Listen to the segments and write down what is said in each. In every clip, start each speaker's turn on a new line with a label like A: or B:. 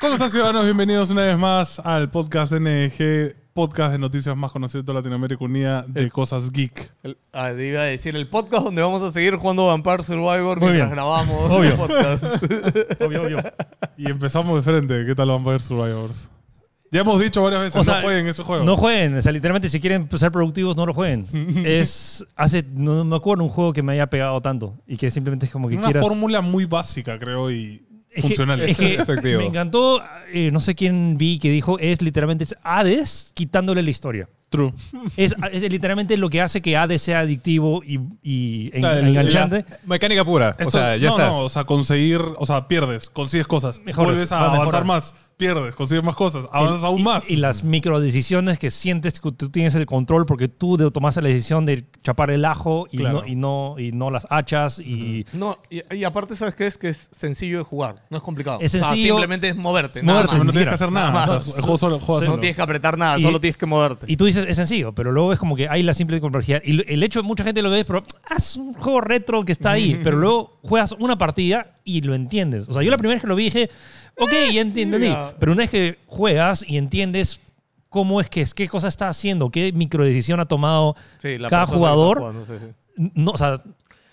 A: ¿Cómo están, ciudadanos? Bienvenidos una vez más al podcast NG, podcast de noticias más conocido de toda Latinoamérica Unida
B: Eh.
A: de cosas geek.
C: El- ah, te iba a decir, el podcast donde vamos a seguir jugando Vampire Survivor
B: Muy
C: mientras
B: bien.
C: grabamos
B: Obvio.
C: el podcast.
B: Obvio, obvio.
A: Y empezamos de frente. ¿Qué tal Vampire Survivors? Ya hemos dicho varias veces,
B: O sea,
A: no jueguen esos juegos.
B: No jueguen, o sea, literalmente si quieren ser productivos, no lo jueguen. es, hace, no me acuerdo un juego que me haya pegado tanto y que simplemente es como que
A: Una
B: quieras...
A: fórmula muy básica, creo, y
B: Es que-
A: funcional.
B: es que
D: Efectivo.
B: me encantó, eh, no sé quién vi que dijo, es literalmente es Hades quitándole la historia.
A: True.
B: Es, es literalmente lo que hace que Hades sea adictivo y, y en-
A: Claro, el-
B: enganchante.
D: Mecánica pura. o
A: Esto-
D: sea, ya
A: no,
D: estás.
A: no, o sea, conseguir, o sea, pierdes, consigues cosas,
B: Mejoras,
A: vuelves a
B: vas mejorando.
A: avanzar más, pierdes, consigues más cosas, avanzas aún
B: Y-
A: más.
B: Y, las microdecisiones que sientes que tú tienes el control porque tú de- tomaste la decisión de chapar el ajo y,
A: Claro.
B: no, y, no, y no las hachas y...
C: No, y, y aparte, ¿sabes qué es? Que es sencillo de jugar, no es complicado.
B: Es
C: O sea,
B: sencillo.
C: simplemente es moverte.
B: Es
C: nada
B: moverte,
A: no
C: más.
B: ni
A: tienes que
B: siquiera.
A: hacer nada.
C: Nada
A: o
C: más.
A: sea, el juego solo, juega
C: No
A: solo.
C: tienes que apretar nada,
B: Y-
C: solo tienes que moverte.
B: Y tú dices, es sencillo, pero luego es como que hay la simple complejidad. Y lo- el hecho, mucha gente lo ve, pero "Ah, es un juego retro que está ahí. pero luego juegas una partida y lo entiendes. O sea, yo la primera vez que lo vi dije, ok, ya enti- entendí.
C: mira.
B: Pero una vez que juegas y entiendes cómo es que es, qué cosa está haciendo, qué microdecisión ha tomado
C: Sí, la persona que
B: cada
C: está
B: jugador,
C: jugando, sí, sí.
B: no, o sea,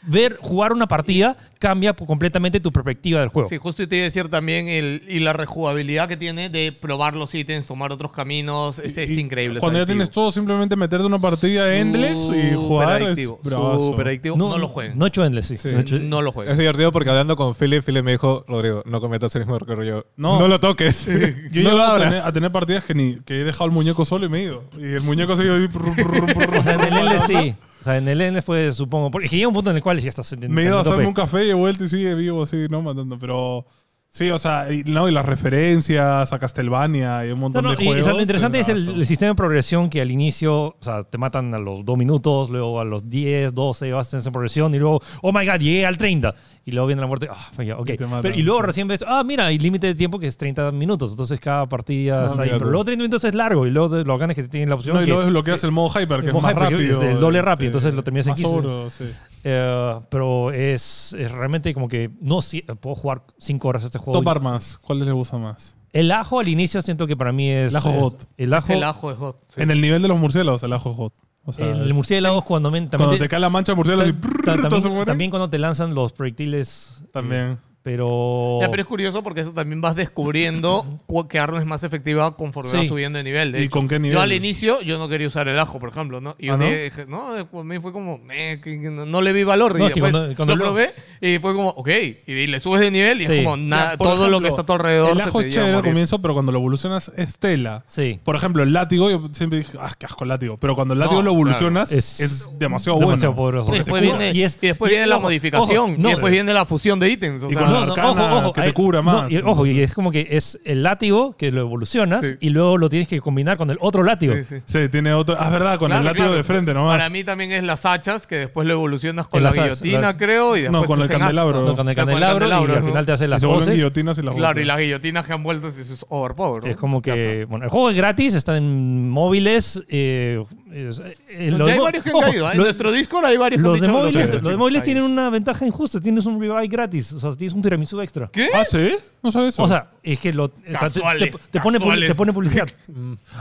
B: ver jugar una partida cambia po- completamente tu perspectiva del juego.
C: Sí, justo te iba a decir también el, y la rejugabilidad que tiene de probar los ítems, tomar otros caminos, es, es
A: Y
C: increíble. es
A: Cuando ya
C: adictivo.
A: tienes todo, simplemente meterte una partida endless y
C: Súper
A: jugar
C: adictivo,
A: es bravazo.
C: súper adictivo. No, lo jueguen.
B: No he hecho endless, sí.
D: Sí.
B: No he hecho-
C: no lo
D: Es
C: jueguen.
D: divertido porque hablando con Philip, Philip me dijo, Rodrigo, no cometas el mismo error que yo.
A: No.
D: No, lo toques.
A: Yo
D: no
A: llego
D: lo
A: a tener,
D: abras.
A: a tener partidas que, ni, que he dejado el muñeco solo y me he ido. Y el muñeco se ha ido ahí, prr, prr, prr, prr.
B: O sea, en el endless sí. O sea, en el endless pues supongo. Porque llega un punto en el cual ya estás pues, en
A: me he ido a
B: en tope.
A: hacerme un café y he vuelto y sigue vivo así, ¿no? Matando. Pero sí, o sea, y, no, y las referencias a Castlevania y un
B: No,
A: montón
B: no,
A: de
B: y, o
A: juegos.
B: sea, lo interesante es el,
A: bravazo.
B: el sistema de progresión que al inicio, o sea, te matan a los 2 minutos, luego a los 10, 12, vas en esa progresión y luego, oh my god, llegué al 30. Y luego viene la muerte, ah, ya, ok.
A: Y te matan,
B: Pero- y luego
A: sí.
B: recién ves, ah, mira, hay límite de tiempo que es 30 minutos, entonces cada partida
A: Ah,
B: está ahí.
A: mira
B: Pero
A: tú.
B: luego 30 minutos es largo y luego de- lo ganas que tienen la opción.
A: No, y
B: que-
A: luego desbloqueas el modo hyper, que
B: el
A: es
B: modo
A: más
B: hyper, que es
A: rápido. este,
B: el doble rápido, entonces lo terminas en
A: más
B: 15.
A: oro, sí.
B: eh, pero es, es realmente como que no si- puedo jugar 5 horas a este juego.
A: Top armas, ¿cuál les gusta más?
B: El ajo al inicio siento que para mí es.
A: El ajo
B: es-
A: hot.
B: El ajo.
C: El ajo es hot. sí.
A: En el nivel de los murciélagos, el ajo hot. O sea,
B: El
A: es-
B: murciélago es cuando, men- también
A: Cuando
B: te-
A: te cae la mancha de murciélago y
B: Ta-
A: brrr,
B: ta-
A: todos se
B: también,
A: mueren.
B: también cuando te lanzan los proyectiles. eh,
A: También.
B: Pero.
C: Ya, pero es curioso porque eso también vas descubriendo cu- qué arma es más efectiva conforme
B: Sí.
C: vas subiendo de nivel. De
A: ¿Y
C: hecho,
A: con qué nivel?
C: Yo al inicio yo no quería usar el ajo, por ejemplo, ¿no? Y
A: ¿Ah,
C: yo
A: no?
C: dije, no, eh, pues, a mí fue como, eh, que- que no, no le vi valor.
B: No,
C: y
B: es que
C: después
B: cuando- cuando
C: lo
B: lo-
C: probé y fue como, ok, y le subes de nivel y
B: Sí.
C: es como, nada,
A: Ya, por
C: todo
A: ejemplo,
C: lo que está a tu alrededor.
A: El
C: se
A: ajo
C: te
A: es
C: lleva a
A: chévere al
C: morir.
A: comienzo, pero cuando lo evolucionas es tela.
B: Sí.
A: Por ejemplo, el látigo, yo siempre dije, ah, qué asco el látigo. Pero cuando el látigo
C: No,
A: lo evolucionas,
B: claro.
A: es,
B: Es
A: demasiado,
B: demasiado
A: bueno.
B: poderoso.
A: Porque
C: Y
A: te
C: después
A: cura.
C: viene,
B: Y es-
C: y después
B: y-
C: viene la
B: ojo,
C: modificación,
B: ojo, no,
C: y después
B: eh.
C: viene la fusión de ítems. O
A: Y
C: sea,
A: cuando- arcana que te
B: hay-
A: cura más,
B: y- ojo, y es como que es el látigo que lo evolucionas
C: Sí.
B: y luego lo tienes que combinar con el otro látigo.
C: sí, sí.
A: Sí, tiene otro. Ah, es verdad, con
C: Claro,
A: el látigo
C: claro.
A: de frente nomás.
C: Para mí también es las hachas, que después lo evolucionas con
B: En
C: la
B: las hachas,
C: guillotina,
B: las-
C: creo, y después
A: No, con
C: se
A: el
C: hacen
A: candelabro.
C: astas.
B: No, con el
C: Claro,
B: candelabro y al
C: ¿no?
B: final te hacen
A: y
B: las
A: se vuelven
B: voces.
A: guillotinas y las
C: Claro, y
A: botas.
C: las guillotinas que han vuelto, eso es overpower. ¿no?
B: Es como
C: Ya
B: que,
C: está.
B: bueno, el juego es gratis, está en móviles. eh, es- eh, eh,
C: Ya
B: los
C: hay
B: mo-
C: varios que han
B: ojo,
C: caído. ¿eh? En
B: los-
C: nuestro Discord hay varios que han
B: los de
C: dicho,
B: móviles,
C: sé,
B: los de
C: chicos,
B: móviles
C: ahí.
B: tienen una ventaja injusta. Tienes un revive gratis, o sea, tienes un tiramisú extra.
C: ¿Qué?
A: Ah, sí, no sabes eso.
B: O sea, es que lo, o sea, te- te-
C: Casuales,
B: te, pone, publi-
C: casuales.
B: te pone publicidad.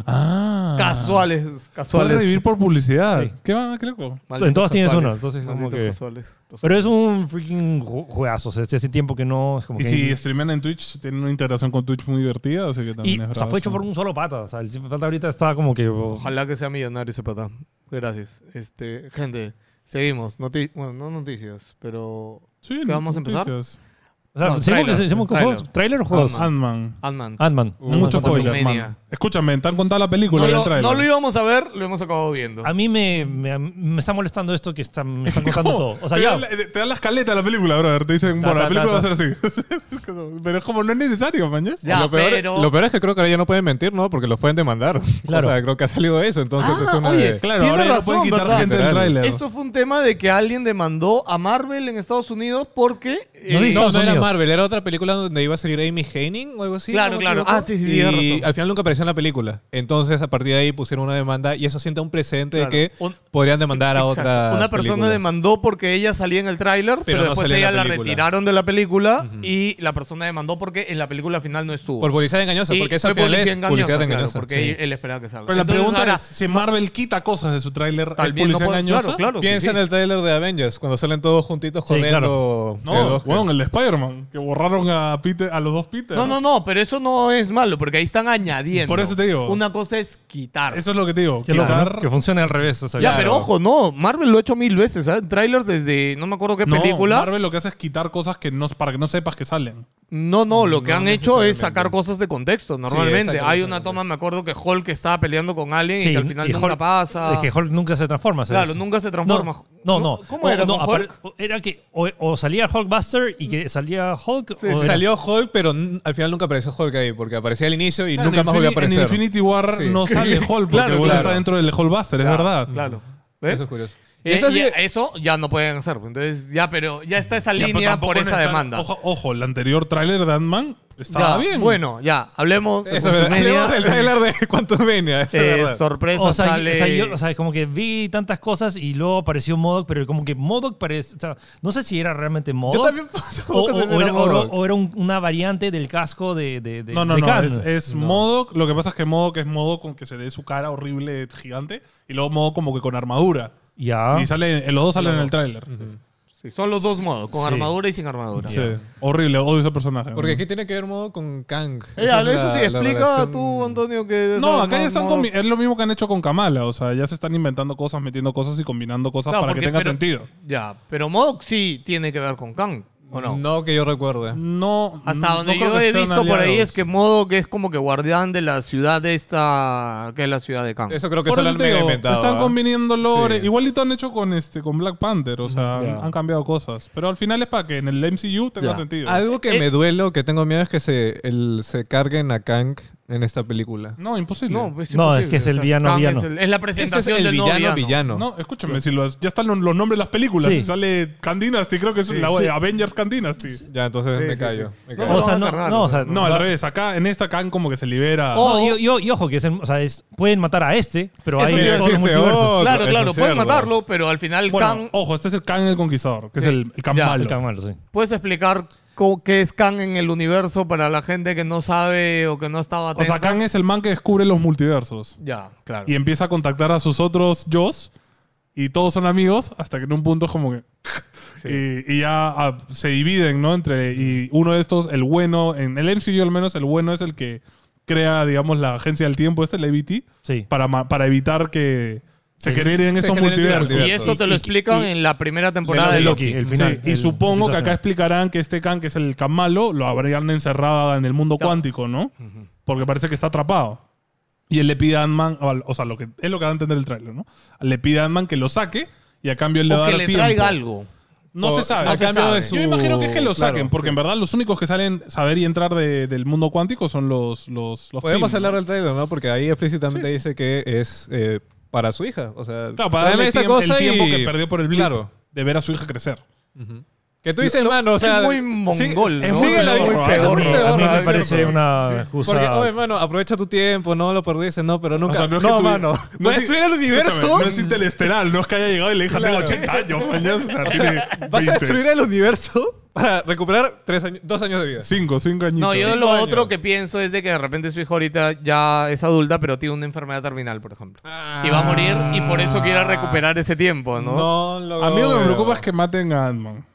A: ah,
C: Casuales,
A: Puedes
C: casuales.
A: revivir por publicidad.
B: Sí.
A: ¿Qué va? ¿Qué loco?
C: Malditos
B: En todas tienes
C: casuales,
B: una, entonces como
C: malditos
B: que-
C: casuales.
B: Pero es un freaking ju- juegazo. O sea, hace tiempo que no. Es como
A: Y
B: que
A: si streaman en Twitch, tienen una integración con Twitch muy divertida, así que
B: Y,
A: también es
B: o sea, fue hecho por
A: bravazo.
B: un solo pata. O sea, el simple pata ahorita está como que. oh,
C: Ojalá que sea millonario ese pata. Gracias. Este, gente, seguimos. Noti- bueno, no noticias, pero
A: Sí,
C: ¿Qué vamos a empezar?
A: noticias.
B: O sea,
C: No,
B: decimos que
C: trailer,
B: decimos que
C: trailer.
B: juegos. ¿Trailer o juegos?
C: Ant-Man.
A: Ant-Man.
C: Ant-Man.
B: Ant-Man.
D: Uh,
B: Ant-Man
A: Mucho
B: Quantum
A: spoiler,
B: Mania.
C: Mania.
A: man. Escúchame, te han contado la película
C: No
A: en el
C: lo,
A: trailer.
C: no lo íbamos a ver, lo hemos acabado viendo.
B: A mí me, me, me está molestando esto que están, me están contando todo. O sea,
A: te,
B: ya.
A: dan la, te dan la escaleta de la película, brother. Te dicen,
B: Ta,
A: bueno, la
B: ta,
A: película
B: ta,
A: va a ser así. Pero es como, no es necesario, mañas.
C: Ya,
D: lo, peor,
C: pero-
D: lo peor es que creo que ahora ya no pueden mentir, ¿no? Porque los pueden demandar.
B: Claro.
D: O sea, creo que ha salido eso. Entonces
C: Ah,
D: es una
C: oye,
D: de-
A: Claro,
C: claro. Tiene
A: ahora ya no
C: razón,
A: pueden quitar
C: ¿verdad?
A: gente del
D: Literal.
A: tráiler.
C: Esto fue un tema de que alguien demandó a Marvel en Estados Unidos porque Eh,
B: dice
D: No,
B: Estados
D: no era
B: Unidos.
D: Marvel, era otra película donde iba a salir Amy Henning o algo así.
C: Claro,
D: ¿no me
C: claro.
D: equivoco?
C: Ah, sí, sí, tienes
D: Y
C: razón.
D: al final nunca apareció en la película. Entonces, a partir de ahí pusieron una demanda y eso sienta un precedente
C: Claro.
D: de que
C: Un-
D: podrían demandar a
C: Exacto.
D: otra.
C: Una persona demandó porque ella salía en el tráiler, pero,
D: Pero no
C: después
D: salía en
C: ella
D: la
C: la,
D: película.
C: retiraron de la película y la persona demandó porque en la película final no estuvo.
D: Por publicidad engañosa,
C: Y
D: porque esa
C: fue
D: final es
C: engañosa,
D: publicidad
C: claro,
D: engañosa.
C: porque
D: sí.
C: él- él esperaba que salga.
A: Pero la
C: Entonces,
A: pregunta
C: ahora,
A: es, si Marvel quita cosas de su tráiler, ¿hay
C: También no
A: publicidad
C: puede-
A: engañosa?
C: claro, claro. que
D: Piensa
C: sí.
D: en el tráiler de Avengers, cuando salen todos juntitos corriendo.
A: No,
D: G2,
A: bueno, el de Spider-Man, que borraron a, Peter, a los dos Peter.
C: No, no, no, pero eso no es malo, porque ahí están añadiendo.
A: Por eso te digo.
C: Una cosa es quitar.
A: Eso es lo que te digo.
B: Qué loco, ¿no?
A: Quitar...
B: Que funcione al revés. o sea,
C: ya,
B: claro.
C: pero ojo, no, Marvel lo ha hecho mil veces, ¿sabes? Trailers desde no me acuerdo qué
A: No,
C: película.
A: Marvel lo que hace es quitar cosas que no, para que no sepas que salen.
C: No, no, lo que
D: No
C: han hecho es
D: necesariamente.
C: sacar cosas de contexto, normalmente.
D: exacto,
C: Hay
D: exacto,
C: una
D: exacto.
C: toma, me acuerdo que Hulk estaba peleando con alguien y
B: Sí,
C: que al final
B: y
C: nunca
B: Hulk-
C: pasa.
B: Es que Hulk nunca se transforma. ¿sabes?
C: Claro, nunca se transforma.
B: No, no. no.
C: ¿Cómo
B: O-
C: era
B: no,
C: con
B: apare-
C: Hulk?
B: o Era que o, o salía Hulkbuster y que salía Hulk.
C: Sí,
B: o era-
D: Salió Hulk, pero n- al final nunca apareció Hulk ahí, porque aparecía al inicio y
A: Claro,
D: nunca
A: en
D: más volvió a
A: Infini- En
D: aparecer.
A: Infinity War
D: Sí.
A: no sale Hulk porque
C: Claro,
A: Hulk
C: claro.
A: está dentro del Hulkbuster, es
C: Claro,
A: verdad.
C: Claro. ¿Ves? Eh,
D: Eso es curioso.
C: Y-
D: Eso sí-
C: y eso ya no pueden hacer. pues, Entonces, ya, pero ya está esa
A: Ya, pero
C: línea
A: tampoco
C: por esa
A: necesar-
C: demanda.
A: Ojo, ojo, el anterior tráiler de Ant-Man estaba
C: Ya,
A: bien.
C: Bueno, ya, hablemos de
D: Eso es verdad.
C: Quantumania.
D: Hablemos del tráiler de Quantumania. eso es
C: Eh,
D: verdad.
C: sorpresa
B: O sea,
C: sale.
B: o sea, yo- o sea, como que vi tantas cosas y luego apareció Modoc, pero como que Modoc parece. o sea, no sé si era realmente Modoc.
C: oh,
D: Yo también paso
B: O,
D: cosas
B: o- o
D: en
B: era,
D: amor.
B: o- o era un- una variante del casco de. de, de
A: No, no,
B: de
A: no.
B: Khan.
A: Es, es Modoc. Lo que pasa es que Modoc es Modoc con que se le dé su cara horrible, gigante. Y luego Modoc como que con armadura.
B: Ya.
C: Ah.
A: Y sale, eh, los dos salen en el tráiler.
C: Sí, son los dos modos, con
B: Sí.
C: armadura y sin armadura. Eh,
A: Sí. Horrible, odio ese personaje.
D: Porque aquí tiene que ver modo con Kang.
C: oh. Eh,
D: Esa es
C: eso
D: la-
C: sí,
D: la
C: explica
D: relación-
C: tú, Antonio, que.
A: No,
C: eso
A: acá ya están
C: no-
A: combi- es lo mismo que han hecho con Kamala, o sea, ya se están inventando cosas, metiendo cosas y combinando cosas
C: Claro,
A: para que
C: porque-
A: tenga
C: pero-
A: sentido.
C: Ya, pero Modoc sí tiene que ver con Kang, ¿o no? Mm.
D: No que yo recuerde.
A: No,
C: Hasta
A: no
C: donde
A: creo
C: yo
A: que
C: he
A: sean
C: visto por ahí
A: aliados.
C: es que Modoc es como que guardián de la ciudad de esta. que es la ciudad de Kang.
D: Eso creo que
A: Por
D: solo
A: eso
D: han
A: te
D: medio
A: digo,
D: inventado.
A: están
D: ¿ah?
A: combinando lore.
D: Sí.
A: Igualito han hecho con este con Black Panther, o sea,
C: Ya.
A: han, han cambiado cosas. Pero al final es para que en el MCU tenga
C: Ya.
A: sentido.
D: Algo que
C: Eh,
D: me duele o que tengo miedo es que se, el- se carguen a Kang en esta película.
A: No, imposible.
C: No,
A: No,
C: es
B: No,
C: imposible.
B: es que es el
C: Kang
B: villano, villano.
C: Es, el- es la
D: Ese es
C: presentación
D: el
C: del nuevo
D: villano,
C: villano.
D: villano.
A: escúchame, si los- ya están los, los nombres de las películas.
B: Sí.
A: Si sale Khan Dynasty, creo que es la
B: sí.
A: Avengers Khan Dynasty.
D: Ya, entonces
C: Sí,
D: me
C: sí,
D: callo.
C: sí.
D: me
C: No,
D: callo.
B: o sea,
C: no,
B: no,
C: no,
B: no, o sea,
A: No, al revés, acá en esta Khan como que se libera.
C: Oh,
B: No, y- y, y ojo, que es, en- o sea, es- pueden matar a este, pero
C: Eso
B: hay
C: te iba a
B: todo el
D: decir,
B: multiverso.
D: oh.
C: Claro,
D: Eso
C: claro,
D: es
C: pueden
D: cierto.
C: matarlo, pero al final
A: bueno,
C: Kang.
A: ojo, este es el Khan el Conquistador, que
C: Sí.
A: es el, el Khan
C: Ya,
A: malo.
B: El Kang malo, sí.
C: ¿Puedes explicar co- qué es Kang en el universo para la gente que no sabe o que no estaba
A: O
C: atenta?
A: sea, Kang es el man que descubre los multiversos
C: Ya, claro.
A: y empieza a contactar a sus otros yo's y todos son amigos hasta que en un punto es como que... Y, y ya ah, se dividen, ¿no? Entre... Y uno de estos, el bueno, en el MCU al menos, el bueno es el que crea, digamos, la agencia del tiempo, este, el ABT,
B: Sí.
A: para, ma- para evitar que se
B: Sí.
A: generen
D: Se
A: estos
D: generen
A: multiversos.
C: Y
D: multiversos.
C: esto te lo
B: Y-
C: explican
B: y-
C: en la primera temporada
D: de
C: de
D: Loki,
C: Loki.
B: el
A: Sí,
B: final.
A: y
B: el-
A: supongo
B: el
A: que acá
B: final.
A: explicarán que este Khan, que es el Khan malo, lo habrían encerrado en el mundo
C: Claro.
A: cuántico, ¿no? Porque parece que está atrapado. Y él le pide a Ant-Man, o al- o sea, lo que, es lo que da a entender el tráiler, ¿no? Le pide a Ant-Man que lo saque y a cambio él le va
C: O
A: a
C: que
A: dar
C: le
A: tiempo.
C: traiga algo.
A: No
D: O-
A: se sabe.
C: no se sabe.
A: Yo me imagino que es que lo
D: Claro,
A: saquen, porque
D: sí.
A: en verdad los únicos que salen saber y entrar de- del mundo cuántico son los los, los
D: Podemos
A: Pym, ¿no?
D: hablar del trailer, ¿no? Porque ahí explícitamente dice que es eh, para su hija. O sea,
A: Claro, para darle
D: tráeme esta
A: tiempo- el
D: cosa
A: tiempo
D: y-
A: que perdió por el blip
D: Claro.
A: de ver a su hija crecer.
D: Que tú dices, hermano, o sea...
C: es muy
D: sí,
C: mongol,
D: es
C: ¿no?
D: muy
C: Es muy
D: pedorro,
C: pedorro.
D: es muy pedorro,
B: A mí
D: es
B: me
D: cierto.
B: parece una
D: Porque,
B: excusa.
D: oye, mano, aprovecha tu tiempo, no lo perdiste, no, pero nunca.
A: O sea,
D: no,
A: es que tuvi-
D: mano. No
A: es-
D: es en el universo.
A: escúchame, No es interestelar, no es que haya llegado y le dije,
D: Claro.
A: tengo 80 años, mañana. O sea, tiene
D: Vas a
A: 20.
D: destruir el universo para recuperar tres años, dos años de vida.
A: Cinco, cinco añitos.
C: No, yo
D: Cinco
C: lo
D: años.
C: otro que pienso es de que de repente su hijo ahorita ya es adulta, pero tiene una enfermedad terminal, por ejemplo. Y va a morir y por eso quiere recuperar ese tiempo, ¿no?
D: No, lo
A: A mí lo que me
D: veo.
A: preocupa es que maten a Ant-Man.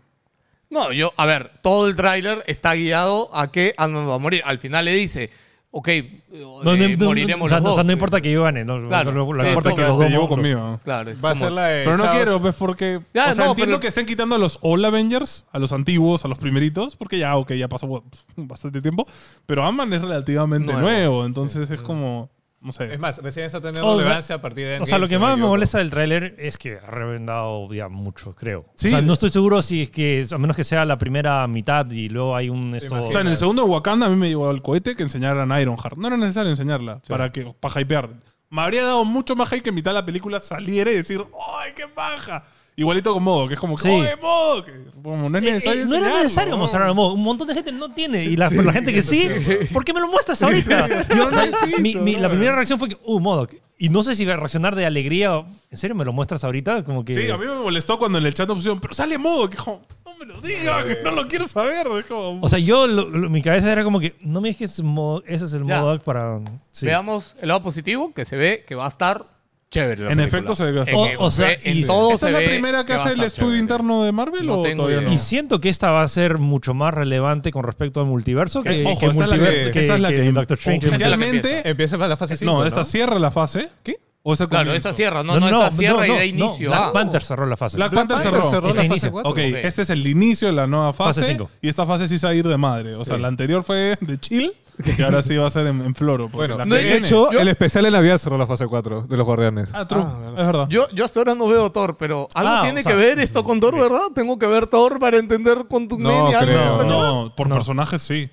C: No, yo, a ver, todo el tráiler está guiado a que Ant-Man va a morir. Al final le dice, ok, eh,
B: No, no, no,
C: moriremos
B: o sea,
C: los
B: no,
C: dos.
B: o sea,
C: pues.
B: no importa que yo gane, no,
C: Claro.
B: no, no, no
C: Sí,
B: importa
C: es
B: que
C: como-
B: los
A: Te
B: dos
A: llevo
B: muertos.
A: conmigo.
C: Claro, es
D: Va a
C: como-
D: ser la de.
A: Pero no
D: Chaos.
A: quiero, pues, porque...
C: Ya,
B: Ah,
A: o sea,
C: no,
A: entiendo
C: pero-
A: que estén quitando a los All Avengers, a los antiguos, a los primeritos, porque ya, ok, ya pasó bueno, bastante tiempo. Pero Ant-Man es relativamente
C: Nuevo.
A: nuevo, entonces
B: Mm.
A: es como... No sé.
D: Es más, recién está teniendo
B: O sea,
D: relevancia a partir de.
B: O sea,
D: Endgame,
B: lo
D: si
B: que
D: no
B: más me
D: equivoco.
B: molesta del tráiler es que ha reventado ya mucho, creo.
A: Sí.
B: O sea, no estoy seguro si es que, a menos que sea la primera mitad y luego hay un esto.
D: imagino.
A: O sea, en el segundo de Wakanda a mí me llegó el cohete que enseñaran a Ironheart. No era necesario enseñarla para que para hypear. Me habría dado mucho más hype que en mitad de la película saliera y decir, ¡ay, qué paja! Igualito con Modo, que es como que,
B: Sí.
A: "Oye, Modo", que Como no es necesario.
B: Eh, no era
A: enseñarlo,
B: necesario
A: ¿no?
B: mostrarlo. mo- Un montón de gente no tiene. Y la, pero la gente que sí, ¿por qué me lo muestras ahorita?
A: sí, yo no
B: O sea,
A: necesito,
B: mi- mi- la
A: ¿no?
B: primera reacción fue que, uh, Modoc. Y no sé si iba a reaccionar de alegría o, ¿en serio me lo muestras ahorita? Como que.
A: Sí, a mí me molestó cuando en el chat nos pusieron, pero sale Modo, que es como, no me lo diga, que no lo quiero saber. Es como,
B: O sea, yo, lo- lo- mi cabeza era como que, no me digas que es Modoc, ese es el
C: Ya.
B: Modoc para. sí.
C: Veamos el lado positivo, que se ve que va a estar chévere. la
A: En
C: película.
A: efecto se ve que
C: En-
B: va a estar-
C: o- o sea,
B: y-
C: en todo
A: ¿Esta
C: se
A: es la
C: ve
A: primera que
C: va a
A: hace el
C: estar
A: estudio
C: chévere.
A: interno de Marvel
C: No
A: o
C: tengo
A: todavía
C: idea.
A: no?
B: Y siento que esta va a ser mucho más relevante con respecto al multiverso que,
A: Ojo,
B: que
A: esta es la
B: multiverso-
A: que, esta es la que,
B: Doctor Strange.
C: oficial-
A: oficialmente. Eh,
D: Empieza para la fase 5.
A: No, esta cierra la fase. ¿Qué? O es el
C: Claro,
A: comienzo?
C: esta cierra, no, no, esta cierra y da inicio.
B: Black
C: Ah.
B: Panther cerró la fase.
A: Black
D: Black
A: Panther
D: Panther
A: cerró.
D: cerró
B: Este
D: la fase
B: inicio.
D: 4.
A: Ok,
C: Ok.
A: este es el inicio de la nueva fase.
B: Fase cinco.
A: y esta fase sí se va a ir de madre. O sea, la anterior fue de chill y ahora sí va a ser en, en floro. porque
D: Bueno,
A: la
C: no
A: que
C: he
D: de
A: viene-
D: hecho,
C: Yo-
D: el especial de Navidad cerró la fase 4 de los Guardianes.
A: Ah, true. es verdad.
C: Yo, yo hasta ahora no veo Thor, pero algo
B: Ah,
C: tiene
B: o sea,
C: que ver esto con Thor, ¿verdad? Tengo que ver Thor para entender Quantum
D: No
C: Mania,
D: creo.
A: no,
C: ¿verdad?
A: no, por personajes sí.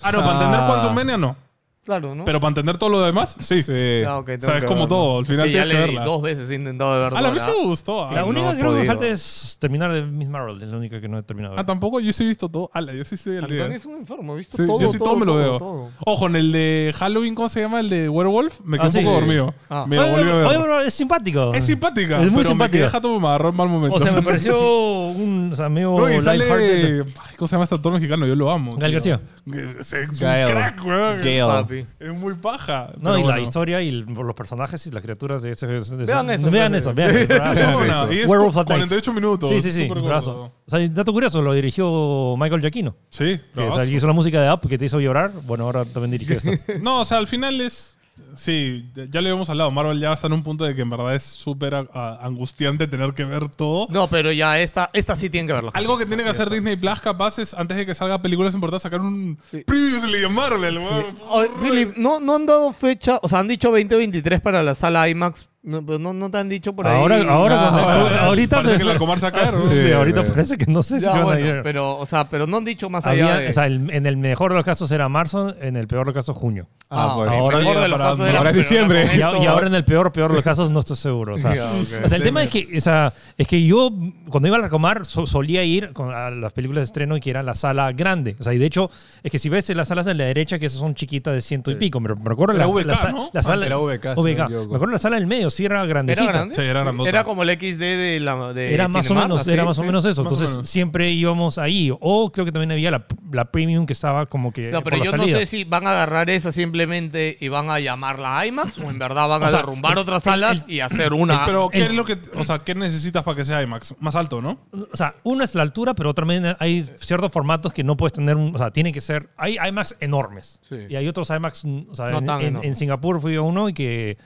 A: Ah, no, para entender
D: Ah.
A: Quantum Mania no.
C: Claro, ¿no?
A: Pero para entender todo lo demás, sí.
D: Sí.
C: Ah, ok, tengo
A: O sea, es
C: que
A: como
C: verlo.
A: todo, al final
C: Que ya
A: tienes que
C: le di
A: verla.
C: dos veces he intentado de verlo.
A: A la vez me gustó.
B: La
A: Ah,
C: un-
B: única
C: no he
B: que creo que me
C: podido.
B: falta es terminar de Miss Marvel. Es la única que no he terminado. de
A: ah,
B: ver.
A: tampoco, yo sí he visto todo. Ala, yo sí estoy al día.
C: Antonio es un enfermo, he visto
A: Sí,
C: todo,
A: yo sí todo, me lo veo.
C: todo.
A: Ojo, en el de Halloween, ¿cómo se llama? El de Werewolf, me quedé
B: Ah,
A: un
B: sí.
A: poco dormido.
C: Ah.
A: Me
B: Oye,
A: volví a ver.
B: oye, bro, es simpático.
A: es simpática,
B: Es muy
A: pero me quedé
B: simpática.
A: jato me agarró en mal momento.
B: O sea, me pareció un o sea, medio
A: No, y sale.
B: lighthearted.
A: Ay, ¿Cómo se llama este actor mexicano? Yo lo amo.
B: Gael
A: tío.
B: García.
A: Es, es un
D: Gael.
A: crack, weón.
C: Papi.
A: Es muy paja.
B: No,
A: pero
B: y la
A: bueno.
B: historia y el- los personajes y las criaturas de ese. de ese-
C: Vean eso, pues.
B: Vean
C: entonces.
B: eso, vean eso.
A: No,
B: Vean eso.
A: no, y es
B: Werewolf at Night.
A: 48 minutos.
B: Sí, sí, sí.
A: súper
B: bravazo.
A: corto.
B: O sea, dato curioso, lo dirigió Michael Giacchino.
A: Sí,
B: Que
A: bravazo.
B: es- hizo la música de Up que te hizo llorar. Bueno, ahora también dirigió esto.
A: No, o sea, al final es. Sí, ya le habíamos hablado. Marvel ya está en un punto de que en verdad es súper a- a- angustiante tener que ver todo.
C: No, pero ya esta, esta sí tiene que verla.
A: Algo que tiene que hacer Disney Plus capaz es antes de que salga películas importantes sacar un
C: Sí.
A: Previously en Marvel, weón.
C: Oye, Philip, no, no han dado fecha, o sea, han dicho 2023 para la sala IMAX, no, pero no, no te han dicho por ahí.
B: Ahora, ahora
D: Ah,
B: cuando-
A: ahora,
B: ahorita pues,
A: parece que la comarca va a caer, ¿no?
B: Sí,
D: Sí,
B: ahorita
D: güey.
B: parece que no sé si
C: Ya,
B: van
C: bueno,
B: a ir.
C: pero, o sea, pero no han dicho más allá
B: Había-
C: de...
B: o sea, el- en el mejor de los casos era marzo, en el peor de los casos junio.
D: Ah, pues.
B: ahora-
C: el mejor de los
A: ahora-
C: casos era-
D: ahora es
C: pero
D: diciembre.
C: con
B: Y, a-
C: esto-
B: y ahora en el peor, peor de los casos no estoy seguro. O sea,
C: Ya, ok.
B: O sea, el tema es que, o sea, es que yo cuando iba a recomar so- solía ir con, a las películas de estreno que era la sala grande. O sea, y de hecho, es que si ves las salas de la derecha, que esas son chiquitas de ciento y pico, me, me acuerdo
A: Era
B: la,
A: VK,
B: la sa-
A: ¿no?
B: la sala
D: Ah, era VK, si no me equivoco.
B: Me acuerdo la sala del medio, sí era grandecita.
C: ¿Era grande?
A: Sí, era grandota.
C: Era como el XD de la de
B: Era más o
C: Cinemark,
B: menos,
C: así,
B: era más o
C: Eh, sí.
B: menos eso.
A: Más o
B: Entonces
A: menos.
B: siempre íbamos ahí. O creo que también había la, la premium que estaba como que
C: No, pero
B: eh, por la
C: yo no
B: salida.
C: sé si van a agarrar esa simplemente y van a llamarla IMAX o en verdad van a
B: O sea,
C: derrumbar otras salas y hacer una.
A: Pero, ¿qué
B: el-
A: es lo que. O sea, ¿qué necesitas para que sea IMAX? Más alto, ¿no?
B: O sea, una es la altura, pero también hay ciertos formatos que no puedes tener. un- O sea, tiene que ser. Hay IMAX enormes.
C: Sí.
B: Y hay otros IMAX. mm, O sea,
C: No
B: en,
C: tan
B: en-
C: enormes.
B: en Singapur fui a uno y que.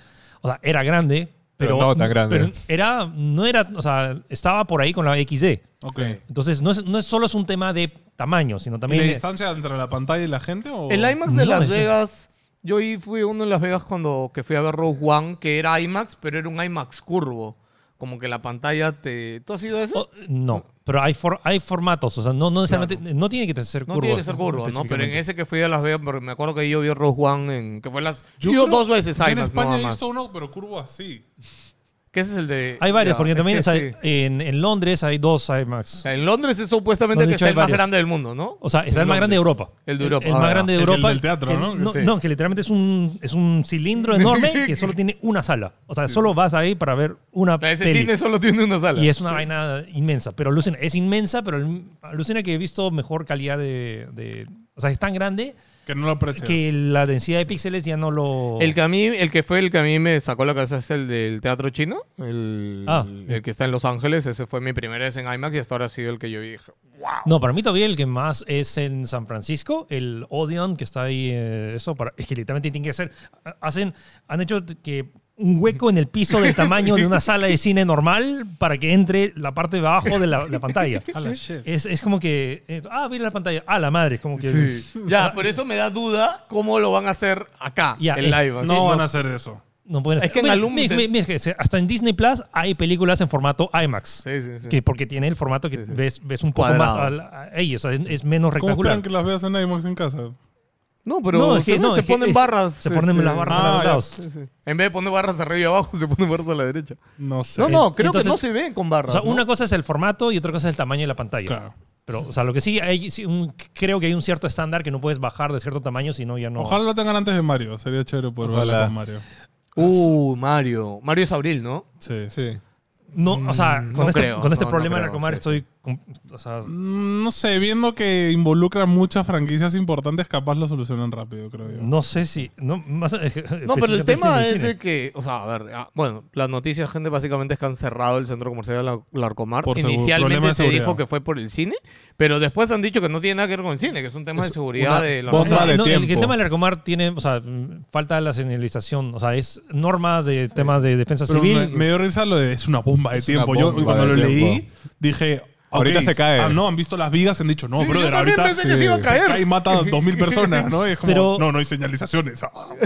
B: O sea, era grande, pero.
D: Pero no tan grande.
B: pero era. No era. O sea, estaba por ahí con la XD.
A: Ok.
B: Entonces, no es, no es solo es un tema de tamaño,
A: ¿Y
B: sino
A: la
B: también.
A: distancia entre la pantalla y la gente? O?
C: el IMAX de
B: No,
C: Las
B: ese-
C: Vegas, yo ahí fui a uno en Las Vegas cuando que fui a ver Rogue One, que era IMAX, pero era un IMAX curvo. Como que la pantalla te. ¿Tú has ido a eso?
B: Oh, no, pero hay, for- hay formatos. O sea, no, no necesariamente. No tiene que ser
C: no
B: curvo.
C: tiene que ser curvo, ¿no? Pero en
B: específicamente.
C: ese que fui a Las Vegas, porque me acuerdo que yo vi Rogue One en. que fue las. Yo, dos veces
A: yo
C: IMAX,
A: En
C: nada
A: España
C: más.
A: hizo uno, pero curvo así.
C: Que ese es el de.
B: Hay varios,
C: ya,
B: porque
C: es
B: también
C: que
B: o sea,
C: sí.
B: en, en Londres hay dos
C: O
B: IMAX.
C: sea, en Londres es supuestamente
B: No,
C: el
B: de
C: que está
B: hecho, hay
C: el más
B: varios.
C: grande del mundo, ¿no?
B: O sea, está el más grande de Europa.
C: El de Europa,
B: El,
C: ah,
B: más grande de
A: el del-
B: Europa.
A: del teatro,
B: que
A: ¿no?
B: No,
A: Sí.
B: no, que literalmente es un, es un cilindro enorme que solo tiene una sala. O sea, solo vas ahí para ver una
C: O sea, ese
B: peli.
C: cine solo tiene una sala.
B: Y es una vaina inmensa. Pero alucina, es inmensa, pero el- alucina que he visto mejor calidad de, de- O sea, es tan grande
A: Que no lo aprecias.
B: que la densidad de píxeles ya no lo...
C: El que, a mí- el que fue el que a mí me sacó la cabeza es el del teatro chino. El,
B: Ah.
C: el que está en Los Ángeles. Ese fue mi primera vez en IMAX y hasta ahora ha sido el que yo vi. y dije,
B: No, para mí todavía el que más es en San Francisco, el Odeon que está ahí, eh, eso para es que literalmente tiene que ser hacen han hecho que un hueco en el piso del tamaño de una sala de cine normal para que entre la parte de abajo de la, la pantalla.
A: A la shit.
B: Es, es como que eh, ah, mira la pantalla, ah, la madre, es como que
C: Ya, por eso me da duda cómo lo van a hacer acá,
B: Ya,
C: en
B: eh,
C: IMAX.
A: No van a
C: sé.
A: hacer eso.
B: no pueden
C: Es
B: hacer.
C: que en
B: Mira,
C: alum-
B: mira, mira, mira, que se- hasta en Disney Plus hay películas en formato IMAX.
C: Sí, sí, sí.
B: Que porque tiene el formato que
C: Sí, sí.
B: ves ves un
C: Es
B: poco más
C: cuadrado.
B: al- a- ahí, o sea, es, es menos
A: ¿Cómo
B: rectangular.
A: esperan que las veas en IMAX en casa?
C: No, pero
B: No, es que-
C: según
B: no,
C: se
B: es que
C: ponen
B: es-
C: barras. este,
B: se ponen las barras a
A: ah,
B: los
A: ya.
B: lados.
C: sí, sí. En vez de poner barras arriba y abajo, se ponen barras a la derecha.
A: No sé.
C: No, no, creo
B: Entonces-
C: que no se ven con barras.
B: O sea,
C: ¿no?
B: una cosa es el formato y otra cosa es el tamaño de la pantalla.
A: Claro.
B: Pero, o sea, lo que sí, hay, sí, un- creo que hay un cierto estándar que no puedes bajar de cierto tamaño, si no, ya no.
A: Ojalá lo tengan antes de Mario. Sería chévere poder
D: Ojalá.
A: verla con Mario.
C: Uh, Mario. Mario es abril, ¿no?
A: Sí.
D: Sí.
B: No, o sea,
C: Mm,
B: con
C: no
B: este,
C: creo,
B: con este
C: no, no
B: problema de
C: creo,
B: la
C: sí,
B: Comar estoy. con- O sea,
A: Mm, No sé, viendo que involucra muchas franquicias importantes, capaz lo solucionan rápido, creo yo.
B: no sé si. No, más-
C: No, pero el
B: pensé en
C: tema
B: el
C: es
B: cine.
C: de que, o sea, a ver, ah, bueno, las noticias, gente, básicamente es que han cerrado el centro comercial de la- Larcomar.
A: Por seguro, problema de
C: Inicialmente se
A: seguridad.
C: dijo que fue por el cine, pero después han dicho que no tiene nada que ver con el cine, que es un tema de seguridad
B: una
C: de la
D: bomba
C: Larcomar.
D: de
B: No, el- el,
D: tiempo.
B: tema del Arcomar tiene, o sea, mm, falta la señalización, o sea, es normas de temas de defensa
A: Pero
B: civil.
A: me, me dio risa lo de es una bomba de
D: Es una
A: tiempo. yo
D: bomba
A: cuando lo
D: de
A: leí,
D: tiempo.
A: dije.
D: Ahorita
A: ok,
D: se cae.
A: Ah, no, han visto las vigas, han dicho, no,
C: Sí, yo
A: brother,
C: también
A: ahorita
C: pensé que se iba a caer.
A: cae y mata a 2.000 personas, ¿no? Y es como,
B: Pero-
A: no, no hay señalizaciones. Ah, wow.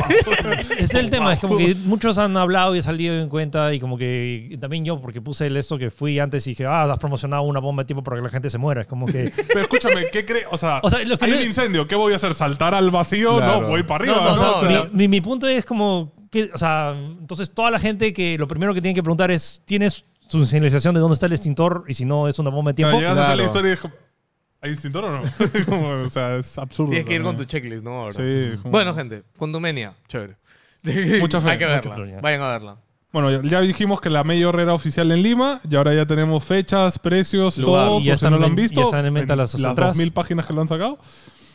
B: es el tema, es como que muchos han hablado y salido en cuenta y como que y también yo, porque puse el esto que fui antes y dije, ah, has promocionado una bomba de tiempo para que la gente se muera. Es como que...
A: Pero escúchame, ¿qué crees? O sea,
B: O sea, lo que
A: hay
B: no-
A: un incendio, ¿qué voy a hacer? ¿Saltar al vacío?
D: Claro.
A: No, voy para arriba.
C: No, no,
A: o sea,
C: no,
A: o sea,
B: mi, mi- mi punto es como que, o sea, entonces toda la gente que lo primero que tiene que preguntar es, ¿tienes su señalización de dónde está el extintor? Y si no, es una bomba de tiempo.
A: llegas a hacer la
D: Claro.
A: historia y es como, ¿hay instintor o no? Como, o sea, es absurdo.
C: Tienes que ir con tu
A: también.
C: checklist, ¿no? Ahora.
A: eh. Sí, como-
C: Bueno, gente, Condomenia, chévere.
A: Mucha fe,
C: Hay que
A: mucha
C: verla.
B: fe, ya.
C: Vayan a verla.
A: Bueno, ya- ya dijimos que la mayor era oficial en Lima y ahora ya tenemos fechas, precios,
C: Lugar.
A: todo.
B: Y ya
A: por si
B: están
A: no lo han
B: en-
A: visto.
B: ya están en venta las otras.
A: 2.000 páginas que lo han sacado.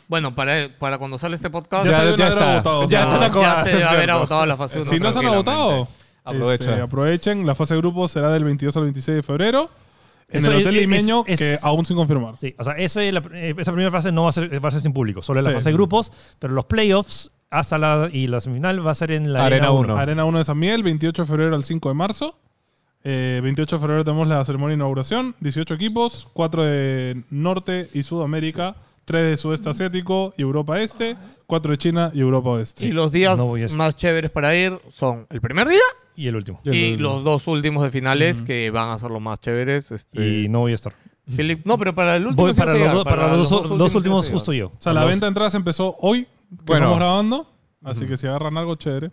C: Bueno, para, para cuando sale este podcast,
A: Ya,
D: Ya-
A: se deben
D: ya
A: haber
D: está.
A: agotado.
D: Ya
A: o sea,
D: está la
C: ya se debe haber
D: cierto.
C: agotado la fase 1.
A: Si no se han agotado,
D: Aprovecha.
A: este, aprovechen. La fase de grupo será del 22 al 26 de febrero en
B: Eso
A: el
B: es-
A: Hotel
B: es-
A: Limeño,
B: es-
A: que aún sin confirmar.
B: Sí, o sea, ese- la- eh, esa primera fase no va a ser, va a ser sin público, solo en la
A: Sí.
B: fase de grupos, pero los playoffs hasta la, y la semifinal va a ser en la Ah,
D: Arena uno.
A: Arena 1 de San Miguel, 28 de febrero al 5 de marzo. Eh, 28 de febrero tenemos la ceremonia de inauguración. 18 equipos, 4 de Norte y Sudamérica, 3 de Sudeste Asiático y Europa Este, 4 de China y Europa Oeste.
C: Y los días
B: No voy a estar.
C: más chéveres para ir son el primer día
B: y el último.
A: Y el-
C: y los dos últimos de finales que van a ser los más chéveres. Este,
B: Y no voy a estar.
C: Philip- no, pero para el último.
B: Voy
C: sí
B: para,
C: vas a
B: los,
C: llegar,
B: dos- para los dos, dos
C: sí
B: últimos
C: vas a
B: justo
C: llegar.
B: yo.
A: O sea, la
B: Los-
A: venta de entradas empezó hoy, que
D: Bueno.
A: estamos grabando. Así que si agarran algo, chévere.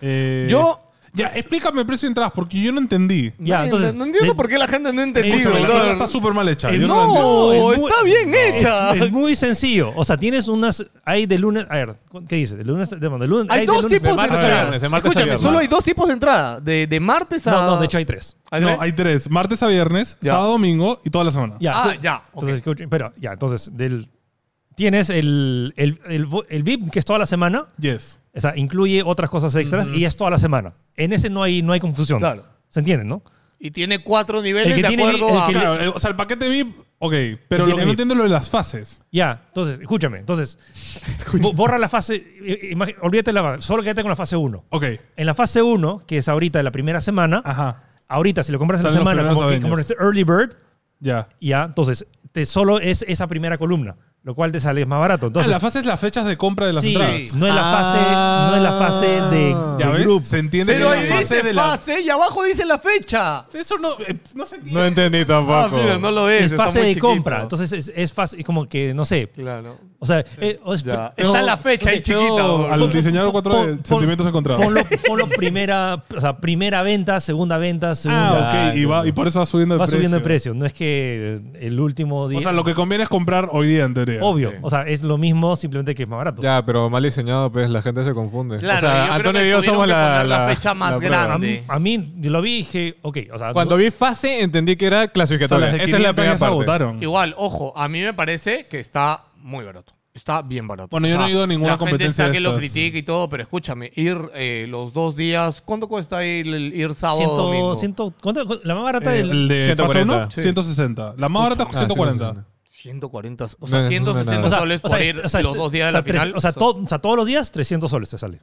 A: Eh,
C: Yo.
A: Ya, explícame el precio de entradas, porque yo no entendí.
B: Ya,
C: no,
B: entonces, eh,
C: no entiendo
B: de-
C: por qué la gente no ha entendido,
A: Escúchame, la
C: brother.
A: entrada está súper mal hecha.
B: Eh,
A: yo no la entendí.
C: No,
B: No, es muy-
C: está bien
B: Es,
C: hecha.
B: es muy sencillo. O sea, tienes unas. Hay de lunes. A ver, ¿qué dices? De lunes. De, bueno, de lunes
C: Hay
B: de
C: dos
B: lunes-
C: tipos de
D: martes a
C: entradas.
D: viernes, de martes a
C: Escúchame,
D: viernes.
C: solo hay dos tipos de entrada. De, de martes a.
B: No, no, de hecho hay tres.
C: ¿Hay
A: No,
C: tres?
A: hay tres. Martes a viernes,
C: Ya.
A: sábado, domingo y toda la semana.
B: Ya.
C: Ah,
B: tú-
C: ya. ok.
B: Entonces, escucha, pero ya, entonces, del, tienes el, el, el, vo- el VIP, que es toda la semana.
A: Yes.
B: O sea, incluye otras cosas extras y es toda la semana. En ese no hay, no hay confusión.
C: Claro.
B: ¿Se entienden, no?
C: Y tiene cuatro niveles
B: El que
C: de
B: tiene-
C: acuerdo
B: el
C: a.
B: que-
A: Claro, el- o sea, el paquete VIP, ok, pero
B: Que
A: lo
B: tiene
A: que no
B: VIP.
A: entiendo es lo de las fases.
B: Ya, entonces, escúchame. Entonces, bo- borra la fase. eh, eh, imagi- Olvídate de la. Solo quédate con la fase 1.
A: Ok,
B: En la fase 1, que es ahorita la primera semana,
A: ajá,
B: ahorita, si lo compras en la
A: Ah. Salen los
B: semana,
A: primeros
B: como, que- como
A: Avengers.
B: este Early Bird,
A: ya. Ah,
B: ya, entonces, te solo es esa primera columna, lo cual te sale más barato.
A: Ah,
B: Entonces,
A: la fase es las fechas de compra de las
B: sí,
A: entradas.
B: no es la fase,
D: Ah.
B: no es la fase de,
A: Ya
B: de
A: ves,
B: grupo.
A: se entiende
C: Pero
A: que
C: ahí
A: es la fase
C: dice
A: de la...
C: fase y abajo dice la fecha.
A: Eso no, eh, no se entiende.
D: No entendí
C: Ah,
D: tampoco.
C: mira, no lo ves.
B: Es
C: está
B: fase
C: muy
B: de
C: chiquito.
B: compra, entonces es, es fase, como que, no sé,
C: Claro.
B: o sea, eh, o es-
C: Ya.
B: pero-
C: Está la fecha ahí
A: Quedó
C: chiquita. boludo.
A: Al diseñador 4
B: Pon-
A: de
B: pon-
A: sentimientos encontrados.
B: Ponlo, ponlo primera, o sea, primera venta, segunda venta, segunda.
A: Ah, ok, y, va, y por eso va subiendo el
B: va
A: precio.
B: subiendo el precio, no es que eh, el último día.
A: O sea, lo que conviene es comprar hoy día, en teoría.
B: obvio,
C: Sí.
B: o sea, es lo mismo, simplemente que es más barato.
D: Ya, pero mal diseñado, pues la gente se confunde.
C: Claro,
D: o sea,
C: yo creo
D: Antonio
C: que
D: y yo
C: tuvieron
D: somos
C: que
D: la,
C: poner la fecha más
D: prueba.
C: grande.
B: A mí, a mí, yo lo vi y dije, ok, o sea,
D: Cuando
B: no-
D: vi fase, entendí que era
A: O sea,
D: clasificatoria.
A: las de
D: Esa es
A: 500
D: la
A: ya
D: primera
A: se
D: parte.
A: agotaron.
C: Igual, ojo, a mí me parece que está muy barato. Está bien barato.
A: Bueno, yo no he ido a ninguna
C: la
A: competencia de
C: Gente está que lo
A: estas.
C: critique y todo, pero escúchame, ir eh, los dos días. ¿Cuánto cuesta ir, ir sábado
B: Ciento-
C: domingo?
B: ciento- ¿cuánto- cu- la más barata
A: Eh,
B: del.
A: el de fase
D: 140,
A: uno,
D: sí.
A: 160. La más barata es
D: Ah,
A: 140.
C: 140, o sea,
D: No, no, no, no, no.
C: 160
D: O sea,
C: soles
B: o sea,
C: por
B: es-
C: ir
B: o sea,
C: los
B: es-
C: dos días
B: o sea,
C: de la final.
B: tres- O sea, todo- o sea, todos los días 300 soles te sale.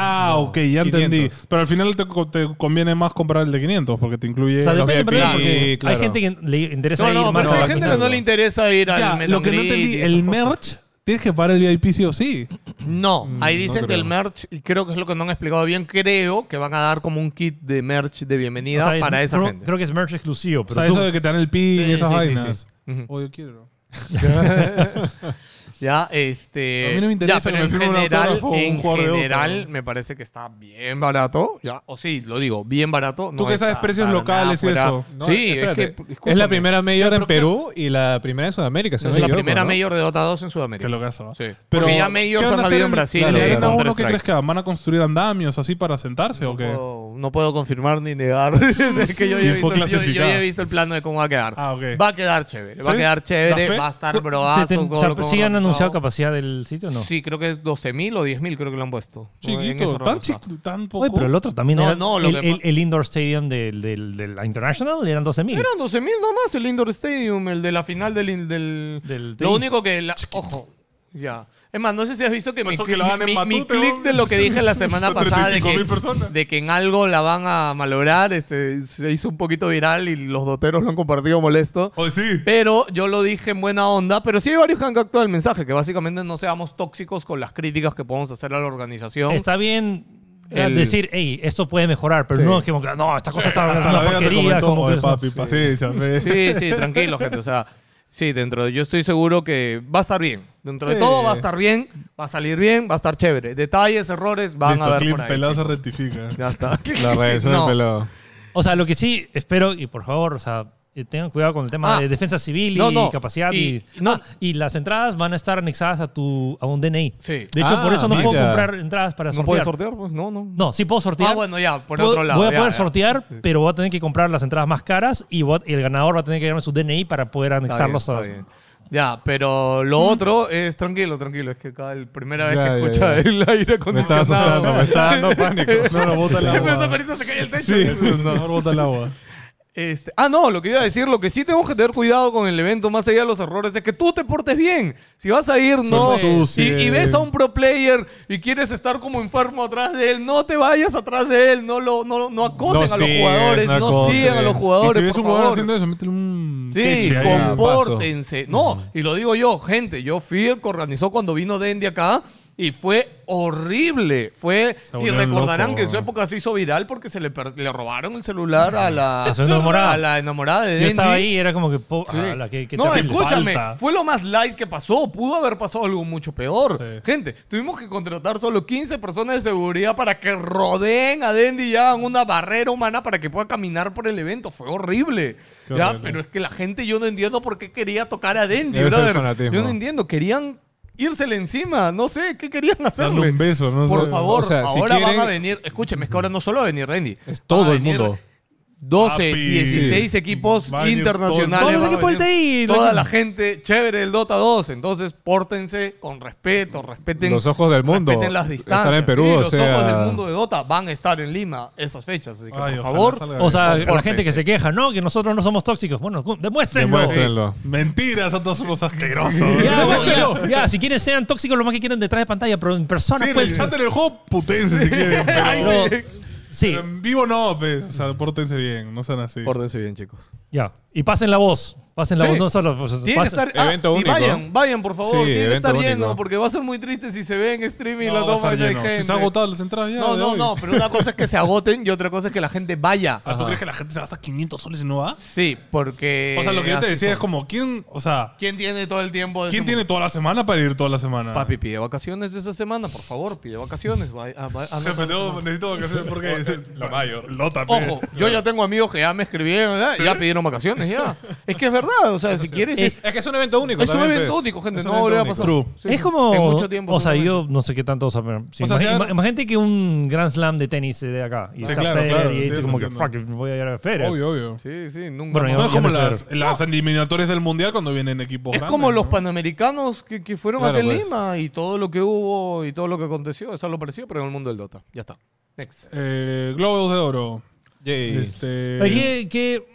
A: Ah, ok, ya
D: 500.
A: entendí. Pero al final te, co- te conviene más comprar el de 500 porque te incluye.
B: O sea,
D: los
B: depende,
D: VIP,
B: pero no, porque
D: claro.
B: hay gente que le interesa
C: no,
B: ir
C: no,
B: más
C: pero
B: a
C: hay
B: la
C: gente que
B: cosa.
C: no le interesa ir al
A: Ya,
C: meet
A: lo
C: and
A: que no
C: greet y
A: entendí,
C: esas
A: el
C: cosas.
A: merch tienes que pagar el VIP sí o sí.
C: No,
A: Mm,
C: ahí dicen
D: no
C: que el
D: creo.
C: merch, y creo que es lo que no han explicado bien, creo que van a dar como un kit de merch de
B: O
C: bienvenida
B: sea, es-
C: para esa
B: creo,
C: gente.
B: creo que es merch exclusivo.
A: O
B: Pero
A: sea,
B: tú-
A: eso de que te dan el pin
C: Sí,
A: y esas
C: sí, sí,
A: vainas.
C: sí. Ujú.
A: Oh, yo quiero.
C: ya, este.
A: A mí no me interesa
C: pero
A: que me
C: en
A: firme un
C: general,
A: autógrafo
C: en
A: un jugador de
C: general,
A: Dota, ¿no?
C: me parece que está bien barato. Ya, o sí, lo digo, bien barato.
A: Tú que sabes precios locales y eso,
C: ¿no? está para nada fuera-
D: espérate.
C: Sí, es que.
D: es la
C: escúchame,
D: primera mayor en
A: pero ¿qué-
D: Perú y la primera en Sudamérica. si no
C: Es
D: me
C: la
D: equivoco,
C: primera
D: ¿no?
C: mayor de Dota 2 en Sudamérica.
A: Qué locazo. ¿ah?
C: Sí. Porque ya
A: ¿qué
C: Majors
A: van
C: han
A: a hacer
C: habido
A: el-
C: en Brasil.
A: ¿La
D: claro,
C: y en
A: Arena
D: claro.
C: Counter
A: 1 que crees
C: Strike.
A: que van a construir andamios así para sentarse o
C: No
A: qué?
C: puedo- No puedo confirmar ni negar. Es que yo, ya he
A: Y fue
C: visto, yo- yo,
A: clasificada.
C: ya he visto el plano de cómo va a quedar.
A: Ah, ok.
C: Va a quedar chévere. Va a
A: ¿Sí?
C: quedar
A: ¿La
C: chévere.
A: fe?
C: Va a estar
B: Pues, Te- te-
C: bravazo.
B: o
C: con
B: sea,
C: ah, lo- con
B: ¿Sí
C: lo
B: han anunciado
C: organizado.
B: capacidad del sitio o no?
C: Sí, creo que es 12.000 o 10.000 creo que lo han puesto. En eso
A: Chiquito,
C: no
A: tan
C: lo sabe.
A: chiquito, tan poco.
B: Oye, pero el otro también
C: No,
B: era
C: no, lo
B: el,
C: que-
B: el- el indoor stadium del, del, del International eran 12.000.
C: Eran 12.000 nomás el Indoor Stadium, el de la final del... in- del-
B: Del-
C: lo
B: del-
C: único que... la- Ojo. Ya. Es más, no sé si has visto que mi,
A: Pasó
C: cli-
A: que la van en
C: mi- mi
A: Matute,
C: clip
A: ¿no?
C: de lo que dije la semana pasada de
A: 35.000
C: que,
A: personas.
C: de que en algo la van a malograr, este, se hizo un poquito viral y los doteros lo han compartido molesto.
A: Oye, sí.
C: Pero yo lo dije en buena onda, pero sí hay varios que han captado el mensaje, que básicamente no seamos tóxicos con las críticas que podemos hacer a la organización.
B: Está bien eh,
C: El-
B: decir, hey, esto puede mejorar, pero
C: Sí.
B: no es como que, no, esta cosa está es
A: Hasta la
B: una
A: vega te
B: porquería.
A: comentó,
B: Como que
A: "Oye,
B: eso".
A: papi, paciencia, fe".
C: Sí, sí, tranquilo, gente. O sea, sí, dentro de, yo estoy seguro que va a estar bien. Dentro de
D: Sí.
C: todo va a estar bien, va a salir bien, va a estar chévere. Detalles, errores, van
A: Listo,
C: a ver
A: clip
C: por ahí.
A: pelado se rectifica.
C: Ya está.
D: La reacción del
C: No.
D: pelado.
B: O sea, lo que sí espero, y por favor, o sea, eh, tengan cuidado con el tema
C: Ah.
B: de defensa civil
C: No,
B: y
C: no.
B: capacidad. Y,
C: Y- no.
B: Ah, y las entradas van a estar anexadas a, tu, a un DNI.
C: Sí.
B: De hecho,
D: Ah,
B: por eso no puedo
D: mira.
B: comprar entradas para
C: ¿No
B: sortear.
C: puedes sortear? Pues no, no.
B: No, sí puedo sortear.
C: Ah, bueno, ya, por
B: Puedo-
C: otro lado.
B: Voy a
C: ya,
B: poder
C: ya.
B: sortear,
C: Sí.
B: pero voy a tener que comprar las entradas más caras y voy a- el ganador va a tener que darme su DNI para poder
C: Está
B: anexarlos
C: bien,
B: a.
C: está bien. Ya, pero lo otro es tranquilo, tranquilo. Es que cada el primera vez
D: Ya,
C: que
D: ya,
C: escucha
D: ya.
C: el aire
D: Me está
C: acondicionado.
D: asustando, me está dando pánico.
A: No, no, bota el
C: Yo pensaba que
A: agua.
C: ahorita se cae el techo.
A: Sí,
C: No.
A: mejor bota el agua.
C: Este, ah, no, lo que iba a decir, lo que sí tenemos que tener cuidado con el evento, más allá de los errores, es que tú te portes bien. Si vas a ir, no. Y,
A: ensucies.
C: y ves a un pro player y quieres estar como enfermo atrás de él, no te vayas atrás de él, no, lo, no, no acosen
D: No
C: a los
D: hostiguen,
C: jugadores,
D: no
C: no hostigan a
D: acosen.
C: los
A: Y
C: jugadores.
A: si ves un
C: por
A: jugador
C: favor.
A: haciendo eso, métele un
C: Sí,
A: queche ahí. ah,
D: con-
C: compórtense.
B: Mm.
C: No, y lo digo yo, gente. Yo fui el que organizó cuando vino Dendi acá y fue horrible. Fue,
A: Se
C: y
A: volvieron
C: recordarán
A: locos.
C: que en su época se hizo viral porque se le, per- le robaron el celular a la,
B: A su enamorada.
C: a la enamorada de Dendi.
B: Yo estaba ahí y era como que. po-
C: Sí.
B: a la que- que
C: no,
B: terrible.
C: escúchame,
B: Falta.
C: fue lo más light que pasó. Pudo haber pasado algo mucho peor. Gente, tuvimos que contratar solo 15 personas de seguridad para que rodeen a Dendi y hagan una barrera humana para que pueda caminar por el evento. Fue horrible.
A: Qué
C: ¿ya?
A: horrible.
C: Pero es que la gente, yo no entiendo por qué quería tocar a Dendi,
D: Debe ser
C: brother.
D: fanatismo.
C: Yo no entiendo, querían írsele encima. No sé, ¿qué querían
A: Darle
C: hacerle?
A: un beso, no
C: Por
A: sé.
C: favor,
D: O sea, si
C: ahora van
D: quieren-
C: a venir. Escúchame, es que ahora no solo va a venir Dendi.
D: Es
C: van
D: todo
C: a
D: el
C: venir
D: mundo.
C: 12,
A: Papi.
C: 16 equipos
A: Va a venir todo-
C: internacionales.
B: Todos los
C: va a
B: equipos del
C: venir
B: TI.
C: Toda la gente chévere del Dota 2. Entonces, pórtense con respeto, respeten.
D: Los ojos del mundo
C: Respeten las distancias.
D: estarán en Perú,
C: Sí,
D: o
C: los ojos
D: sea-
C: del mundo de Dota van a estar en Lima esas fechas. Así que,
A: Ay,
C: por
A: ojalá
C: favor.
A: salga
B: O sea,
C: Compórtense.
B: la gente que se queja, no, que nosotros no somos tóxicos. Bueno, cu- demuéstrenlo.
D: Demuéstrenlo.
A: Mentiras, son todos unos asquerosos.
B: Ya, bueno,
A: Demuéstrenlo.
B: ya, ya, si quieren sean tóxicos lo más que quieran detrás de pantalla, pero en persona pues.
A: Sí,
B: pueden
A: el
B: ser.
A: chat en el juego, putense si quieren. Pero,
C: Ay, sí.
B: Sí,
A: pero en vivo no, pues. O sea, pórtense bien, no sean así.
C: Pórtense bien, chicos.
B: ya. Y pasen la voz. Pasen la
C: Sí.
B: voz, no solo. pues,
C: Tiene que
B: pasen-
C: estar. ah,
D: Evento
C: y
D: único.
C: vayan, vayan, por favor.
D: Sí,
C: Tiene que
D: evento
C: estar lleno,
D: único.
C: porque va a ser muy triste si se ve en streaming
A: No, va
C: la
A: a
C: toma
A: estar
C: de
A: lleno.
C: gente.
A: Si se han agotado las entradas ya.
C: no,
A: de
C: no,
A: hoy.
C: no, pero una cosa es que se agoten y otra cosa es que la gente vaya.
A: Ah, ¿Tú crees que la gente se gasta 500 soles y no va?
C: Sí, porque.
A: O sea, lo que yo te
C: así
A: decía
C: son.
A: es como, ¿quién, o sea,
C: ¿Quién tiene todo el tiempo? de
A: ¿quién
C: ese
A: tiene toda la semana para ir toda la
C: mundo?
A: semana?
C: Papi, pide vacaciones de esa semana, por favor, pide vacaciones. Va- ah, va- ah, no,
A: Jefe,
C: no, no,
A: tengo,
C: no.
A: necesito vacaciones porque... Lo mayo. Lota, pues. pe.
C: Ojo, yo ya tengo amigos que ya me escribieron, ¿verdad? ya pidieron vacaciones, ya. Es que es verdad, o sea, si quieres. Es,
D: Es que es un evento único.
C: es un
D: también,
C: evento
D: pues.
C: único, gente,
D: Es un
C: no volverá a
D: evento
C: pasar.
A: único.
C: Sí, sí.
B: Es como.
C: En mucho tiempo.
B: O sea,
C: seguramente.
B: yo no sé qué tanto. O sea, pero- sí,
A: O sea,
B: imagi-
A: si ahora-
B: ima- imagínate que un Grand Slam de tenis se dé acá. Y
A: Sí,
B: está
A: claro,
B: Federer
A: claro,
B: y dice
A: entiendo,
B: como que
A: entiendo.
B: fuck, voy a ir a Federer.
A: Obvio, obvio.
C: Sí, sí, nunca.
B: Bueno,
C: más.
B: ya-
A: No es como
B: me
A: las,
B: refiero.
A: las eliminatorias del mundial cuando vienen equipos
C: Es
A: grandes.
C: como los
A: ¿no?
C: panamericanos que, que fueron
D: Claro,
C: acá en
D: pues.
C: Lima y todo lo que hubo y todo lo que aconteció, eso es lo parecido, pero en el mundo del Dota. Ya está. Next.
A: Eh, Globos de Oro.
D: Yay.
A: Este,
B: Ay, que, que,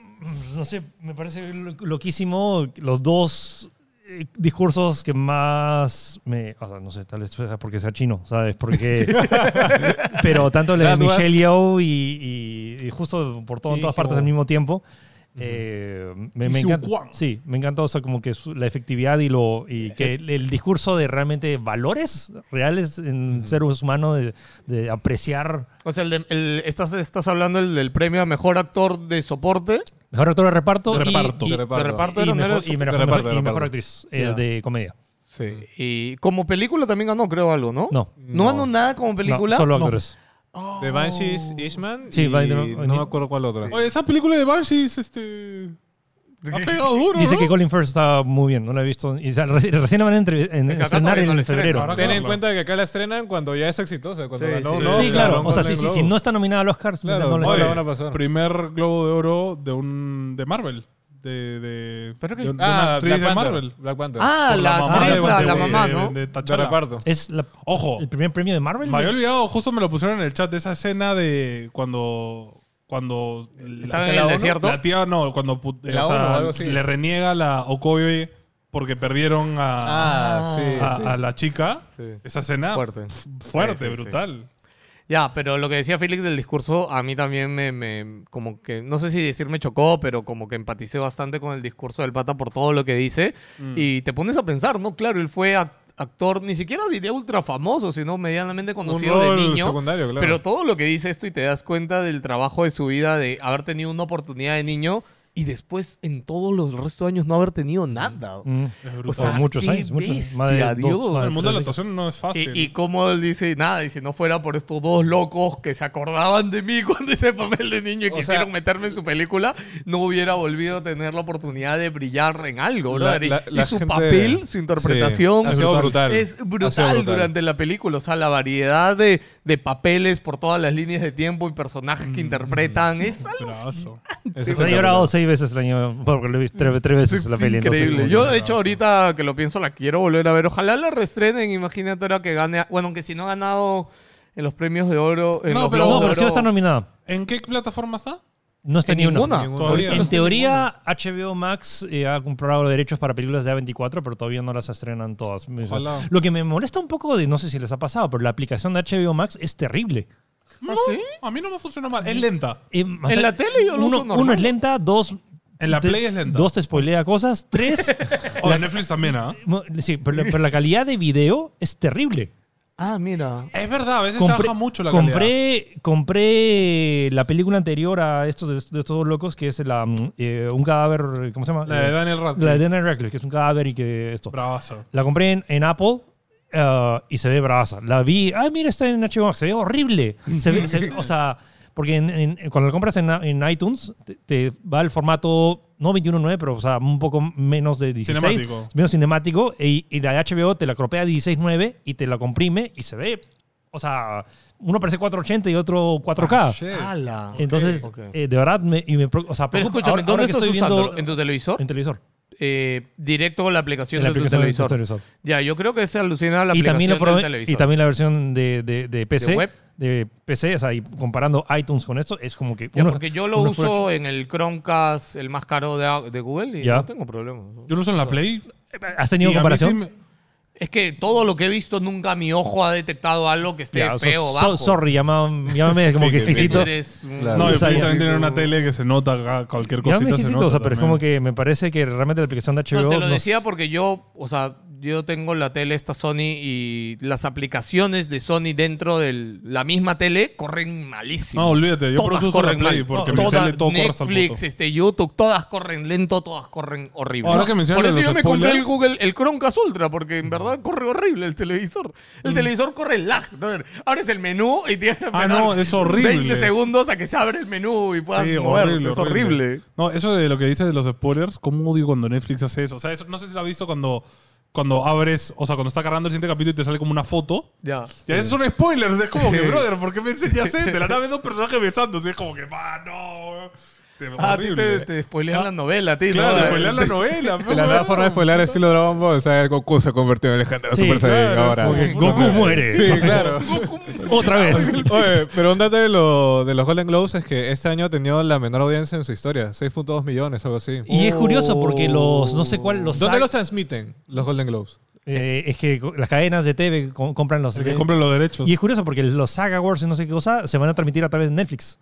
B: no sé, me parece lo- loquísimo los dos eh, discursos que más me... O sea, no sé, tal vez sea porque sea chino, ¿sabes? Porque... pero tanto el de
D: That was-
B: Michelle Yeoh y, y- y justo por todo, en
D: Sí,
B: todas partes
D: como-
B: al mismo tiempo. Eh, me, me
A: Hyun
B: encanta.
A: Kwang.
B: Sí, me encanta, o sea, como que su- la efectividad y lo y que el, el discurso de realmente valores reales en seres humanos de, de apreciar
C: O sea, el de- el- estás, estás hablando del, del premio a mejor actor de soporte.
B: mejor actor de reparto,
A: De
B: y-
A: reparto.
B: y,
D: De reparto.
C: de reparto
B: y
C: era, no era
B: mejor,
C: de
B: y mejor-
D: de reparto,
B: mejor-
D: de
B: y mejor
D: reparto.
B: actriz eh,
C: Ya.
B: de comedia.
C: Sí. Y como película también ganó, creo, algo, ¿no?
B: No.
C: ¿No ganó nada como
B: No,
C: película?
B: solo actores.
D: The Banshees, Ishman.
B: Sí,
D: y
B: Ban-
D: no me acuerdo cuál otra.
A: Oye, esa película de Banshees, este. Ha pegado duro.
B: Dice
A: ¿no?
B: que Colin Firth está muy bien, no la he visto. Y, o sea, reci- recién la van a entre- en-
C: Es que acá
B: estrenar
C: todavía no la
B: en
C: estrenan.
B: febrero.
A: Ahora
D: Ten en
A: Claro.
D: cuenta que acá la estrenan cuando ya es exitosa. Cuando
C: Sí,
D: ganó
C: sí,
D: un
C: sí.
D: Oscar,
B: Sí, claro.
D: ganó
B: O sea,
D: un
B: si, si-
D: Golden
B: si no
D: Globe.
B: está nominada al Oscar,
D: Claro,
B: no
A: Oye,
B: la
D: oye, la
B: estrenan.
D: van a pasar.
A: Primer globo de oro de un. de Marvel. De. de
C: ¿Pero qué?
A: de un- de una
D: Ah,
A: actriz
D: Black
A: de
D: Panther.
A: Marvel.
D: Black Panther.
C: Ah,
A: Por
C: la, actriz,
B: mamá
C: la,
B: de-
C: la
A: de-
C: mamá,
A: de-
C: ¿no?
A: de
D: de
A: T'Challa.
D: reparto.
B: Es la-
A: Ojo.
B: el primer premio de Marvel.
A: Me había olvidado, justo me lo pusieron en el chat de esa escena de cuando. Cuando. la-
C: Estaban en
A: la
C: el
A: ONU,
C: desierto.
A: La tía, no, cuando. put- eh,
D: La
A: o sea,
D: ONU o algo así.
A: le reniega a la Okoye porque perdieron a,
D: Ah, sí,
A: a-
D: sí.
A: a la chica.
C: Sí.
A: Esa
B: Ah.
A: escena.
C: Fuerte.
A: fuerte,
C: Sí, sí, sí.
A: brutal.
C: Ya, pero lo que decía Félix del discurso, a mí también me, me- como que, no sé si decir me chocó, pero como que empaticé bastante con el discurso del pata por todo lo que dice. Y te pones a pensar, ¿no? Claro, él fue ac- actor, ni siquiera diría ultra famoso, sino medianamente conocido de
D: rol
C: niño.
D: secundario, claro.
C: Pero todo lo que dice esto y te das cuenta del trabajo de su vida, de haber tenido una oportunidad de niño y después en todos los restos de años no haber tenido nada.
B: Mm.
A: Es
C: O
A: brutal.
C: sea,
B: Por muchos
C: qué
B: años, muchos- más
C: bestia,
B: de dos,
C: Dios.
B: más
A: el mundo de la
B: tres.
A: actuación no es
C: Y,
A: fácil.
C: y como él dice, nada, y si no fuera por estos dos locos que se acordaban de mí cuando hice papel de niño y
D: O
C: quisieron
D: sea-
C: meterme en su película, no hubiera volvido a tener la oportunidad de brillar en algo,
D: La-
C: brother. Y-
D: la-
C: y
D: la
C: su
D: gente-
C: papel, su
D: sí,
C: interpretación.
D: ha sido
C: es
D: brutal.
C: Es
D: Ha sido
C: brutal,
D: brutal.
C: durante la película. O sea, la variedad de, de papeles por todas las líneas de tiempo y personajes
D: Mm.
C: que interpretan. Es algo
A: Bravazo.
D: Ese
B: Yo
D: fue
B: He
D: el
B: llorado
D: capitán.
B: seis veces el año, porque lo he visto tres, tres veces la
C: Es
B: peli. entonces,
C: Increíble.
B: como-
C: Yo,
A: bueno,
C: de hecho,
A: sí.
C: ahorita que lo pienso, la quiero volver a ver. Ojalá la restrenen. Imagínate ahora que gane. Bueno, aunque si no ha ganado en los premios de oro. En
A: No,
C: los
A: pero-
C: Globos
B: no, pero
C: de
B: sí va
C: oro.
B: a estar nominada.
A: ¿En qué plataforma está?
B: No está
C: En
B: ni una.
C: ninguna.
A: Todavía.
B: En teoría, HBO Max eh, ha comprado derechos para películas de A24, pero todavía no las estrenan todas.
A: Ojalá.
B: Lo que me molesta un poco, de, no sé si les ha pasado, pero la aplicación de HBO Max es terrible.
C: ¿Ah, sí?
A: A mí no me funciona mal. Es lenta.
B: Eh, o
C: En la tele yo lo
B: uno,
C: uso normal.
B: uno es lenta, dos...
A: En la
B: te-
A: Play es lenta.
B: Dos te spoilea cosas, tres...
A: O
B: la-
A: en Netflix también, ¿ah?
B: mo- sí, pero, la- pero la calidad de video es terrible.
C: Ah, mira.
A: Es verdad, a veces
B: compré,
A: baja mucho la calidad.
B: compré, compré la película anterior a estos de, de estos dos locos, que es la, mm, eh, un cadáver, ¿cómo se llama? Eh,
A: La de Daniel Radcliffe.
B: La de Daniel Radcliffe, que es un cadáver y que esto.
A: Bravazo.
B: La compré en, en Apple ah, y se ve bravaza. La vi, ay, mira, está en HBO Max, se ve horrible. Se ve- se- o sea, porque en- en- cuando la compras en, en iTunes, te, te va el formato, no 21.9, pero o sea, un poco menos de 16.
A: Cinemático.
B: Menos cinemático. Y, y la de HBO te la cropea a 16.9 y te la comprime y se ve, o sea, uno parece 480 y otro 4K.
C: Ala.
B: Entonces,
C: Ah, Ok.
B: eh, de verdad, me, y me preocupa- o sea,
C: pero
B: preocupa-
C: escúchame,
B: ahora-
C: ¿dónde
B: ahora que
C: estás
B: estoy
C: usando?
B: viendo-
C: ¿En tu televisor?
B: En televisor.
C: Eh, directo la aplicación
B: En la
C: de tu
B: aplicación de
C: televisor.
B: televisor.
C: Ya, yo creo que se alucina la
B: y
C: aplicación
B: también, lo
C: del
B: probé-
C: televisor.
B: y también la versión de, de- de PC.
C: ¿De web?
B: de PC, o sea, y comparando iTunes con esto, es como que.
C: Ya,
B: uno-
C: porque yo lo
B: uno
C: uso en el Chromecast, el más caro de, de Google, y
B: Ya.
C: no tengo problema.
A: Yo lo uso en la Play.
B: fue- ¿Has tenido
A: y a mí
B: comparación?
A: sí me-
C: Es que todo lo que he visto, nunca mi ojo ha detectado algo que esté
B: Ya, so-
C: feo o
B: so-
C: bajo.
B: sorry, llama- llámame como que
D: Sí,
C: Que
D: que-
C: tú
B: exquisito.
C: eres un-
D: Claro.
A: No, yo
B: O sea,
A: también
B: ya-
A: tiene una tele que se nota acá cualquier cosita.
B: Llámame
A: se
B: exquisito,
A: nota
B: o sea, pero es
A: también.
B: como que me parece que realmente la aplicación de
C: No,
B: HBO.
C: te lo
B: nos-
C: decía porque yo, o sea, yo tengo la tele esta Sony y las aplicaciones de Sony dentro de la misma tele corren malísimo.
A: No, olvídate. Yo por
C: Todas
A: eso uso la
C: corren
A: Play
C: mal.
A: porque
C: No,
A: mi
C: todas,
A: tele todo corre hasta el
C: Netflix,
A: punto.
C: este, YouTube, todas corren lento, todas corren horrible.
A: Ahora que mencionas
C: Por eso
A: los
C: yo me compré el
A: spoilers-
C: Google, el Chromecast Ultra, porque en verdad corre horrible el televisor. El televisor corre lag. ¿no? A ver, Abres el menú y tienes que
A: Mm. Ah,
C: esperar
A: no, es horrible.
C: 20 segundos a que se abre el menú y puedas
A: Sí,
C: moverte. es horrible.
A: No, eso de lo que dices de los spoilers, ¿cómo odio cuando Netflix hace eso? O sea, eso- no sé si lo has visto cuando, cuando abres, o sea, cuando está cargando el siguiente capítulo y te sale como una foto.
C: Ya.
A: Y a veces son spoilers, es como que, brother, ¿por qué me enseñas esto? De la nave dos personajes besándose, es como que, va, no. Te,
C: Ah, a ti
A: horrible.
C: te, te spoilean la novela, tío.
A: Claro, te spoilean la novela. pe,
D: La nueva
A: weón.
D: forma de spoiler es estilo Dragon Ball. O sea, Goku se convirtió en el legendario
B: Sí,
D: Super Saiyan
A: claro,
D: ahora.
B: como que Goku muere.
D: Sí, claro.
B: Otra vez.
D: Oye, pero un dato de, lo- de los Golden Globes es que este año ha tenido la menor audiencia en su historia. 6.2 millones, algo así.
B: Y es curioso porque
C: Oh.
B: los. No sé cuál. Los
D: ¿Dónde
B: sac-
D: los transmiten los Golden Globes?
B: eh, es que co- las cadenas de TV co- compran los.
A: El que compra los derechos.
B: y es curioso porque los Saga Wars y no sé qué cosa se van a transmitir a través de Netflix.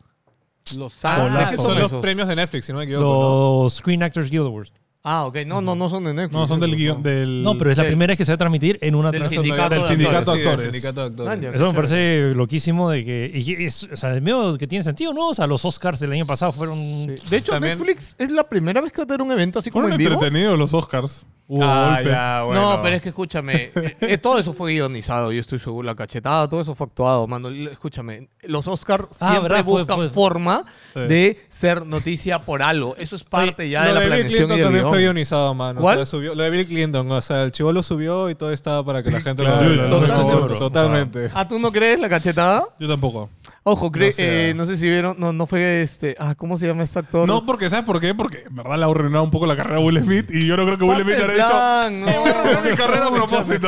C: Los
D: Ah,
C: Alas.
D: que
C: ¿qué
D: son los
C: esos?
D: premios de Netflix, si no me equivoco.
B: Los Screen Actors Guild Awards.
C: Ah, ok. No, no, no son de Netflix.
A: No, son del
C: esos,
A: guión. Del,
B: No, pero es la
C: Sí.
B: primera vez que se va a transmitir en una
C: Del
D: ¿no?
B: transmisión.
A: de actores.
C: sindicato
D: Eso lo- sí, del
A: actores.
D: sindicato de actores.
C: Ah, ya.
B: Eso me
C: Qué
B: parece loquísimo de que. y- y es- o sea, de medio que tiene sentido, ¿no? O sea, los Oscars del año pasado fueron.
C: Sí. De hecho,
D: También-
C: Netflix es la primera vez que va a tener un evento así como
A: Fueron
C: en vivo.
A: entretenidos los Oscars. Hubo
C: Ah,
A: golpe.
B: Ah,
C: No, pero es que escúchame, eh, eh, todo eso fue guionizado, yo estoy seguro, la cachetada, todo eso fue actuado, mano. L- Escúchame, los Oscars
B: Ah,
C: siempre
B: ¿verdad? Fue-
C: buscan
B: fue-
C: forma
A: Sí.
C: de ser noticia por algo. Eso es parte
A: Este,
C: ya
D: Lo
C: de la
D: Bill
C: planeación
D: Clinton
C: y del
D: también fue
C: guión.
D: guionizado, mano.
C: ¿Cuál?
D: O sea, subió, lo de Bill Clinton, o sea, el chivo lo subió y todo estaba para que la gente
A: Claro,
D: lo
A: claro,
D: Total-
C: claro.
D: Total- Totalmente.
C: Ah, ¿tú no crees la cachetada?
A: Yo tampoco.
C: Ojo, cre-
D: No sé.
C: eh, no sé si vieron, no, no fue este, ah, ¿cómo se llama este actor?
A: No, porque ¿sabes por qué? Porque en verdad le ha arruinado un poco la carrera a Will Smith y yo no creo que Will
C: Parte
A: Smith
C: del
A: haya dicho.
C: plan, no.
A: "Arruinó Mi carrera a propósito,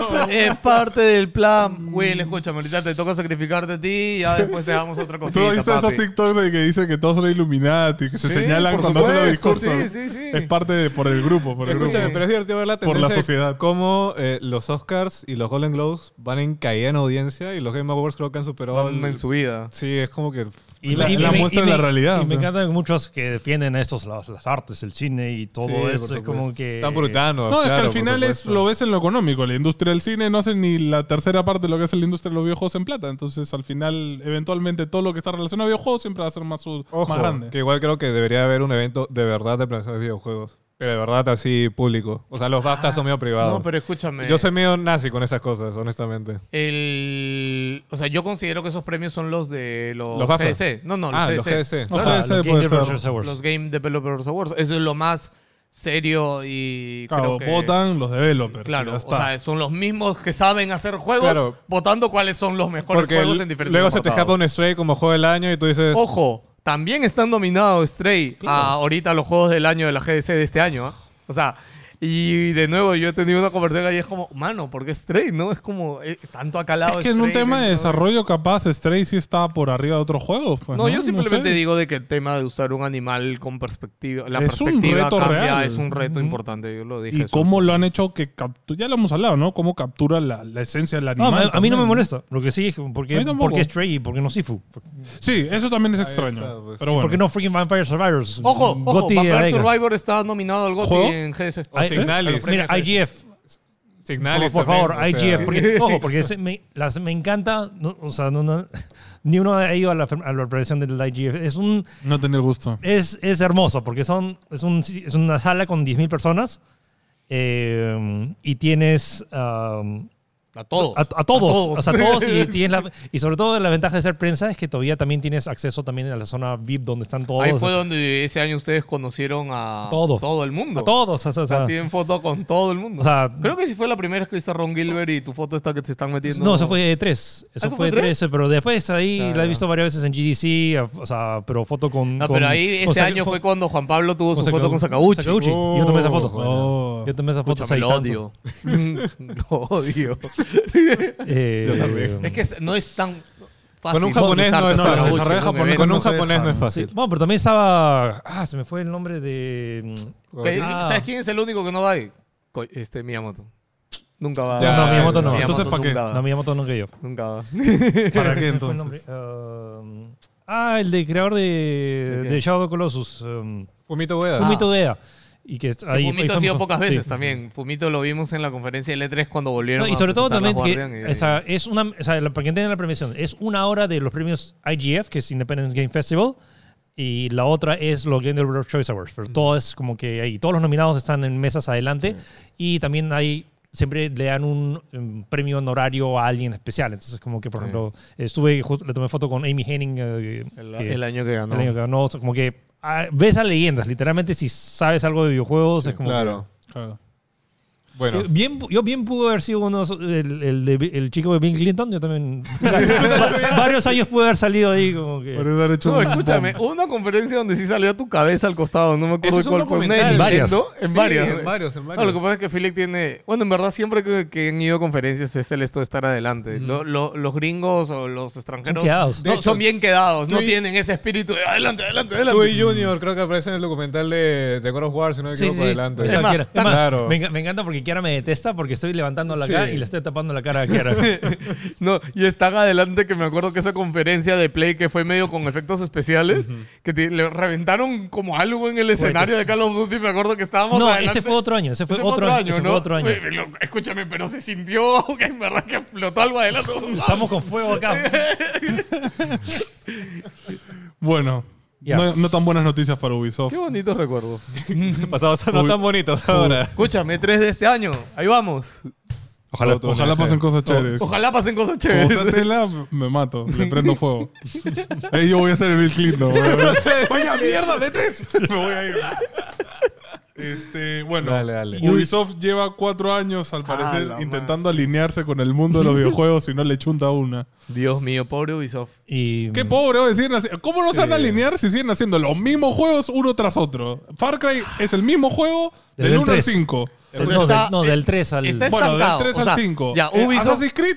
A: bro".
C: Es parte del plan. Will, escúchame, ahorita te toca sacrificarte a ti y ya después te damos otra
A: ¿Tú
C: cosita,
A: no viste esos
C: papi.
A: TikToks de que dicen que todos son Illuminati, que se
C: Sí,
A: señalan
C: por
A: cuando hacen los
C: supuesto,
A: discursos?
C: sí, sí, sí.
A: Es parte de, por el grupo, por
D: Sí,
A: el grupo.
D: Escúchame, pero es divertido ver la
A: Por la
D: tendencia de
A: sociedad.
D: cómo eh, los Oscars y los Golden Globes van en caída en audiencia y los Game Awards creo que han superado... el-
C: en su vida.
D: Sí, es como que...
A: La- la
B: me-
A: muestra de
B: me-
A: la realidad,
B: Y me
A: ¿no?
B: encantan muchos que defienden estos, las, las artes, el cine y todo
D: Sí,
B: eso.
D: por
B: Es como
D: supuesto.
B: que.
D: Tan brutano.
A: No, es que
D: claro,
A: al
D: por
A: final es,
D: supuesto.
A: lo ves en lo económico. La industria del cine no hace ni la tercera parte de lo que hace la industria de los videojuegos en plata. Entonces, al final, eventualmente, todo lo que está relacionado a videojuegos siempre va a ser más, su-
D: Ojo,
A: más grande.
D: que igual creo que debería haber un evento de verdad de planeación de videojuegos. Pero de verdad así público. O sea, los BAFTA son medio privados.
C: No, pero escúchame.
D: Yo soy medio nazi con esas cosas, honestamente.
C: El, o sea, yo considero que esos premios son los de los,
D: Los BAFTA.
C: GDC. No, no, los
D: Ah,
C: GDC.
D: los GDC.
A: O
B: O
A: sea,
B: sea,
A: ese
B: los
A: puede
B: Game
A: ser.
B: Developers Awards.
C: Los Game Developers Awards. Eso es lo más serio y
A: Claro,
C: creo que...
A: votan los developers. y
C: Claro,
A: ya
C: o
A: está.
C: sea, son los mismos que saben hacer juegos
D: Claro.
C: votando cuáles son los mejores
D: Porque
C: juegos
D: l-
C: en diferentes
D: luego se te escapa
C: apartados.
D: un Stray como juego del año y tú dices...
C: Ojo, también están nominados Stray a ahorita los juegos del año de la GDC de este año. ¿ah? O sea, y de nuevo yo he tenido una conversación y es como, mano, ¿por qué Stray? ¿No? Es como, eh, tanto acalado.
A: es que en un tema de desarrollo, capaz Stray sí está por arriba de otros juegos. pues,
C: No, yo simplemente
A: sé.
C: digo de que el tema de usar un animal con perspectiva, la
A: Es un
C: perspectiva
A: reto
C: cambia,
A: real.
C: es un reto importante, yo lo dije.
A: Y
C: eso.
A: cómo lo han hecho que captu- ya lo hemos hablado, ¿no? Cómo captura la, la esencia del
B: No,
A: animal.
B: a- a mí no me
A: también.
B: molesta. Lo que sí es que
A: A
B: porque,
A: mí tampoco.
B: porque es Stray y porque no Sifu.
A: Sí, eso también es
D: está,
A: extraño.
D: pues.
A: Pero bueno.
B: Porque no freaking Vampire Survivors.
C: Ojo, ojo,
B: GOTY de la
C: Vampire
B: década.
C: Survivor está nominado al GOTY
A: ¿Juego?
C: en GDC.
B: Ay,
D: O Signalis.
B: Mira, IGF.
D: Signalis
B: por
D: también,
B: favor,
D: o sea,
B: IGF. Porque, ojo, porque ese me, las, me encanta. no, o sea, no- no- ni uno ha ido a la, a la presentación del IGF. Es un.
A: No tenía gusto.
B: Es, es hermoso porque son, es, un- es una sala con 10.000 personas eh, y tienes um,
C: A todos.
B: a, a todos, o sea, a todos y, tienes la- y sobre todo la ventaja de ser prensa es que todavía también tienes acceso también a la zona VIP donde están todos.
C: Ahí fue donde ese año ustedes conocieron a
B: Todos.
C: todo el mundo.
B: a todos, o sea, o
C: O sea,
B: sea,
C: tienen foto con todo el mundo.
B: o sea,
C: Creo que si fue la primera vez que hizo Ron Gilbert y tu foto esta que te están metiendo.
B: No, eso fue E tres. Eso,
C: ¿eso fue
B: fue E
C: tres?
B: tres, pero después ahí
C: Ah,
B: la
C: ya.
B: he visto varias veces en GDC, o sea, pero foto con.
C: No,
B: con-
C: Ah, pero ahí ese
B: con Sa-
C: año
B: con-
C: fue cuando Juan Pablo tuvo su foto con Sakaguchi.
B: Sakaguchi.
D: Oh,
B: yo tomé esa foto.
A: bueno.
B: Yo tomé esa foto.
C: Escúchame, lo
B: seis tanto.
C: odio. lo odio.
B: Eh,
D: Yo también.
C: es que es- no es tan fácil.
D: Con un japonés no es
A: no,
D: fácil.
A: los desarrollos japoneses
D: Con un
A: no se
D: japonés no
A: dejan.
D: es
B: sí.
D: fácil.
B: Bueno, pero también estaba. Ah, se me fue el nombre de. Ah.
C: ¿Sabes quién es el único que no va ahí? Co- Este, Miyamoto. Nunca va.
D: Ya, No, Miyamoto
B: no.
A: Entonces, ¿para qué?
C: nunca va.
B: No, Miyamoto no que yo.
C: Nunca va.
A: ¿Para qué
B: Se me fue el nombre.
A: entonces?
B: Um, ah, el de creador de,
C: ¿De
B: ¿De,
C: qué?
B: Shadow of the Colossus. um,
D: Fumito Ueda.
C: Ah.
B: Fumito Ueda. Y que ahí- ahí
C: Fumito ha
B: fue-
C: sido pocas
B: sí.
C: veces también. Fumito lo vimos en la conferencia de L3 cuando volvieron.
B: No, y
C: a
B: sobre todo
C: presentar
B: también
C: las
B: que
C: Guardian y-
B: esa- es una, o sea, la- para que entiendan la premiación, es una hora de los premios IGF, que es Independent Game Festival, y la otra es los Game Developers Choice Awards. Pero todo es como que ahí, todos los nominados están en mesas adelante y también hay siempre le dan un, um, premio honorario a alguien especial. Entonces, como que, por
C: Sí.
B: ejemplo, estuve, ju- le tomé foto con Amy Henning. eh,
C: el,
B: que-
C: el año que ganó.
B: el año que ganó. O sea, como que ah, ves a leyendas. Literalmente, si sabes algo de videojuegos, es como que-
D: Claro.
A: Claro.
D: Bueno.
B: eh, Bien, yo bien pudo haber sido uno de esos- el, el de- el chico de Bill Clinton, yo también. Va- varios años pude haber salido ahí como que.
A: Por eso han hecho
C: No,
A: un
C: escúchame, hubo una conferencia donde sí salió tu cabeza al costado, no me acuerdo
D: Ese es un
C: cuál fue. Una de
D: documental.
C: Nintendo,
D: Sí,
C: en varias.
D: en varios, en
C: No,
D: varios.
C: lo que pasa es que Felix tiene. Bueno, en verdad, siempre que, que han ido a conferencias es el esto de estar adelante. Lo- lo- los gringos o los extranjeros.
B: quedados.
C: No,
D: De hecho,
C: son bien quedados, no
D: y-
C: tienen ese espíritu de adelante, adelante, adelante.
D: Tú y Junior creo que aparece en el documental de, de God of War, si no me
B: Sí,
D: equivoco,
B: sí.
D: adelante.
B: Es más,
C: Claro.
B: es más, me, enca- me encanta porque Kiara me detesta porque estoy levantando la
C: Sí.
B: cara y le estoy tapando la cara a Kiara.
C: No, y están adelante que me acuerdo que esa conferencia de Play que fue medio con efectos especiales, que te- le reventaron como algo en el escenario de Call of Duty, me acuerdo que estábamos
B: no,
C: adelante.
B: ese fue otro año. Ese fue, otro, año. Ese fue
C: ¿no?
B: otro año.
C: Oye, lo- Escúchame, pero se sintió que en verdad que explotó algo adelante.
B: Estamos con fuego acá.
A: Bueno,
B: Ya.
A: no, no tan buenas noticias para Ubisoft.
C: Qué bonitos recuerdos.
D: Pasados a no
A: Uy.
D: tan bonitos ahora.
C: Escúchame, 3 de este año, ahí vamos.
A: Ojalá,
D: Otro
A: ojalá
D: viaje.
A: pasen cosas chéveres.
C: Ojalá pasen cosas
A: Como
C: chéveres.
A: sea tela, me mato. Le prendo fuego. Ahí yo voy a ser el Bill Clinton. Oye, mierda, de tres. Me voy a ir. Este, bueno,
D: Dale, dale. Ah,
A: Ubisoft lleva cuatro años, al parecer,
C: la
A: intentando alinearse con el mundo de los videojuegos y no le chunta una.
C: Dios mío, pobre Ubisoft.
B: Y, mm,
A: Qué pobre, oye, siguen haci- ¿cómo no se van a alinear si siguen haciendo los mismos juegos uno tras otro? Far Cry es el mismo juego
B: Desde
A: del
B: el
A: 1 al
B: tres.
A: 5.
B: Pues
C: O sea,
B: no,
C: está-
B: del, no, del 3 al.
C: está
A: Bueno, del
C: estancado,
A: 3
C: o
A: al
C: sea,
A: 5.
C: ya,
A: Eh,
C: Ubisoft-
A: Assassin's Creed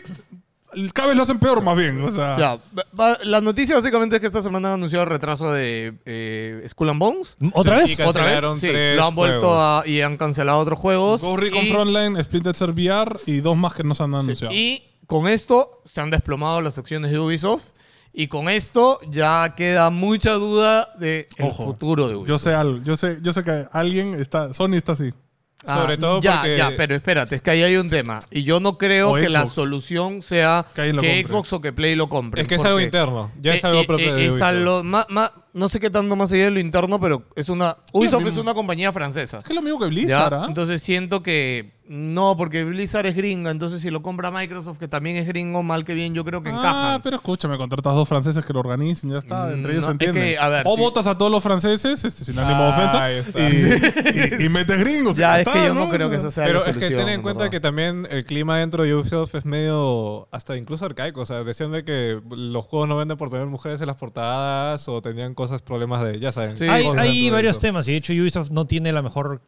A: el- cada vez lo hacen peor, más bien. O sea,
C: Ya, va- va- la noticia básicamente es que esta semana han anunciado el retraso de eh, Skull and Bones.
B: ¿Otra
D: Sí,
B: vez?
D: y ca-
C: ¿Otra
D: Cancelaron
C: vez?
D: tres
C: Sí, lo han vuelto
D: juegos.
C: a, y han cancelado otros juegos.
A: Go Recon
C: y,
A: Frontline, Splinter Cell VR y dos más que no se han
C: sí,
A: anunciado.
C: y con esto se han desplomado las acciones de Ubisoft. Y con esto ya queda mucha duda del
A: Ojo,
C: futuro de Ubisoft.
A: yo sé algo, yo sé, yo sé que alguien está, Sony está así.
D: Sobre todo
C: Ah, ya,
D: porque-
C: Ya, pero espérate, es que ahí hay un tema. Y yo no creo
A: O
C: que la
A: Xbox.
C: solución sea
A: Que alguien
C: que,
A: lo compre.
C: Xbox o que Play lo compre.
D: Es que es algo interno. Ya es algo propio de
C: Eh, Es
D: Ubisoft.
C: algo, ma- ma- no sé qué tanto más allá de lo interno, pero es una... Ubisoft es una compañía francesa.
A: Es que es lo mismo que
C: ¿ya?
A: Blizzard, ¿ah?
C: Entonces siento que... No, porque Blizzard es gringa, entonces si lo compra Microsoft, que también es gringo, mal que bien, yo creo que encaja.
A: Ah, pero escúchame, contratas dos franceses que lo organicen, ya está, entre
C: Mm,
A: ellos
C: no,
A: se
C: es
A: entienden.
C: que, a ver,
A: o
C: sí.
A: votas a todos los franceses, este, sin ánimo de
D: Ah, ahí
A: ofensa, y, y, y metes gringos. y
C: ya, es
A: está,
C: que yo no, creo que
A: O sea,
C: esa sea
D: Pero
C: la
D: es que
C: solución.
D: ten en cuenta que también el clima dentro de Ubisoft es medio hasta incluso arcaico. O sea, decían de que los juegos no venden por tener mujeres en las portadas o tenían cosas, problemas de, ya saben.
C: Sí.
D: cosas
B: Hay,
D: dentro
B: hay
D: de
B: varios
D: Ubisoft.
B: temas y de hecho Ubisoft no tiene la mejor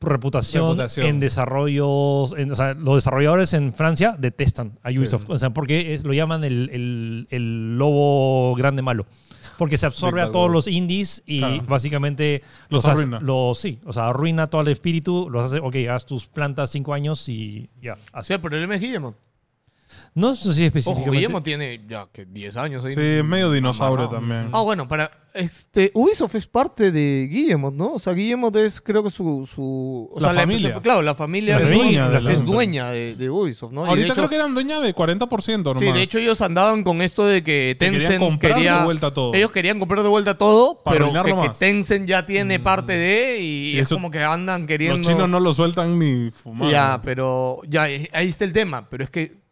B: reputación,
D: Reputación.
B: en desarrollos. en- o sea, los desarrolladores en Francia detestan a Ubisoft. O sea, porque es- lo llaman el, el- el lobo grande malo. Porque se absorbe
D: Big
B: a
D: Bad
B: todos
D: Wolf.
B: los indies y
A: Claro.
B: básicamente
A: Los
B: hace-
A: arruina.
B: los- sí, o sea, arruina todo el espíritu, los hace, ok, haz tus plantas cinco años y ya.
C: O sea, el problema es Guillermo.
B: No sé si
C: Ojo,
B: específicamente.
C: Guillermo tiene ya que 10 años. ahí.
A: Sí, es medio dinosaurio
C: Mamá.
A: también.
C: Ah, bueno, para. Este, Ubisoft es parte de Guillemot, ¿no? O sea, Guillemot es, creo que su. su o
A: La
C: sea,
A: familia.
C: empresa- claro, la familia
A: La
C: es
A: dueña
C: dueña,
A: de la
C: es
A: empresa.
C: dueña de, de Ubisoft, ¿no? Y de
A: Ahorita
C: hecho-
A: creo que eran dueña de 40% nomás.
C: Sí, de hecho, ellos andaban con esto de
A: Que
C: que Tencent
A: querían comprar
C: quería.
A: de vuelta todo.
C: Ellos querían comprar de vuelta todo,
A: Para
C: pero que,
A: arruinarlo
C: que
A: más.
C: Tencent ya tiene parte de. Y,
A: Y
C: es
A: eso-
C: como que andan queriendo.
A: Los chinos no lo sueltan ni fumar.
C: Ya, pero ya eh, ahí está el tema, pero es que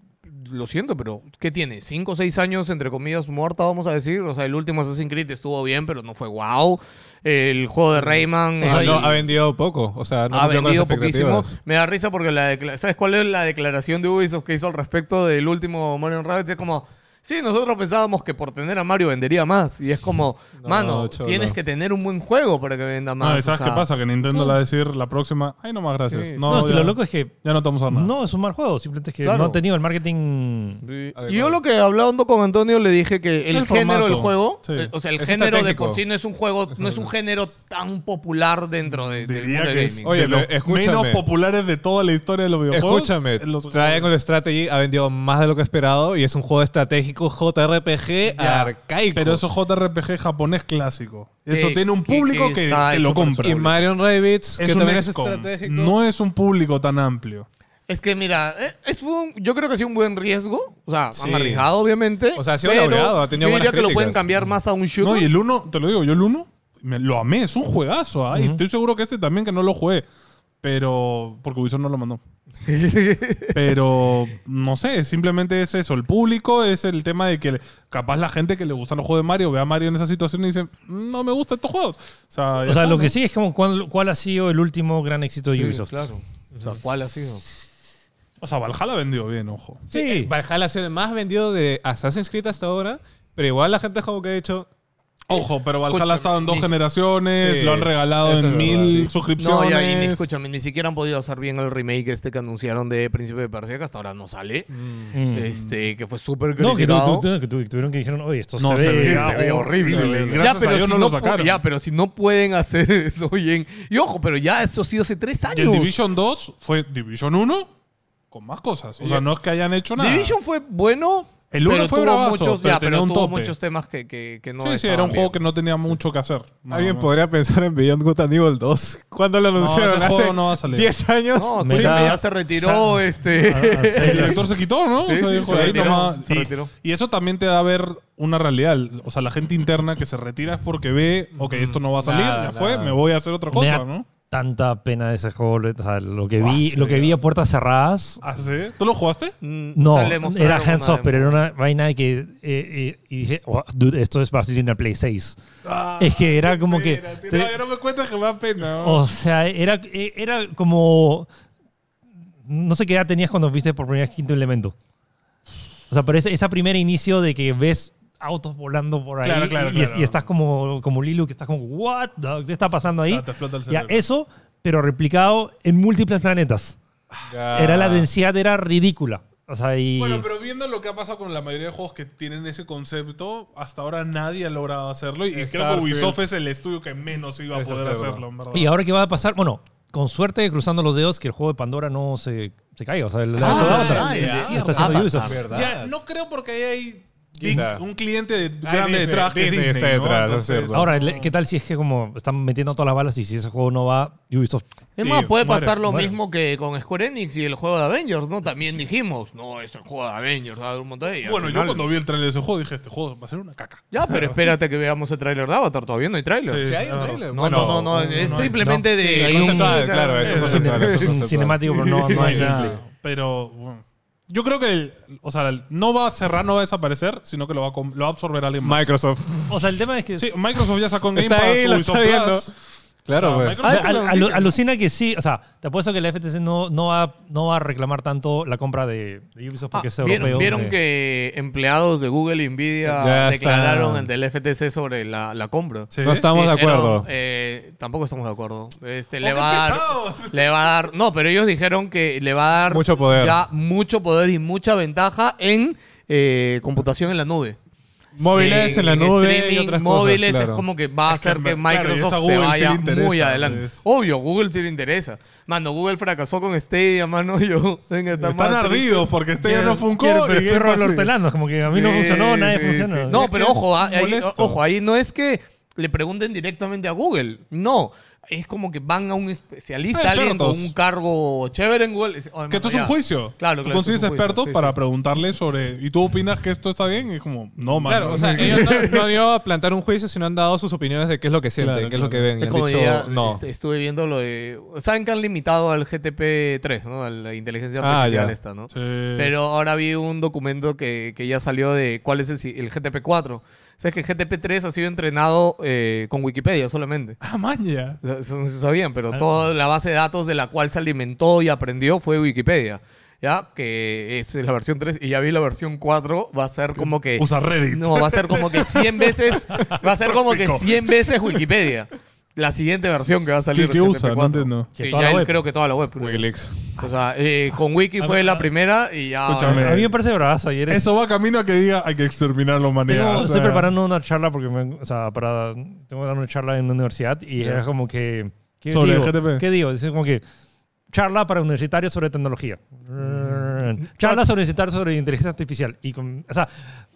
C: lo siento, pero ¿qué tiene? ¿Cinco o seis años, entre comillas, muerta, vamos a decir? O sea, el último Assassin's Creed estuvo bien, pero no fue wow. El juego de Rayman
D: O sea,
C: eh,
D: no, ha vendido poco. O sea, no
C: ha
D: cumplió con las
C: vendido poquísimo.
D: expectativas.
C: Me da risa porque la decla- ¿sabes cuál es la declaración de Ubisoft que hizo al respecto del último Mario Rabbit? Es como, sí, nosotros pensábamos que por tener a Mario vendería más. Y es como, mano,
D: cholo.
C: tienes que tener un buen juego para que venda
A: No,
C: más.
A: ¿y
C: o
A: ¿Sabes
C: sea,
A: qué pasa? Que Nintendo le va a decir la próxima. Ay, no más gracias.
C: Sí,
A: no,
B: No, es que
A: ya,
B: lo loco es que
A: ya no estamos a nada.
B: no es un mal juego, simplemente es que
C: Claro.
B: no ha tenido el marketing.
C: Y yo lo que hablando con Antonio le dije que el,
A: El
C: género del
A: formato,
C: juego,
A: sí.
C: eh, o sea, el
D: Es
C: género de
D: estratégico.
C: por sí no es un juego, no es un género tan popular dentro de, del
A: Diría
C: mundo
A: que
C: del
A: es
C: gaming.
D: Oye,
A: de los
D: pero escúchame.
A: menos populares de toda la historia de los videojuegos.
D: Escúchame,
A: Los-
D: Triangle Strategy ha vendido más de lo que esperado y es un juego estratégico JRPG arcaico.
A: Pero eso es JRPG japonés clásico. Eso
C: Que-
A: tiene un
C: que-
A: público
C: que
A: que,
C: está
A: que
C: hecho
A: lo
C: para
A: compra.
D: y Marion Rabbids, que
A: es un
D: también es
A: XCOM.
D: estratégico.
A: No es un público tan amplio.
C: Es que mira, eh, es un, yo creo que ha sido un buen riesgo, o sea,
D: Sí.
C: han arriesgado obviamente.
D: O sea, ha sido
C: pero
D: laureado, ha tenido
C: Yo diría
D: buenas
C: que lo pueden
D: críticas.
C: cambiar más a un shooter.
A: No, y el 1, te lo digo, yo el 1 lo amé, es un juegazo. ¿ah? Y estoy seguro que este también que no lo jugué. Pero. Porque Ubisoft no lo mandó. pero no sé, simplemente es eso. El público es el tema de que capaz la gente que le gustan los juegos de Mario ve a Mario en esa situación y dice, "Mm, no me gustan estos juegos. O sea, ya
B: O sea,
A: está,
B: lo que
A: ¿no?
B: sí es como cuál, cuál ha sido el último gran éxito de
C: Sí,
B: Ubisoft.
C: claro. O sea, ¿cuál ha sido?
A: O sea, Valhalla vendió bien, ojo.
B: Sí.
D: Eh, Valhalla ha sido el más vendido de Assassin's Creed hasta ahora, pero igual la gente es como que ha dicho.
A: Ojo, pero Valhalla
C: Escúchame,
A: ha estado en dos
C: ni-
A: generaciones,
D: Sí,
A: lo han regalado
D: eso es
A: en
D: verdad,
A: mil
D: sí.
A: suscripciones.
C: No, ya, y ni, escúchame, ni siquiera han podido hacer bien el remake este que anunciaron de Príncipe de Persia, que hasta ahora no sale.
B: Mm.
C: Este, que fue súper
B: No, que, tu-
C: criticado.
B: tu- tu- que tu- que tuvieron que dijeron, oye, esto
A: No,
B: se,
A: se
B: ve,
A: ve-
C: se ve horrible.
A: se ve-
C: Ya,
A: gracias
C: pero
A: a Dios
C: si
A: no lo
C: pu-
A: sacaron.
C: Ya, pero si no pueden hacer eso bien. Y ojo, pero ya eso ha sido hace tres
A: Y el
C: años.
A: Division 2 fue Division 1 con más cosas. O sea, no es que hayan hecho nada.
C: Division fue bueno.
A: El uno
C: pero
A: fue
C: tuvo
A: bravazo, pero
C: ya,
A: tenía un
C: tuvo
A: tope.
C: muchos temas que, que, que no
A: sí, sí, era un juego que no tenía mucho que hacer. No,
D: Alguien
A: no.
D: podría pensar en Beyond Good and Evil 2. ¿Cuándo lo
A: ese
D: anunciaron? ¿Hace
A: juego no va a salir.
D: 10 años.
C: No,
B: Me
C: sí,
B: da-
C: ya se retiró
B: sa-
C: este...
B: Ah, sí.
A: El director se quitó, ¿no?
C: Sí,
A: O sea,
C: sí,
A: dijo,
C: se
A: ahí
C: retiró,
A: nomás.
C: se
A: Y-
C: retiró.
A: Y eso también te da a ver una realidad. O sea, la gente interna que se retira es porque ve, ok, esto no va a salir,
D: Nada,
A: ya fue,
D: nada.
A: me voy a hacer otra
B: Me
A: cosa,
B: da
A: ¿no?
B: tanta pena ese juego. lo- O sea, lo que
A: Ah,
B: vi,
A: sí,
B: lo que vi a puertas cerradas.
A: ¿Ah, sí? ¿Tú lo jugaste?
C: Mm,
B: No, era hands off, pero era una vaina de que. eh, eh, y dije, "Wow, dude, esto es para salir en la Play 6.
A: Ah,
B: es que era como que. te-
A: No, ya no me cuentas que me da pena.
B: o sea, era, eh, era como. No sé qué edad tenías cuando viste por primera vez quinto elemento. O sea, pero ese, esa primer inicio de que ves autos volando por ahí
A: Claro, claro,
B: y,
A: claro.
B: y estás como, como Lilu, que estás como, ¿what? the- ¿Qué está pasando ahí?
A: Ah, te explota el
B: ya,
A: cerebro.
B: eso, pero replicado en múltiples planetas. Era la densidad, era ridícula. O sea, y.
A: Ah. Bueno, pero viendo lo que ha pasado con la mayoría de juegos que tienen ese concepto, hasta ahora nadie ha logrado hacerlo. Y creo que
D: Starfield.
A: Ubisoft es el estudio que menos iba a
D: Eso
A: poder
D: es verdad.
A: hacerlo, en verdad.
B: Y ahora qué va a pasar, bueno, con suerte cruzando los dedos que el juego de Pandora no se, se caiga. O sea, el,
C: Ah,
B: la-
C: verdad,
B: la-
C: es
B: la-
C: cierto.
B: está haciendo
C: Avatar,
B: Ubisoft.
D: verdad.
A: Ya, no creo porque ahí hay Disney-
D: Quizá.
A: un cliente de- grande
D: Ah, Disney,
A: detrás que es
D: Disney
A: Disney,
D: está
A: ¿no?
D: detrás, es
A: Entonces,
D: cierto.
B: Ahora, le- ¿qué tal si es que como están metiendo todas las balas y si ese juego no va, Ubisoft?
C: Es
D: Sí,
C: más, puede
B: muere,
C: pasar lo
B: muere.
C: mismo que con Square Enix y el juego de Avengers, ¿no? También dijimos, no, es el juego de Avengers, va a haber un montón de y al
A: bueno, yo
C: final-
A: cuando vi el trailer de ese juego dije, este juego va a ser una caca.
C: Ya, pero espérate que veamos el tráiler de Avatar, todavía no hay tráiler.
A: Sí,
D: hay un
A: claro.
D: trailer.
C: No,
D: Bueno,
C: no, no, no,
D: un-
C: es
B: no hay-
C: simplemente
B: no.
C: de...
D: Sí,
C: hay un-
D: conceptual, claro, eso es conceptual, eso es
B: Cine-
D: conceptual.
B: Cinemático, pero no, no hay nada.
A: Pero bueno, yo creo que, el- o sea, el- no va a cerrar, no va a desaparecer, sino que lo va a, com- lo va a absorber alguien más.
D: Microsoft.
B: O sea, el tema es que...
A: Sí, Microsoft ya sacó en Game
D: Está
A: Pass,
D: ahí, lo
A: Ubisoft
D: está viendo.
A: Plus. O
D: Claro,
A: sea,
D: pues.
A: Microsoft-
B: o sea,
C: Ah, esa es la
B: al- alu-
C: noticia.
B: apuesto que sí, o sea, te apuesto que la FTC no, no, va, no va a reclamar tanto la compra de, de Ubisoft
C: Ah,
B: porque es europeo.
C: ¿Vieron, vieron
B: Eh,
C: que empleados de Google y Nvidia
D: Ya
C: declararon
D: están.
C: ante el FTC sobre la, la compra?
A: Sí.
D: No estamos de
C: Dijeron,
D: acuerdo.
C: eh, tampoco estamos de acuerdo. Este,
A: ¡Oh,
C: le,
A: qué
C: va a dar,
A: pesados!
C: le va a dar. No, pero ellos dijeron que le va a dar.
D: Mucho poder.
C: Ya mucho poder y mucha ventaja en eh, computación en la nube.
D: Móviles en la nube y otras cosas,
C: móviles
D: claro.
C: es como que va a
A: Es que,
C: hacer que,
A: claro, y eso a
C: Microsoft
A: Google
C: se
A: sí le
C: vaya
A: interesa,
C: muy adelante.
A: pues.
C: Obvio, Google sí le interesa. Mano, Google fracasó con Stadia, mano. Yo tengo que estar
A: Están
C: más triste.
A: ardidos porque este ya
B: quiero-
A: no funcó.
B: quiero,
A: y
B: pero
A: Game
B: perro
A: Pass
B: al
A: sí.
B: hortelano, es como que a mí no
C: Sí,
B: funcionó, nadie
C: sí,
B: funciona.
C: sí. No, pero
A: que es
C: ojo, ah, ahí,
A: molesto.
C: ojo, ahí no es que le pregunten directamente a Google. No. Es como que van a un especialista,
A: Ah,
C: alguien con
A: expertos.
C: un cargo chévere en Google. y dice, "Oye,
A: Que
C: mano,
A: esto es un
C: ya".
A: juicio.
C: Claro,
A: Tú
C: claro,
A: consigues
C: esto es un juicio,
A: expertos
C: sí, sí.
A: para preguntarle sobre. ¿Y tú opinas que esto está bien? Y es como, no, man.
D: Claro, o sea, eh, ellos no, no han ido a plantar un juicio, sino han dado sus opiniones de qué es lo que sienten,
A: Claro,
D: qué es lo que
A: claro.
D: ven. Y
C: Es
D: han
C: como
D: dicho,
C: ya,
D: no.
C: este, estuve viendo lo de. ¿Saben que han limitado al GTP3, ¿no? A la inteligencia
D: Ah,
C: artificial
D: ya.
C: esta, ¿no?
A: Sí.
C: Pero ahora vi un documento que, que ya salió de cuál es el, si- el GTP4. O sea, es que el GTP3 ha sido entrenado eh, con Wikipedia solamente.
A: Ah, maña.
C: O sea, Eso no se sabían,
A: Ah.
C: pero toda la base de datos de la cual se alimentó y aprendió fue Wikipedia. ¿Ya? Que es la versión 3 y ya vi la versión 4. Va a ser como que.
A: Usa Reddit.
C: eh, No, va a ser como que 100 veces. Va a ser como que
A: Tóxico.
C: 100 veces Wikipedia. La siguiente versión que va a salir.
A: ¿Qué- qué
C: del
A: usa? No
C: GTP4.
A: entiendo.
C: Que
B: Que toda
C: ya
B: la
C: él
B: web.
C: creo que toda la web.
D: Wikileaks.
C: O sea, eh, con Wiki fue la primera y ya.
A: Escúchame.
B: A mí me parece bravazo ayer.
A: Eso va camino a que diga hay que exterminar la humanidad.
B: Tengo-
A: O
B: estoy
A: sea,
B: preparando una charla porque me- o sea, para, tengo que dar una charla en una universidad y era como que. ¿qué
A: Sobre
B: digo?
A: GTP.
B: ¿Qué digo? Dice como que. Charla para universitarios sobre tecnología.
A: Mm.
B: Charla sobre universitarios sobre inteligencia artificial. Y con- o sea,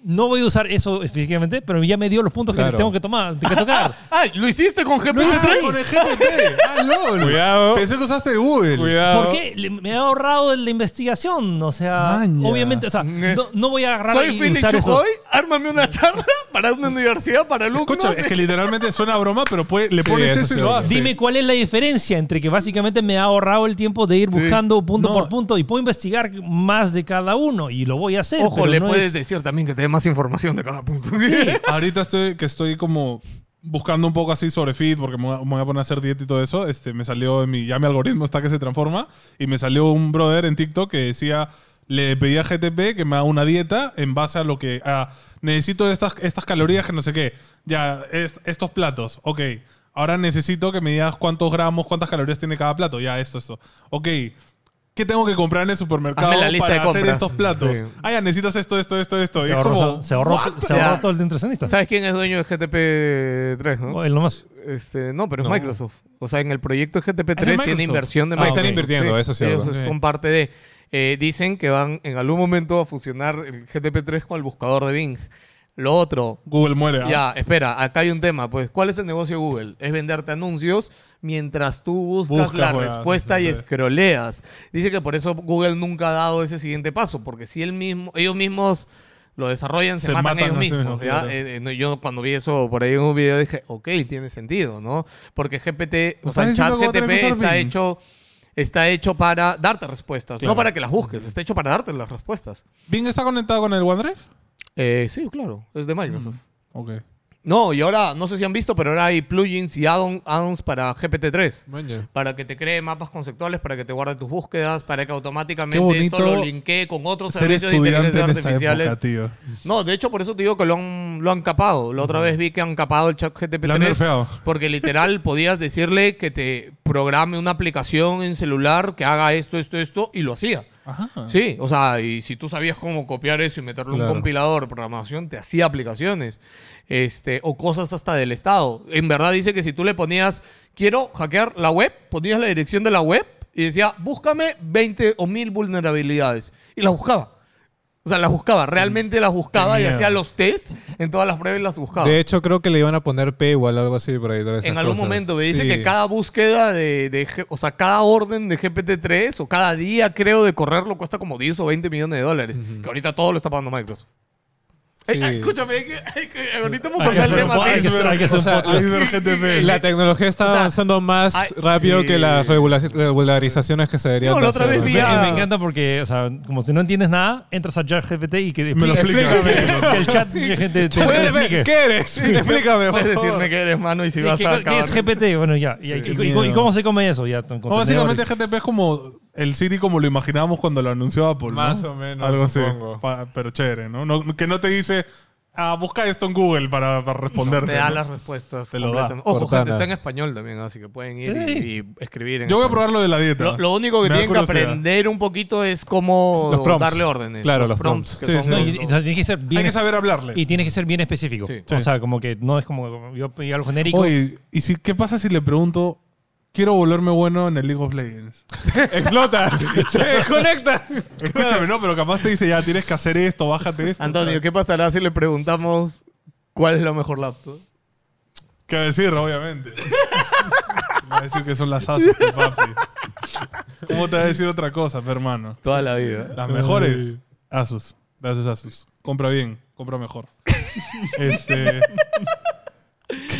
B: no voy a usar eso específicamente, pero ya me dio los puntos
D: Claro.
B: que tengo que tomar, que tocar.
C: Ah, lo hiciste con
A: Ah,
C: GP3.
A: con el GPT. Ah, lol.
D: Cuidado.
A: Pensé que usaste Google.
D: Cuidado.
B: ¿Por qué? Le- Me he ahorrado de la investigación. O sea,
A: Maña. Mm.
B: obviamente, o sea, no, no voy a agarrar
C: Soy
B: y
C: Félix
B: usar eso.
C: Chujoy, ármame una charla para una universidad, para alumnos.
A: Escucha, es que literalmente suena a broma, pero puede- le
D: Sí,
A: pones
D: eso
A: eso,
D: sí,
A: y lo
D: obvio.
A: haces.
B: Dime cuál es la diferencia entre que básicamente me ha ahorrado el tiempo de ir buscando punto
A: No.
B: por punto y puedo investigar más de cada uno y lo voy a hacer.
C: Ojo,
B: pero
C: le
B: no
C: puedes
B: es-
C: decir también que te dé más información de cada punto.
A: Ahorita estoy, que estoy como buscando un poco así sobre feed, porque me voy a- me voy a poner a hacer dieta y todo eso. Este, me salió en mi, ya mi algoritmo está que se transforma, y me salió un brother en TikTok que decía, le pedí a GTP que me haga una dieta en base a lo que. a, necesito estas, estas calorías que no sé qué. Ya, est- estos platos. Ok. Ahora necesito que me digas cuántos gramos, cuántas calorías tiene cada plato. Ya, esto, esto. Ok. ¿Qué tengo que comprar en el supermercado
C: Hazme la lista
A: para
C: de
A: hacer
C: compras.
A: estos platos?
C: Sí.
A: Ah, ya, necesitas esto, esto, esto, esto. Y
B: Se
A: es
B: ahorró,
A: como,
B: se ahorró, se
C: Ya.
B: ahorró todo el nutricionista.
C: ¿Sabes quién es dueño de GTP3, no?
B: No, Él nomás.
C: Este, no, pero es
D: No.
C: Microsoft. O sea, en el proyecto
A: Es de
C: GTP3
A: Microsoft.
C: tiene inversión de
D: Ah, están
C: Microsoft.
D: invirtiendo,
C: Sí,
D: eso es cierto.
C: Ellos
A: Sí.
C: son parte de. Eh, dicen que van en algún momento a fusionar el GTP3 con el buscador de Bing. Lo otro,
A: Google muere. ¿ah?
C: ya, espera, acá hay un tema. Pues, ¿cuál es el negocio de Google? Es venderte anuncios mientras tú buscas
A: Buscas,
C: la
A: weas,
C: respuesta
A: sí,
C: y
A: sí.
C: escroleas. Dice que por eso Google nunca ha dado ese siguiente paso, porque si él mismo, ellos mismos lo desarrollan, se,
A: Se
C: matan,
A: matan
C: ellos
A: a sí
C: mismos.
A: mismos,
C: ¿ya?
A: claro.
C: Eh, eh, no, yo cuando vi eso por ahí en un video dije, ok, tiene sentido, ¿no? Porque GPT, o
A: ¿Nos
C: sea, el
A: estás diciendo
C: chat
A: que
C: GTP
A: voy a tener que usar
C: está
A: Bing?
C: hecho, está hecho para darte respuestas,
A: Claro.
C: no para que las busques, está hecho para darte las respuestas.
A: ¿Bing está conectado con el OneDrive?
C: Eh, sí, claro, es de Microsoft.
A: Ok.
C: No, y ahora, no sé si han visto, pero ahora hay plugins y add-on- add-ons para GPT-3.
D: Maña.
C: Para que te cree mapas conceptuales, para que te guarde tus búsquedas, para que automáticamente
A: Qué bonito
C: esto lo linkee con otros
A: Ser
C: servicios de
A: estudiante en
C: inteligencia
A: esta
C: artificiales.
A: época, tío.
C: no, de hecho, por eso te digo que lo han, lo han capado. La otra vez vi que han capado el chat
A: Lo han
C: GPT-3.
A: nerfeado.
C: Porque literal podías decirle que te programe una aplicación en celular que haga esto, esto, esto, y lo hacía.
A: Ajá.
C: Sí, o sea, y si tú sabías cómo copiar eso y meterlo en
A: Claro.
C: un compilador de programación, te hacía aplicaciones. Este, o cosas hasta del Estado. En verdad dice que si tú le ponías, quiero hackear la web, ponías la dirección de la web y decía, búscame 20 o 1000 vulnerabilidades. Y las buscaba. O sea, las buscaba, realmente las buscaba
A: Qué
C: y
A: miedo.
C: hacía los test en todas las pruebas y las buscaba.
D: De hecho, creo que le iban a poner P igual, algo así por ahí. todas esas
C: Ah. En algún
D: cosas.
C: momento me dice
D: Sí.
C: que cada búsqueda de, de G- o sea, cada orden de GPT-3 o cada día, creo, de correrlo cuesta como 10 o 20 millones de dólares. Que ahorita todo lo está pagando Microsoft. Ey,
D: Sí.
C: ay, escúchame, hay que- hay que- ahorita hemos
B: Hay
C: tocado
B: que
C: el
B: hacer un
C: tema.
B: podcast,
C: sí.
B: hay que hacer- hay que hacer
D: O
B: un
D: sea,
B: podcast.
A: Iceberg GTP.
D: La tecnología está
C: O sea,
D: avanzando más
C: ay,
D: rápido
C: sí.
D: que las regulaci- regularizaciones que se deberían
C: No, la otra
D: hacer,
C: vez
D: ¿no?
C: vi a-
B: Me, me encanta porque, o sea, como si no entiendes nada, entras a ChatGPT y que
A: Me lo explica.
B: que el chat de gente te
D: Puedes ver,
B: explique.
D: ¿Qué eres? Explícame, por
C: Puedes
D: favor.
C: decirme que eres mano y si
B: Sí,
C: vas
B: ¿qué-
C: a
B: ¿Qué,
C: acabar.
B: es GPT? Bueno, ya. ¿Y, y-
A: Qué
B: y-
A: miedo.
B: y cómo se come eso? Ya, con
A: No, básicamente
B: contenedores.
A: GTP es como el Siri como lo imaginábamos cuando lo anunció Apple. ¿no?
D: Más o menos,
A: Algo
D: supongo.
A: así. Pa- pero chévere, ¿no? No- Que no te dice, ah, busca esto en Google para, para responderte.
C: Te da
A: ¿no?
C: las respuestas.
A: Te lo da.
C: completamente. Ojo, gente,
D: Cortana.
C: está en español también, así que pueden ir y, y escribir. En
A: Yo voy a
C: español.
A: probar lo de la dieta.
C: Lo, lo único que
A: Me da
C: tienen que
A: curiosidad.
C: aprender un poquito es cómo
D: Los prompts.
C: darle órdenes.
D: Claro, los
C: prompts.
D: prompts.
C: que
A: Sí,
C: son
A: sí.
B: No, y,
C: los-
B: y- o sea, tienes que ser bien,
A: Hay que saber hablarle.
B: y tienes que ser bien específico.
C: Sí.
B: O sea, como que no es como, como yo pedí algo genérico.
A: Oye, ¿y si, qué pasa si le pregunto, quiero volverme bueno en el League of Legends?
D: Explota. Se desconecta.
A: Escúchame, no, pero capaz te dice, ya tienes que hacer esto, bájate esto.
C: Antonio, ¿qué pasará si le preguntamos cuál es la mejor laptop?
A: ¿Qué decir, obviamente? Me va a decir que son las Asus, pues, papi. ¿Cómo te va a decir otra cosa, pe, hermano?
C: Toda la vida.
A: Las mejores. Asus. Gracias, Asus. Compra bien, compra mejor. este.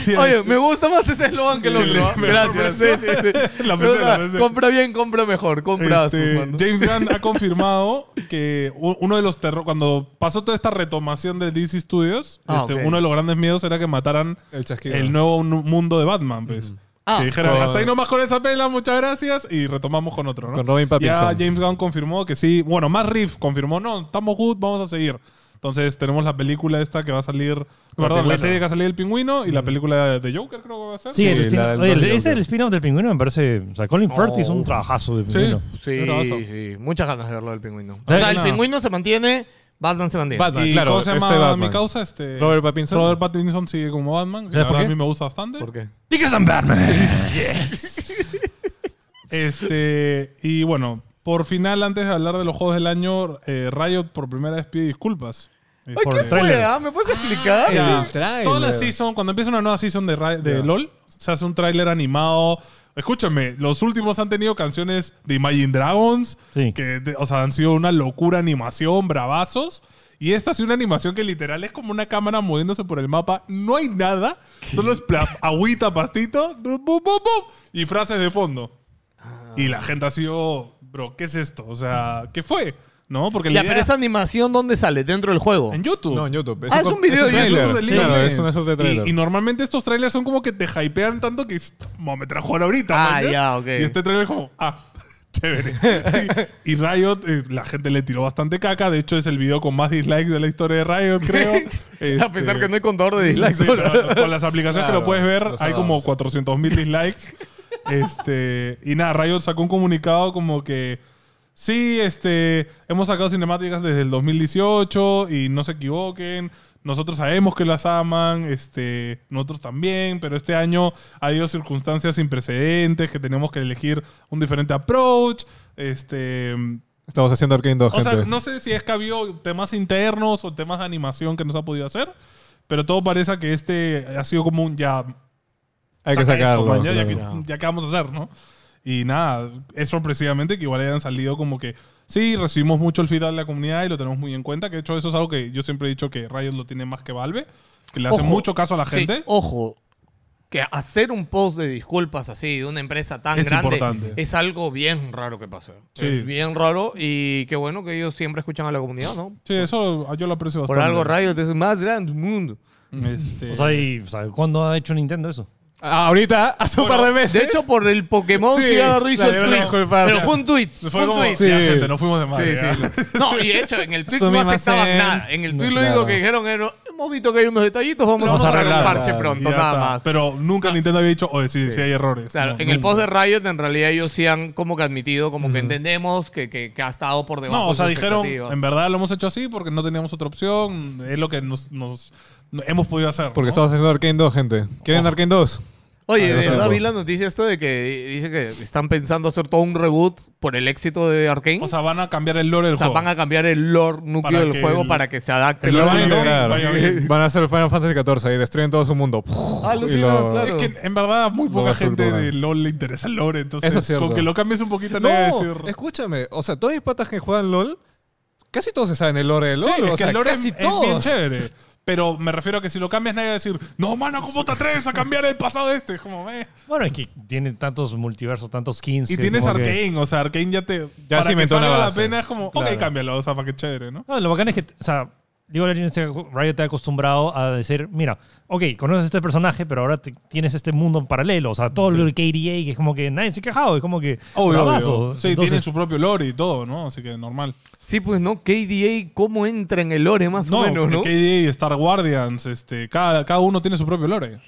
A: ¿qué
C: Oye,
A: es?
C: me gusta más ese eslogan que el
A: Sí,
C: otro. ¿ah?
A: mejor
C: Gracias. Sí, sí, sí.
A: La
C: Me
A: pensé,
C: gusta.
A: la pensé.
C: compra bien, compra mejor. Compra
A: Este,
C: Asus, mano.
A: James Gunn ha confirmado que u- uno de los terror cuando pasó toda esta retomación de DC Studios,
C: Ah,
A: este,
C: ok.
A: uno de los grandes miedos era que mataran
D: El chasquido.
A: el nuevo nu- mundo de Batman, pues.
C: Ah.
A: que dijeran,
D: Con-
A: hasta ahí nomás con esa pela, muchas gracias, y retomamos con otro, ¿no?
D: Con Robin Pattinson.
A: Ya James Gunn confirmó que sí. Bueno, más Reeves confirmó, no, estamos good, vamos a seguir. Entonces tenemos la película esta que va a salir, perdón, la
D: Pingüino.
A: serie que va a salir el pingüino y la película de Joker creo que va a ser.
B: Sí, el
D: Sí,
B: spin-
D: la del
B: oye, el-
D: Joker.
B: ese el spin-off del pingüino me parece. O sea, Colin Firth hizo un
C: Oh.
B: trabajazo de
A: Sí.
B: pingüino.
A: bravazo.
C: Sí, sí. Muchas ganas de verlo del pingüino. O
B: ¿Sabes
C: sea, el
A: qué?
C: pingüino se mantiene, Batman se mantiene.
D: Batman,
A: Y
D: claro.
A: ¿Cómo se llama
D: este Batman.
A: mi causa? Este,
D: Robert Pattinson.
A: Robert Pattinson sigue como Batman. que
B: ¿Sabes
A: la
B: por
A: verdad
B: qué?
A: a mí me gusta bastante.
C: ¿Por qué?
B: Because I'm Batman.
A: Este, y bueno, por final, antes de hablar de los juegos del año, eh, Riot por primera vez pide disculpas. eh,
C: Ay,
A: Por-
C: ¿qué
B: el
C: fue?
B: tráiler.
C: ah? ¿Me puedes explicar?
A: Ya.
D: El tráiler.
A: Toda la season, cuando empieza una nueva season de, Ra- de LOL, se hace un tráiler animado. Escúchame, los últimos han tenido canciones de Imagine Dragons,
B: Sí.
A: que de- o sea, han sido una locura animación, bravazos. Y esta es una animación que literal es como una cámara moviéndose por el mapa. No hay nada, solo es pla- agüita, pastito, bu- bu- bu- bu, y frases de fondo.
C: Ah.
A: Y la gente ha sido, bro, ¿qué es esto? O sea, ¿qué fue? ¿No? Porque la
C: Ya,
A: idea
C: pero esa animación, ¿dónde sale? ¿Dentro del juego?
A: en YouTube.
D: No, en YouTube.
C: Ah, es un video de
D: tráiler.
A: YouTube del
D: Claro,
A: internet.
D: es una suerte de tráiler.
A: Y, y normalmente estos trailers son como que te hypean tanto que es, "Mo, me trajo ahora ahorita.
C: Ah,
A: ¿entiendes?".
C: ya, ok.
A: Y este trailer es como, ah, chévere. Y, y Riot, eh, la gente le tiró bastante caca. De hecho, es el video con más dislikes de la historia de Riot, creo. Este,
C: A pesar que no hay contador de
A: dislikes.
C: dislikes. ¿no?
A: con las aplicaciones que
D: Claro,
A: lo puedes ver,
D: los
A: hay como
D: sábados.
A: 400.000 dislikes. este, y nada, Riot sacó un comunicado como que. Sí, este, hemos sacado cinemáticas desde el 2018 y no se equivoquen. Nosotros sabemos que las aman, este, nosotros también, pero este año ha habido circunstancias sin precedentes que tenemos que elegir un diferente approach. Este,
D: Estamos haciendo Arkane 2,
A: o
D: gente.
A: sea, no sé si es que ha habido temas internos o temas de animación que no se ha podido hacer, pero todo parece que este ha sido como un ya
D: Hay que
A: saca esto,
D: sacarlo.
A: man, ya, ya
D: claro.
A: que, ya que vamos a hacer, ¿no? Y nada, es sorpresivamente que igual hayan salido como que sí, recibimos mucho el feedback de la comunidad y lo tenemos muy en cuenta. Que de hecho, eso es algo que yo siempre he dicho que Riot lo tiene más que Valve, que le hace
C: Ojo.
A: mucho caso a la
C: Sí,
A: gente.
C: ojo, que hacer un post de disculpas así de una empresa tan
A: Es
C: grande
A: importante.
C: es algo bien raro que pase.
A: Sí.
C: Es bien raro y qué bueno que ellos siempre escuchan a la comunidad, ¿no?
A: Sí, eso yo lo aprecio
C: Por
A: bastante.
C: algo Riot es más grande del mundo.
A: Este,
B: O sea, y, o sea, ¿cuándo ha hecho Nintendo eso?
D: Ah, Ahorita, hace un par de meses.
C: De hecho, por el Pokémon
D: Sí,
C: sí, agarró y hizo
D: salió
C: el
D: la
C: tweet.
D: disculpa.
C: Pero fue un tweet.
A: fue
C: Fue un
A: como,
C: tweet.
A: "Ya, gente, no fuimos de
C: Sí,
A: madre. ¿eh?
C: sí,
A: ya".
C: sí. No, y de hecho, en el tweet no
D: Sumimasen.
C: aceptaban nada. En el tweet
D: No,
C: lo único
D: claro.
C: que dijeron era, hemos visto que hay unos detallitos, vamos,
A: Vamos
C: a
A: a
C: hacer un
A: arreglar,
C: parche
D: claro.
A: Y
C: pronto,
A: ya
C: nada
A: está.
C: más. Ah.
A: Pero nunca Nintendo había dicho, oye, sí, sí, hay errores. No,
C: Claro, en el
A: nunca.
C: post de Riot en realidad ellos sí han como que admitido, como que entendemos que, que, que ha estado por debajo.
A: No, o
C: de
A: sea,
C: sus
A: dijeron,
C: expectativas.
A: en verdad lo hemos hecho así porque no teníamos otra opción, es lo que nos, nos- no- hemos podido hacer.
D: Porque
A: ¿no?
D: estamos haciendo Arkane 2, gente. ¿Quieren
A: Oh.
D: Arkane 2?
C: Oye,
D: Ah,
C: de
D: no sé,
C: verdad
D: no.
C: vi la noticia esto de que dice que están pensando hacer todo un reboot por el éxito de Arkane.
A: O sea, van a cambiar el lore del juego.
C: van a cambiar el lore núcleo
A: Para
C: del
A: que
C: juego
A: el-
C: para que se adapte.
A: el
C: al
A: lore
C: juego.
A: del juego.
D: integrar.
A: vaya bien.
D: Van a hacer Final Fantasy XIV y destruyen todo su mundo.
C: Ah,
D: Y
C: Lucina,
D: lo-
C: claro.
A: Es que en verdad muy
D: No
A: poca
D: va a ser
A: gente
D: dura.
A: de LOL le interesa el lore, entonces
D: Eso es cierto.
A: con que lo cambies un poquito no, es decir...
D: No, escúchame. O sea, todos mis patas que juegan LOL, casi todos se saben el lore de LOL.
A: Sí, es
D: o
A: que
D: sea,
A: el lore
D: casi
A: es, es bien
D: todos.
A: chévere. Pero me refiero a que si lo cambias nadie va a decir, no, mano, ¿cómo te atreves a cambiar el pasado de este? Es como, "Meh".
B: Bueno, es que tiene tantos multiversos, tantos skins.
A: Y
B: que
A: tienes
B: como que-
A: Arkane, o sea, Arkane ya te...
D: Ya
A: para
D: se
A: que
D: inventó
A: salga
D: una
A: la
D: base.
A: pena es como, ok,
D: Claro.
A: cámbialo, o sea, para que chévere, ¿no?
B: No, lo bacán es que, o sea, League of Legends, eh, Riot te ha acostumbrado a decir, mira, ok, conoces este personaje, pero ahora te- tienes este mundo en paralelo. O sea, todo el KDA, que es como que nadie se ha quejado, es como que...
A: Obvio,
B: bravazo.
A: obvio. Sí,
B: Entonces,
A: tienen su propio lore y todo, ¿no? Así que normal.
C: Sí, pues no, KDA, ¿cómo entra en el lore más o menos, no?
A: KDA y Star Guardians, este, cada, cada uno tiene su propio lore.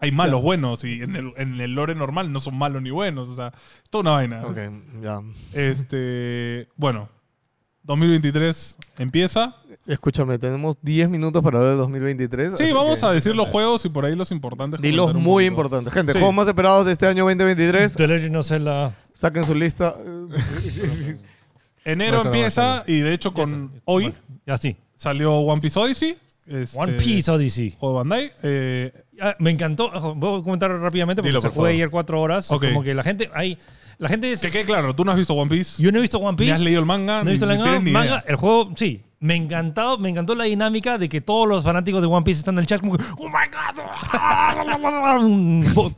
A: Hay malos, buenos, y en el, en el lore normal no son malos ni buenos, o sea, toda una vaina.
C: Ok, ya.
A: Este, bueno, 2023 empieza.
C: Escúchame, tenemos 10 minutos para hablar de 2023.
A: Sí,
C: así
A: vamos
C: que-
A: a decir los juegos y por ahí los importantes.
C: Di los
A: comentar un
C: muy
A: poquito.
C: importantes. Gente,
A: Sí.
C: juegos más esperados de este año 2023.
B: The Legend of Zelda...
C: Saquen su lista. eh,
A: Enero
D: Más o menos, más
A: empieza
D: o
A: y de hecho con hoy
B: Así.
A: salió One Piece Odyssey. este,
B: One Piece Odyssey.
A: Juego de Bandai. eh,
B: Ah, me encantó. Ojo, Voy a comentar rápidamente porque
D: Dilo,
B: se
D: por
B: jugué
D: favor.
B: ayer cuatro horas.
A: Ok.
B: Como que la gente... Hay, la gente es-
A: que quede claro, tú no has visto One Piece.
B: Yo no he visto One Piece.
A: Ni has leído el manga.
B: No he visto
A: ni-
B: el
A: ni
B: manga,
A: tienes ni idea.
B: manga, el juego, sí. Me encantó, me encantó la dinámica de que todos los fanáticos de One Piece están en el chat como que, ¡Oh my god! ¿Puedo-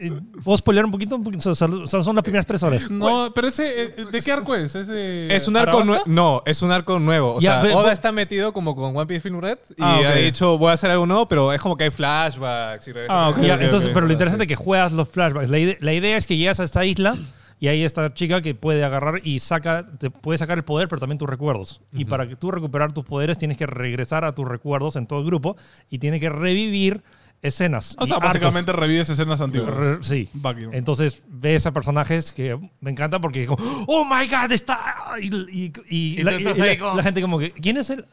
B: eh, ¿Puedo spoilear un poquito? Porque son- son son las primeras tres horas.
A: No, pero ese. eh, ¿De qué arco es? ¿Es, de
D: Es un arco
A: Arabasta?
D: nuevo. No, es un arco nuevo. O
B: Ya,
D: sea,
B: ve-
D: Oda
B: ve-
D: está metido como con One Piece Film Red y
A: Ah, ok.
D: ha dicho, voy a hacer algo nuevo, pero es como que hay flashbacks y regresas
A: Ah,
D: a-
A: ok,
B: Ya,
A: ok,
B: entonces,
A: ok.
B: pero lo interesante es que juegas los flashbacks. La, ide- la idea es que llegas a esta isla y hay esta chica que puede agarrar y saca, te puede sacar el poder, pero también tus recuerdos. Y para que tú recuperar tus poderes, tienes que regresar a tus recuerdos en todo el grupo y tiene que revivir escenas.
A: O sea,
B: y arcos.
A: básicamente revives escenas
B: Re-
A: antiguas.
B: Sí.
A: Bakugan.
B: Entonces ves a personajes que me encanta porque es como, oh my god, está. Y, y- y
C: Y
B: la,
C: tú estás
B: y la-
C: ahí como-
B: la gente, como que, ¿quién es él?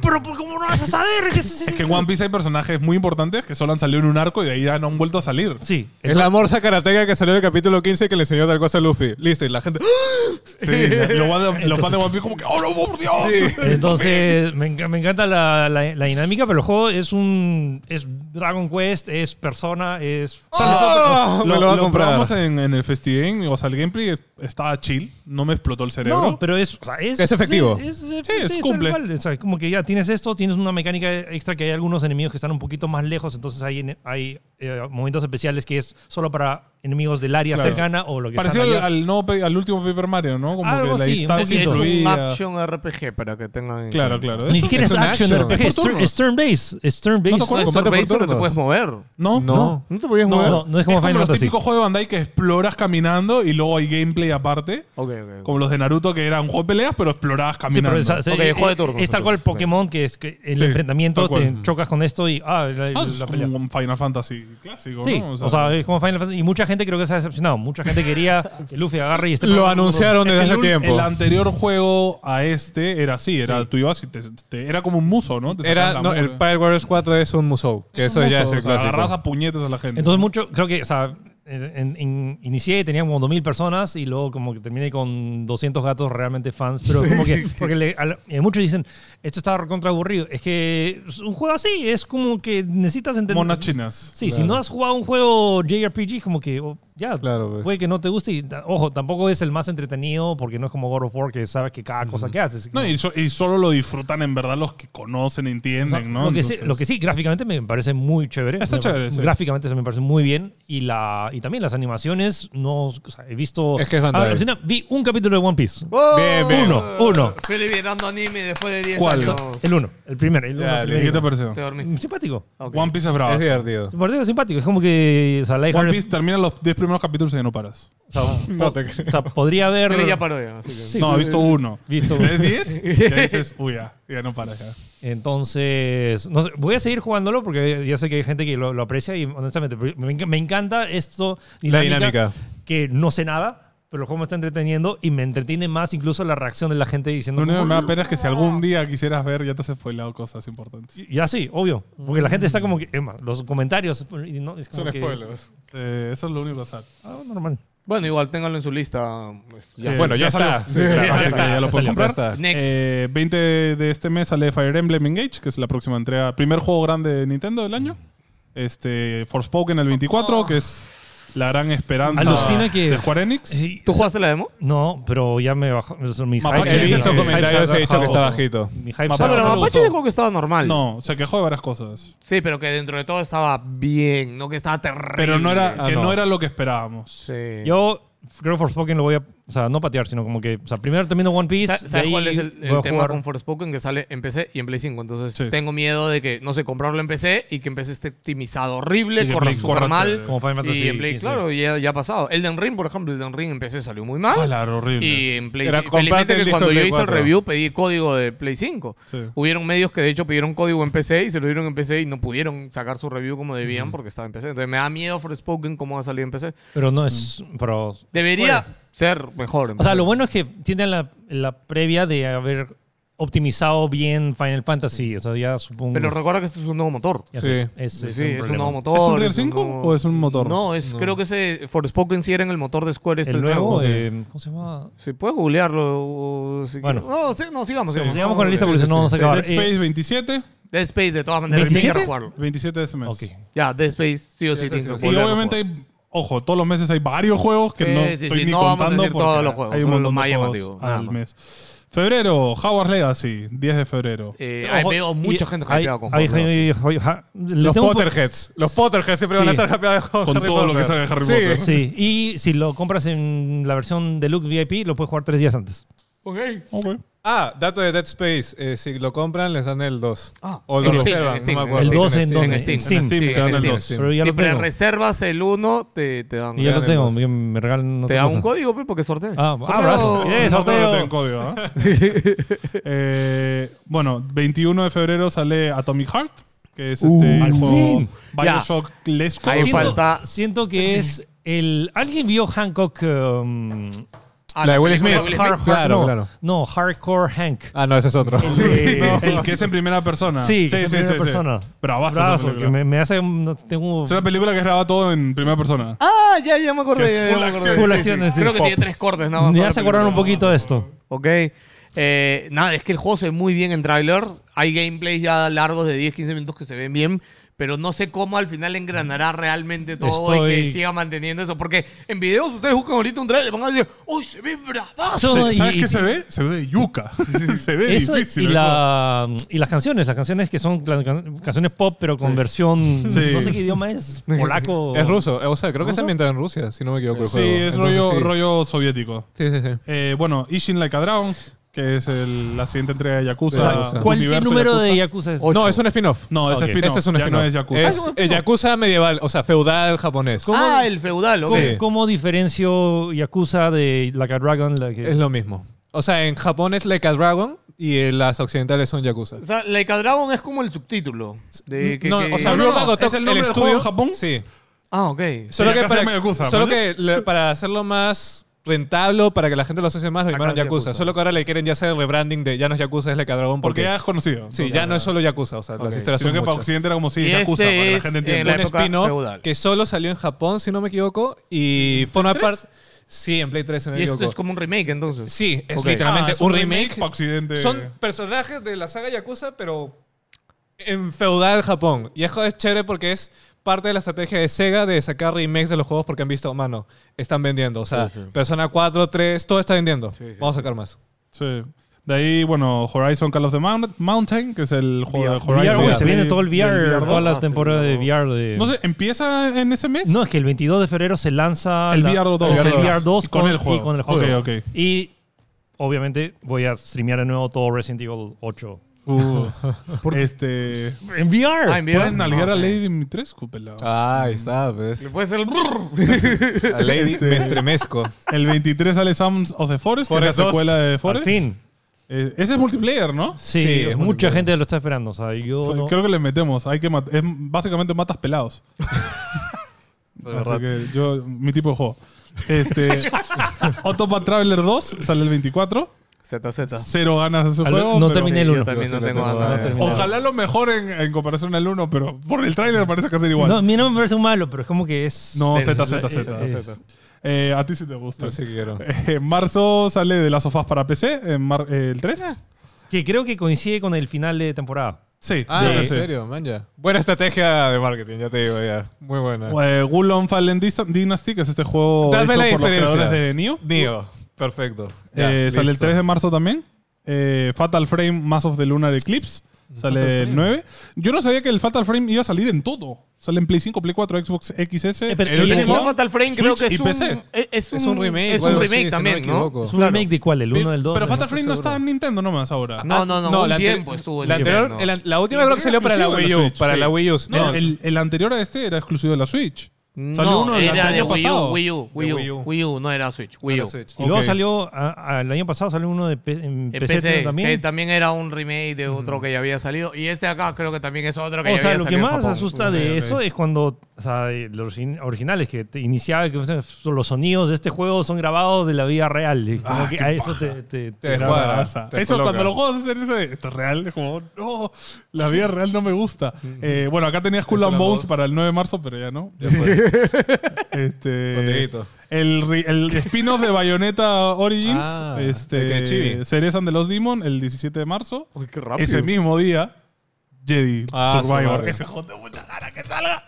B: Pero, pues, ¿cómo no vas a saber? Que es-
A: Es que en One Piece hay personajes muy importantes que solo han salido en un arco y de ahí ya no han vuelto a salir.
B: Sí.
D: Es la morsa karateka que salió del capítulo 15 que le enseñó tal cosa a Luffy. Listo, y la gente...
A: ¡Ah! Sí, los, fans de- los fans de One Piece como que, ¡oh, no, por Dios!
B: Entonces, me, enca- me encanta la, la- la dinámica, pero el juego es un. Es Dragon Quest, es Persona, es.
A: O sea, nosotros-
D: ¡Ah!
A: lo,
D: me lo va a
A: lo
D: comprar.
A: probamos en, en el Festigame, o sea, el gameplay estaba chill, no me explotó el cerebro.
B: No, pero es. o sea, es,
D: Es efectivo.
B: Sí, es, es-
A: Sí, es
B: sí, es
A: cumple.
B: tal cual. O sea, es como que ya tienes esto, tienes una mecánica extra que hay algunos enemigos que están un poquito más lejos, entonces hay, hay eh, momentos especiales que es solo para enemigos del área
A: Claro.
B: cercana o lo que
A: Parecido
B: están
A: al,
B: allá.
A: al nuevo pe- al último Paper Mario, ¿no? Como
B: Algo
A: que la
B: así, un
A: distancia
B: poquito.
C: Es un
A: incluía.
C: action RPG para que tengan. eh, en
A: Claro,
C: cuenta.
A: claro.
B: Ni
A: Eso-
B: siquiera
D: es
B: es
D: un
B: action,
D: action.
B: RPG,
A: Es por
B: es turn base. Es turn base.
A: te
C: No es
A: acuerdas?
C: turn
D: Combate
C: based, pero
D: por
C: te
D: turnos.
C: puedes mover.
A: No,
D: No.
C: No te podías
B: No,
C: mover.
B: no, no es como Final
A: los
B: Fantasy.
A: típicos juegos de Bandai que exploras caminando y luego hay gameplay aparte.
C: Ok, ok, ok.
A: Como los de Naruto que eran juego de peleas, pero explorabas
B: Sí, pero
A: caminando.
B: esa- esa-
C: Ok,
B: eh,
C: juego de
B: eh,
C: turnos,
B: es tal cual
C: entonces, ok.
B: Pokémon que es que el
A: Sí,
B: enfrentamiento
A: tal cual.
B: te chocas con esto y ah, la,
A: Ah,
B: la
A: eso es
B: pelea.
A: como un Final Fantasy clásico,
B: Sí,
A: ¿no?
B: o sea, es como Final Fantasy. Y mucha gente creo que se ha decepcionado. Mucha gente quería que Luffy agarre y
A: este
B: esté.
D: Lo anunciaron desde
A: el,
D: hace
A: ul- el
D: tiempo.
A: anterior juego a este era así, era
B: Sí.
A: tú ibas y te, te- era como un muso, ¿no? Te
D: Era,
A: sacabas la
D: no,
A: mugre.
D: el Pirate Warriors 4 es un Musou. Que
A: Es
D: eso
A: un
D: ya
A: muso,
D: es el
A: o sea, Agarrabas
D: clásico.
A: a puñetes a la gente.
B: Entonces, mucho, creo que, o sea, en- en- inicié y tenía como 2.000 personas y luego como que terminé con 200 gatos realmente fans. Pero como que, porque le- al- eh, muchos dicen, esto está recontra aburrido. Es que es un juego así, es como que necesitas entender.
A: monas chinas.
B: Sí, si
D: Claro.
B: no has jugado un juego JRPG, como que oh, ya,
D: Claro, pues.
B: puede que no te guste. Y, ta- ojo, tampoco es el más entretenido porque no es como God of War que sabes que cada cosa que haces.
A: No, y, so- y solo lo disfrutan en verdad los que conocen,
B: O sea,
A: entienden, ¿no?
B: lo, que sí,
A: Entonces-
B: lo que sí, gráficamente me parece muy chévere.
A: Está
B: Me parece-
A: chévere, sí.
B: Gráficamente se me parece muy bien. Y, la, y también las animaciones, no, o sea, he visto...
D: Es que es Bandai.
B: Ah, alucina, vi un capítulo de One Piece.
C: ¡Oh!
D: Bien, bien.
B: Uno, uno.
C: Estoy liberando anime después de 10
A: ¿Cuál?
C: años.
B: El uno, el primero. El uno,
D: Ya,
B: el
A: ¿Y qué te
B: primero. Mm,
A: pareció?
C: Te dormiste.
B: Simpático.
C: Ok.
A: One Piece es bravo.
D: Es divertido.
B: Me pareció simpático. Es como que... o sea, la hija-
A: One Piece termina los 10 primeros capítulos y ya no paras.
B: o sea,
D: No te creo.
B: o sea, podría haber...
C: Pero ya paró ya, así que-
B: Sí,
A: no, he visto uno.
B: visto uno.
A: ¿Ves 10? Y ahí dices, uy, ya, ya no paras. ya.
B: Entonces, no sé, voy a seguir jugándolo porque yo sé que hay gente que lo, lo aprecia y honestamente me, enca- me encanta esto.
D: La dinámica.
B: Que no sé nada, pero el juego me está entreteniendo y me entretiene más incluso la reacción de la gente diciendo.
A: Lo único que me
B: como,
A: da pena es que si algún día quisieras ver, ya te has spoilado cosas importantes.
B: ya sí, obvio. Porque la gente está como que. Emma, los comentarios. pues, y no, es como
D: Son
B: que-
D: spoilers.
A: Eh, eso es lo único que sale.
B: Ah, normal.
C: Bueno, igual ténganlo en su lista. pues, ya.
A: Eh,
D: Bueno, ya
A: salió.
D: está.
A: Sí, claro,
C: Ya
A: así
C: está,
A: que ya
D: ya
A: lo puedes
D: salió, ya
A: comprar.
D: está.
C: Next.
A: Eh, 20 de este mes sale Fire Emblem Engage, que es la próxima entrega. Primer juego grande de Nintendo del año. Este, Forspoken el 24,
C: Oh.
A: que es la gran esperanza
B: Alucina que-
A: de Square Enix.
B: Sí,
C: ¿Tú jugaste la demo?
B: No, pero ya me bajó. Mis
A: Mapache,
B: hype-
A: he visto
B: mis hype se ha
D: comentarios, he dicho que
B: bajado.
D: está bajito.
B: Mi hype se ha
A: Mapache,
C: No, Ah, pero
A: no
B: bajado.
A: lo
C: Mapache
A: usó.
C: dijo que estaba normal.
A: No, se quejó de varias cosas.
C: Sí, pero que dentro de todo estaba bien, no que estaba terrible.
A: Pero no era,
D: Ah,
A: que no.
D: no.
A: era lo que esperábamos.
C: Sí.
B: Yo creo que Forspoken lo voy a. O sea, no patear, sino como que. O sea, primero termino One Piece.
C: Sa-
B: de
C: ¿Sabes
B: ahí
C: cuál es el, el
B: voy a
C: tema
B: jugar-
C: con Forspoken? Que sale en PC y en Play 5. Entonces
A: Sí.
C: tengo miedo de que, no sé, comprarlo en PC y que en PC esté optimizado
A: Y
C: horrible,
A: que
C: corra
A: Play
C: súper
A: corra
C: mal.
A: chévere.
B: Como Final Fantasy
C: Y en Play,
B: 15.
C: claro, ya, ya ha pasado. Elden Ring, por ejemplo, Elden Ring en PC salió muy mal.
A: Ah, la era horrible.
C: Y en Play
D: Era
C: 5.
D: comprarte
C: Felizmente
D: el
C: que
D: disco
C: cuando
D: de
C: yo
D: Play
C: hice el
D: 4.
C: review pedí código de Play 5.
A: Sí.
C: Hubieron medios que de hecho pidieron código en PC y se lo dieron en PC y no pudieron sacar su review como debían porque estaba en PC. Entonces me da miedo Forspoken cómo va a salir en PC.
B: Pero no es. Pero,
C: Debería
B: Bueno.
C: ser mejor. en
B: o sea,
C: PC.
B: lo bueno es que tienen la, la previa de haber optimizado bien Final Fantasy. O sea, ya supongo.
C: Pero recuerda que esto es un nuevo motor.
B: ya
D: Sí.
B: sé, ese
C: Sí,
B: Pues es
C: sí,
B: un
C: es un
B: problema.
C: nuevo motor.
A: ¿Es un Rear 5 o es un motor?
C: No, es, creo que ese Forspoken sí era en el motor de Square este
B: El nuevo.
C: Si
B: eh, ¿Cómo se llama?
C: puedes googlearlo. o si-
B: Bueno.
C: No, sí, no, sigamos.
A: Sí,
C: sigamos
B: Sigamos con la lista porque si no vamos a
A: Dead
B: acabar. Eh,
A: Space 27,
C: Dead Space, de todas maneras, tiene que
B: ¿27?
C: jugarlo.
A: 27 de ese mes.
B: ok.
C: Ya, Dead Space sí o sí,
D: Sí,
C: tiene
D: sí,
C: que
D: sí.
A: Y
C: volverlo a
A: obviamente
C: jugar.
A: hay, ojo, todos los meses hay varios juegos que
C: Sí,
A: no
C: sí,
A: estoy
C: sí,
A: ni
C: no vamos a
A: contando
C: decir
A: porque
C: todos los juegos,
A: hay un
C: solo los
A: montón
C: más
A: de
C: llamativos,
A: juegos
C: nada
A: al
C: más.
A: mes. Febrero, Howard Legacy, 10 de febrero.
C: Eh,
B: Ojo,
C: veo
B: y-
C: mucha gente
B: hay-
C: hypeada con
B: hay-
C: Hogwarts.
B: hay- hay- ja- le
D: Los
B: tengo un po-
D: Potterheads. Los Potterheads siempre van a
B: Sí.
D: estar happy
A: Con todo lo que salga de Harry Potter.
B: Sí, y si lo compras en la versión Deluxe VIP, lo puedes jugar tres días antes.
A: Ok.
D: Ah, dato de Dead Space. eh, si lo compran, les dan el 2.
C: Ah,
D: o lo
C: en Steam,
D: reservan,
C: en Steam,
D: no me
C: en
D: acuerdo.
B: El
C: Steam,
B: 2 en
C: Steam,
B: dónde?
C: en Steam.
B: En Steam.
C: Sí, en
A: te dan el
C: Steam.
A: dos.
B: Pero ya
C: Si
B: lo tengo.
C: reservas el 1 te, te dan,
B: Y ya
D: Regalan
B: lo tengo,
D: dos.
B: me- me regalan otra
C: te dan
B: cosa.
C: un código pe, porque sorteo.
B: Ah,
C: Sorteo.
B: ah, brazo. Eh,
A: No creo que
B: sorteo.
A: tenga código, ¿ah? Eh, bueno, 21 de febrero sale Atomic Heart, que es
C: Uh,
A: este
B: al
A: juego
B: fin.
A: Bioshock Lesco.
C: Ahí
B: siento,
C: falta-
B: siento que es el. ¿Alguien vio Hancock? um,
C: Ah,
D: La de Will
C: película
D: Smith.
C: de
B: Hard- Hard-
D: Claro,
B: no,
D: claro.
B: No, Hardcore Hank.
D: Ah, no, ese es otro.
B: Eh,
A: El que es en primera persona.
B: Sí, que es en primera persona.
A: Bravazo esa
B: Brazo, que
A: película.
B: me, me hace. un- no tengo-
A: Es una película que graba todo en primera persona.
C: Ah, ya, ya me acordé.
A: Que
C: ya,
A: es
C: ya
A: full
C: me
A: acción.
C: acordé.
B: Full
C: Sí,
B: acción,
C: sí.
B: es
C: Creo que
B: decir,
C: tiene tres cortes nada más.
B: me
C: toda
B: hace
C: la
B: acordar un
C: película.
B: poquito de esto.
C: Ok. Eh, nada, es que el juego se ve muy bien en trailers. Hay gameplays ya largos de 10-15 minutos que se ven bien. pero no sé cómo al final engranará realmente todo y que
B: Estoy-
C: siga manteniendo eso. Porque en videos ustedes buscan ahorita un trailer y van a decir, ¡Uy, se ve bravazo!
B: Todo
A: Se-
B: y-
A: ¿Sabes
B: y-
A: qué se ve? Se ve de yuca. se ve
B: Eso
A: difícil.
B: y,
A: ¿no?
B: la, y las canciones, las canciones que son cla- can- canciones pop, pero con
D: Sí.
B: versión.
A: Sí.
B: No sé qué idioma es. Polaco.
D: Es ruso, eh, o sea, creo que
B: ¿Ruso?
D: se ambienta en Rusia, si no me equivoco. el
A: Sí,
D: juego.
A: es
D: Entonces,
A: rollo,
D: sí.
A: rollo soviético.
D: Sí, sí, sí.
A: Eh, bueno, Ishin Like a Dragon, que es el- la siguiente entrega de Yakuza.
D: De Yakuza.
B: ¿Cuál qué
A: universo
B: número de
A: Yakuza.
B: Yakuza es?
D: No, es un spin-off.
A: No, es
B: Ok.
A: spin-off.
D: Este es un
A: ya no
D: spin-off.
A: es Yakuza.
D: Es,
C: Ah, es un
D: eh, Yakuza medieval, o sea, feudal japonés.
B: ¿Cómo?
C: Ah, el feudal, ok.
B: ¿Cómo,
D: Sí.
B: cómo diferencio Yakuza de Like a Dragon? la que-
D: Es lo mismo. O sea, en Japón es Like a Dragon y en las occidentales son Yakuza.
C: O sea, Like a Dragon es como el subtítulo. De que,
D: no,
C: que-
D: o sea,
A: No, no,
D: Ryuga
A: no,
D: Gotoku,
A: ¿es el nombre del juego en Japón?
D: Sí.
C: ah, ok.
D: Solo
A: acá
D: que,
A: se llama
D: para,
A: Yakuza,
D: solo
A: ¿verdad?
D: que le- para hacerlo más rentable, para que la gente lo asocie más, lo
C: Acá
D: llamaron
C: es
D: Yakuza.
C: Yakuza.
D: Solo que ahora le quieren ya hacer el rebranding de ya no es Yakuza, es Like a Dragon.
A: Porque
D: Porque,
A: ya es conocido.
D: sí, ya no es solo Yakuza. O sea,
C: Ok.
D: las historias
A: Sino
D: son
A: que para
D: muchas.
A: Occidente era como si
C: Y
A: Yakuza,
C: este
A: para que la
C: es,
A: gente
C: eh,
A: entienda.
C: la-
D: un
C: época
D: spin-off
C: feudal.
D: que solo salió en Japón, si no me equivoco, y forma parte... Sí, en Play 3, si no me
C: Y esto
D: equivoco.
C: es como un remake, entonces.
D: Sí, es
C: Ok.
D: literalmente
A: Ah, es
D: un, remake.
A: para Occidente.
D: Son personajes de la saga Yakuza, pero en feudal Japón. Y eso es chévere porque es parte de la estrategia de Sega de sacar remakes de los juegos porque han visto, mano, están vendiendo. O sea,
C: Sí, sí.
D: Persona 4, 3, todo está vendiendo.
C: Sí, sí.
D: Vamos a sacar más.
A: Sí. De ahí, bueno, Horizon Call of the Mount- Mountain, que es el juego de
C: VR.
A: Horizon.
B: VR, uy,
D: VR.
B: se viene todo el
A: del
B: VR,
A: VR2.
B: toda
C: Ah,
B: la
C: sí,
B: temporada de
C: VR2.
B: VR. De...
A: No sé, ¿empieza en ese mes?
B: No, es que el 22 de febrero se lanza
A: El
B: la-
A: VR2.
B: es el
A: VR2.
B: VR2
A: Y con el juego.
B: Y con el juego.
A: Ok, ok.
B: Y obviamente voy a streamear de nuevo todo Resident Evil 8.
A: Uh, este...
B: En VR.
C: Ah, en VR.
A: Pueden nalguear a
C: Ok.
A: Lady Dimitrescu, pelado.
D: Ah, ahí está, ves.
C: Le puede ser el...
D: La lady
A: Este,
D: me estremezco.
A: El 23 sale Sounds of the Forest, que es
D: Forest
A: la
D: 2.
A: secuela de
B: Por
A: Forest.
B: fin.
A: Eh, ese es multiplayer, ¿no?
B: Sí,
D: Sí, es
B: mucha
D: multiplayer.
B: gente lo está esperando. O sea, yo no-
A: Creo que le metemos. Hay que mat- es- básicamente matas pelados. Así que yo, mi tipo de juego. Este, Autopath Traveler 2 sale el 24.
C: Z, Z.
A: Cero ganas de ese
B: Al-
A: juego.
B: no
A: pero-
B: terminé el
C: Sí, yo
B: 1.
C: también
D: Yo
C: no
D: sí lo
C: tengo
D: tengo,
C: ganas
D: no
C: de-
B: terminé.
A: Ojalá lo mejor en, en comparación al 1, pero por el tráiler parece que va a ser igual.
B: No,
A: No,
B: a mí no me parece malo, pero es como que es.
C: Es-
A: Z,
C: es-
A: Z,
C: es-
A: Z.
C: es- es-
A: Eh, a ti sí te gusta.
D: Así que quiero.
A: Eh, en marzo sale de las sofás para PC, en mar- eh, el 3.
C: Ah.
B: Que creo que coincide con el final de temporada.
A: Sí,
D: Ah,
A: creo que
D: en
A: sí.
D: serio, man, ya. Buena estrategia de marketing, ya te digo, ya. Muy buena.
A: Eh, Gulon Fallen Dist- Dynasty, que es este juego
D: Dame
A: hecho
D: la
A: por los
D: diferencia.
A: creadores de Nioh.
D: Neo, perfecto. Ya,
A: Eh, sale el
D: listo.
A: 3 de marzo también. Eh, Fatal Frame, Mass of the Lunar Eclipse.
C: Mm,
A: Sale el 9. Yo no sabía que el Fatal Frame iba a salir en todo. Sale en Play 5, Play 4, Xbox XS.
B: Eh, pero
A: el
B: ¿y
A: último
B: ese
C: Ese
A: juego,
C: Fatal Frame creo
A: Switch
C: que es
A: y
C: un,
A: PC.
C: es- es un...
D: Es un remake,
C: Es un
D: bueno, sí,
C: remake
D: si no me
C: también, ¿no?
D: equivoco.
B: ¿Es un remake de cuál? ¿El 1 del 2?
A: Pero Fatal
B: sé.
A: Frame no
D: seguro.
A: está en Nintendo nomás ahora.
C: No, no, no.
D: No,
C: un
D: la anteri-
C: tiempo estuvo el
D: la, anterior,
C: tiempo, ¿no?
D: el an- la última creo que salió para la
A: Exclusivo de
D: Wii
A: la
D: U.
A: Switch,
D: Para
A: sí.
D: la Wii U.
A: No,
D: No,
A: el, el anterior a este era exclusivo de la Switch. Salió
C: no,
A: uno el
C: era de
A: año
C: Wii U,
A: pasado.
C: Wii U, Wii
D: Wii
C: U,
D: U.
C: Wii U, no era Switch, Wii U.
D: Switch.
B: Y luego
A: Ok.
B: salió, a- a- el año pasado salió uno de P- en
C: En
B: PC,
C: PC,
B: también.
C: que también era un remake de otro que ya había salido. Y este acá creo que también es otro que
B: o
C: ya
B: sea,
C: había
B: lo que
C: salido. en
B: más
C: Japón.
B: asusta
D: Ok,
B: de
D: ok.
B: eso es cuando o sea, de los origin- originales que te iniciaba, que o sea, los sonidos de este juego son grabados de la vida real. y como
A: Ah,
B: que
A: qué
B: a eso te, te-
D: Te
B: te-
A: Era
D: descuadra,
A: bravaza.
D: te
A: Eso
D: coloca.
A: cuando los juegos hacen eso de, esto es real, es como, no, la vida real no me gusta. Eh, bueno, acá tenías Cool
D: Skull
A: and
D: and
A: Bones
D: Bones.
A: para el 9 de marzo, pero ya no. Ya fue. este,
D: Contenidito.
A: el ri- el spin-off de Bayonetta Origins,
D: Ah, el que
A: este,
D: chibi.
A: Series and the Lost Demon, el 17 de marzo.
C: Uy, qué rápido.
A: Ese mismo día, Jedi
D: Ah,
A: Survivor.
D: Survivor.
A: Ese juego tengo mucha gana que salga.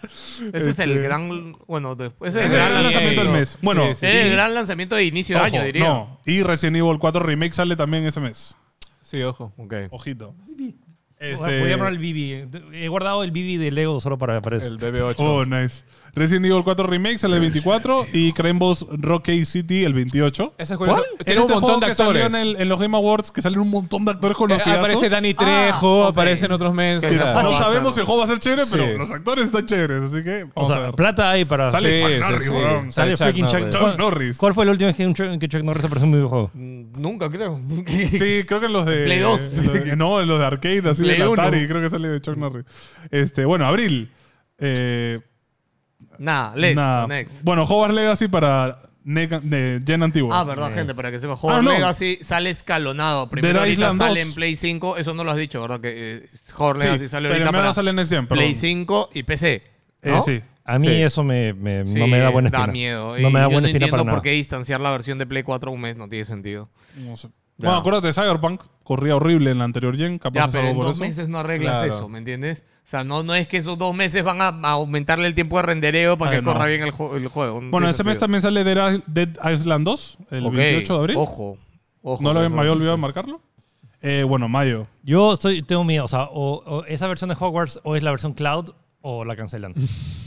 C: Ese es el
A: Este-
C: gran. Bueno, de-
A: Ese
C: ese es
A: es
C: el gran
A: lanzamiento del mes. Bueno,
D: Sí,
C: Es
D: sí.
C: el
A: y-
C: gran lanzamiento de inicio de
A: ojo,
C: año, diría.
A: No, y Resident Evil 4 Remake sale también ese mes.
D: Sí, ojo.
C: Ok.
A: Ojito. Este,
B: Voy a probar el BB. He guardado el BB de Lego solo para, para eso.
D: El BB8.
A: Oh, nice. Resident Evil 4 Remake sale el 24 y Rainbow's Rocky City el 28.
D: Ese es curioso.
A: Es
D: Tiene un
A: este
D: montón
A: juego
D: de
A: que salió
D: actores.
A: en, el- en los Game Awards que salen un montón de actores
D: Eh,
A: conocidos.
D: aparece Danny Trejo,
A: Ah,
C: ok.
D: aparecen otros mens.
C: Que se
D: o sea,
A: no
C: pasa.
A: sabemos si el juego va a ser chévere, pero
D: Sí.
A: los actores están chéveres, así que vamos
B: o
A: a
B: sea,
A: ver.
B: plata hay para.
A: Sale
D: Sí,
A: Chuck
D: sí,
A: Norris,
D: sí.
A: weón.
B: Sale
D: Chuck
B: freaking Chuck,
D: Norris.
A: Chuck
B: ¿Cuál-
A: Norris.
B: ¿Cuál fue la última vez que, un Chuck- que Chuck Norris apareció en un videojuego?
C: Mm, Nunca creo.
A: Sí, creo que en los de.
C: Play dos.
A: en los de- no, en los de arcade, así
C: Play
A: de
C: uno.
A: Atari, creo que sale de Chuck Norris. Este, bueno, abril. Eh,
C: Nah, let's.
A: nada.
C: Next.
A: Bueno, Hogwarts Legacy para Nega- de Gen Antiguo.
C: Ah, verdad, gente, para que sepa. Hogwarts
A: Ah, no.
C: Legacy sale escalonado. Primero
A: Dead
C: ahorita
A: Island
C: sale
A: 2.
C: en Play 5. Eso no lo has dicho, ¿verdad? Que eh, Hogwarts
A: Sí,
C: Legacy sale
A: pero
C: ahorita
A: primero
C: para
A: sale Next Gen, perdón.
C: Play 5 y PC.
A: Eh,
C: ¿no?
A: sí.
B: A mí
D: Sí.
B: eso me, me-
C: Sí,
B: no me da buena espina.
C: miedo.
B: No
C: Y
B: me da
C: yo
B: buena
C: no
B: espina
C: entiendo
B: para
C: por
B: nada.
C: qué distanciar la versión de Play 4 un mes no tiene sentido.
A: No sé. Bueno, acuérdate, Cyberpunk corría horrible en la anterior gen, capaz
C: Ya,
A: es
C: pero
A: algo
C: en
A: por
C: dos
A: eso.
C: meses no arreglas
D: Claro.
C: eso, ¿me entiendes? O sea, no, no es que esos dos meses van a a aumentarle el tiempo de rendereo para
A: Ah,
C: que
A: no.
C: corra bien el, ju- el juego. No
A: Bueno,
C: tiene
A: ese mes
C: sentido.
A: también sale Dead Dead Island 2, el
C: Ok,
A: 28 de abril.
C: Ojo, ojo.
A: no lo había-
C: con
A: me había
C: eso.
A: olvidado de marcarlo. Eh, bueno, mayo.
B: Yo estoy, tengo miedo. O sea, o, o esa versión de Hogwarts o es la versión cloud o la cancelan.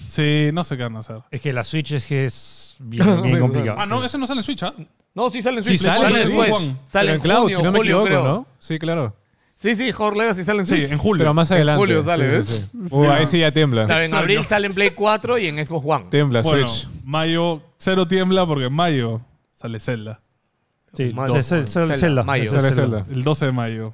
A: Sí, no sé qué van a hacer.
B: es que la Switch es que es bien, bien complicada.
A: Ah, no, ese no sale en Switch, ¿ah?
C: No, sí sale en
D: Sí,
C: Switch.
D: sale,
C: sale,
D: sí,
C: después.
A: Juan.
C: Sale
D: Pero
C: en junio,
D: si no me
C: julio,
D: equivoco,
C: creo.
D: ¿no? Sí, claro.
C: Sí, sí, Hogwarts Legacy sale en
A: Sí,
C: Switch.
A: en julio.
D: Pero más
C: En
D: adelante.
C: julio sale,
D: sí,
C: ¿ves?
D: sí, sí. Uh, ahí sí ya tiembla.
C: Claro, en
A: Extraño.
C: abril sale en Play 4 y en Xbox One.
D: Tiembla,
A: bueno,
D: Switch.
A: mayo, cero tiembla porque en mayo sale Zelda.
B: Sí,
C: Mayo,
B: es- es- es-
C: Zelda,
B: Zelda.
C: mayo.
B: Es- es-
D: Sale
B: es-
D: Zelda.
A: El 12 de mayo.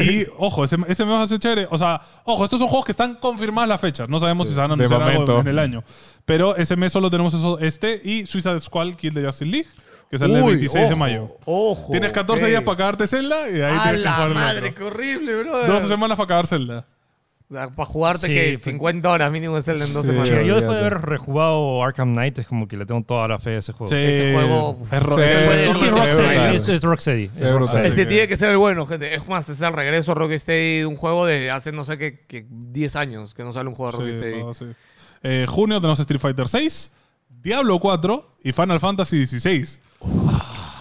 A: y ojo, ese, ese mes va a ser chévere. O sea, ojo, estos son juegos que están confirmadas las fechas. No sabemos
D: Sí,
A: si se van a
D: de
A: anunciar algo
D: momento.
A: en el año. Pero ese mes solo tenemos eso, este y Suicide Squad Kill the Justice League, que sale el
C: Uy,
A: 26 de
C: ojo,
A: mayo.
C: Ojo.
A: Tienes 14
C: ok.
A: días para cagarte Zelda y de ahí
C: ¡A
A: tienes que
C: la
A: jugar el
C: madre,
A: otro.
C: qué horrible, bro!
A: Dos semanas para cagar Zelda.
C: Para jugarte
B: Sí,
C: que
B: pues-
C: 50 horas mínimo es el en dos
D: Sí.
B: Chica,
C: semanas.
B: yo después de
D: olvídate.
B: haber rejugado Arkham Knight es como que le tengo toda la fe a ese juego.
C: Ese juego-
A: Es ro-
D: Sí,
A: es-
C: puede-
B: Es que es
C: Sí,
B: Rocksteady.
D: brutal.
B: Es, es Rocksteady. es
D: brutal.
A: Rocksteady.
C: Este
A: que-
C: tiene que ser el bueno, gente. Es más, es el regreso a Rocksteady, un juego de hace no sé qué, que 10 años que no sale un juego de
A: Sí,
C: Rocksteady.
A: no, sí. Eh, junio tenemos Street Fighter 6, Diablo 4 y Final Fantasy 16.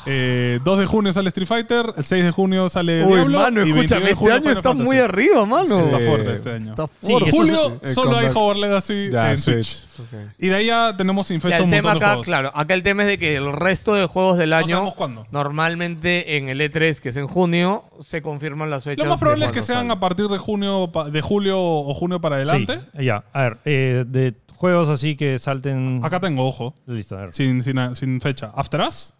A: Eh, 2 de junio sale Street Fighter, el 6 de junio sale
C: Uy,
A: Diablo
C: mano,
A: y 22
C: escúchame,
A: de
C: este
A: junio
C: año
A: Final
C: está
A: Fantasy.
C: muy arriba, mano.
A: Sí, está
D: Sí.
A: fuerte este año.
C: Está
B: Sí,
C: fuerte. eh,
B: eso
A: Julio
D: es- el
A: solo hay
D: comeback.
A: Hogwarts Legacy
D: Ya,
A: en Switch.
D: Switch.
A: Y de ahí ya tenemos sin
C: Ya,
A: fecha
C: el
A: un
C: tema
A: montón de
C: acá,
A: juegos.
C: claro, acá el tema es de que el resto de juegos del
A: No
C: año,
A: sabemos cuándo.
C: normalmente en el E3, que es en junio, se confirman las fechas.
A: Lo más
C: de
A: probable es que
C: cuándo
A: sean
C: sale.
A: a partir de junio, pa- de julio o junio para adelante.
B: Sí, ya. A ver, eh, de juegos así que salten.
A: Acá tengo, ojo,
B: Listo, a ver.
A: sin, sin, sin fecha. After Us.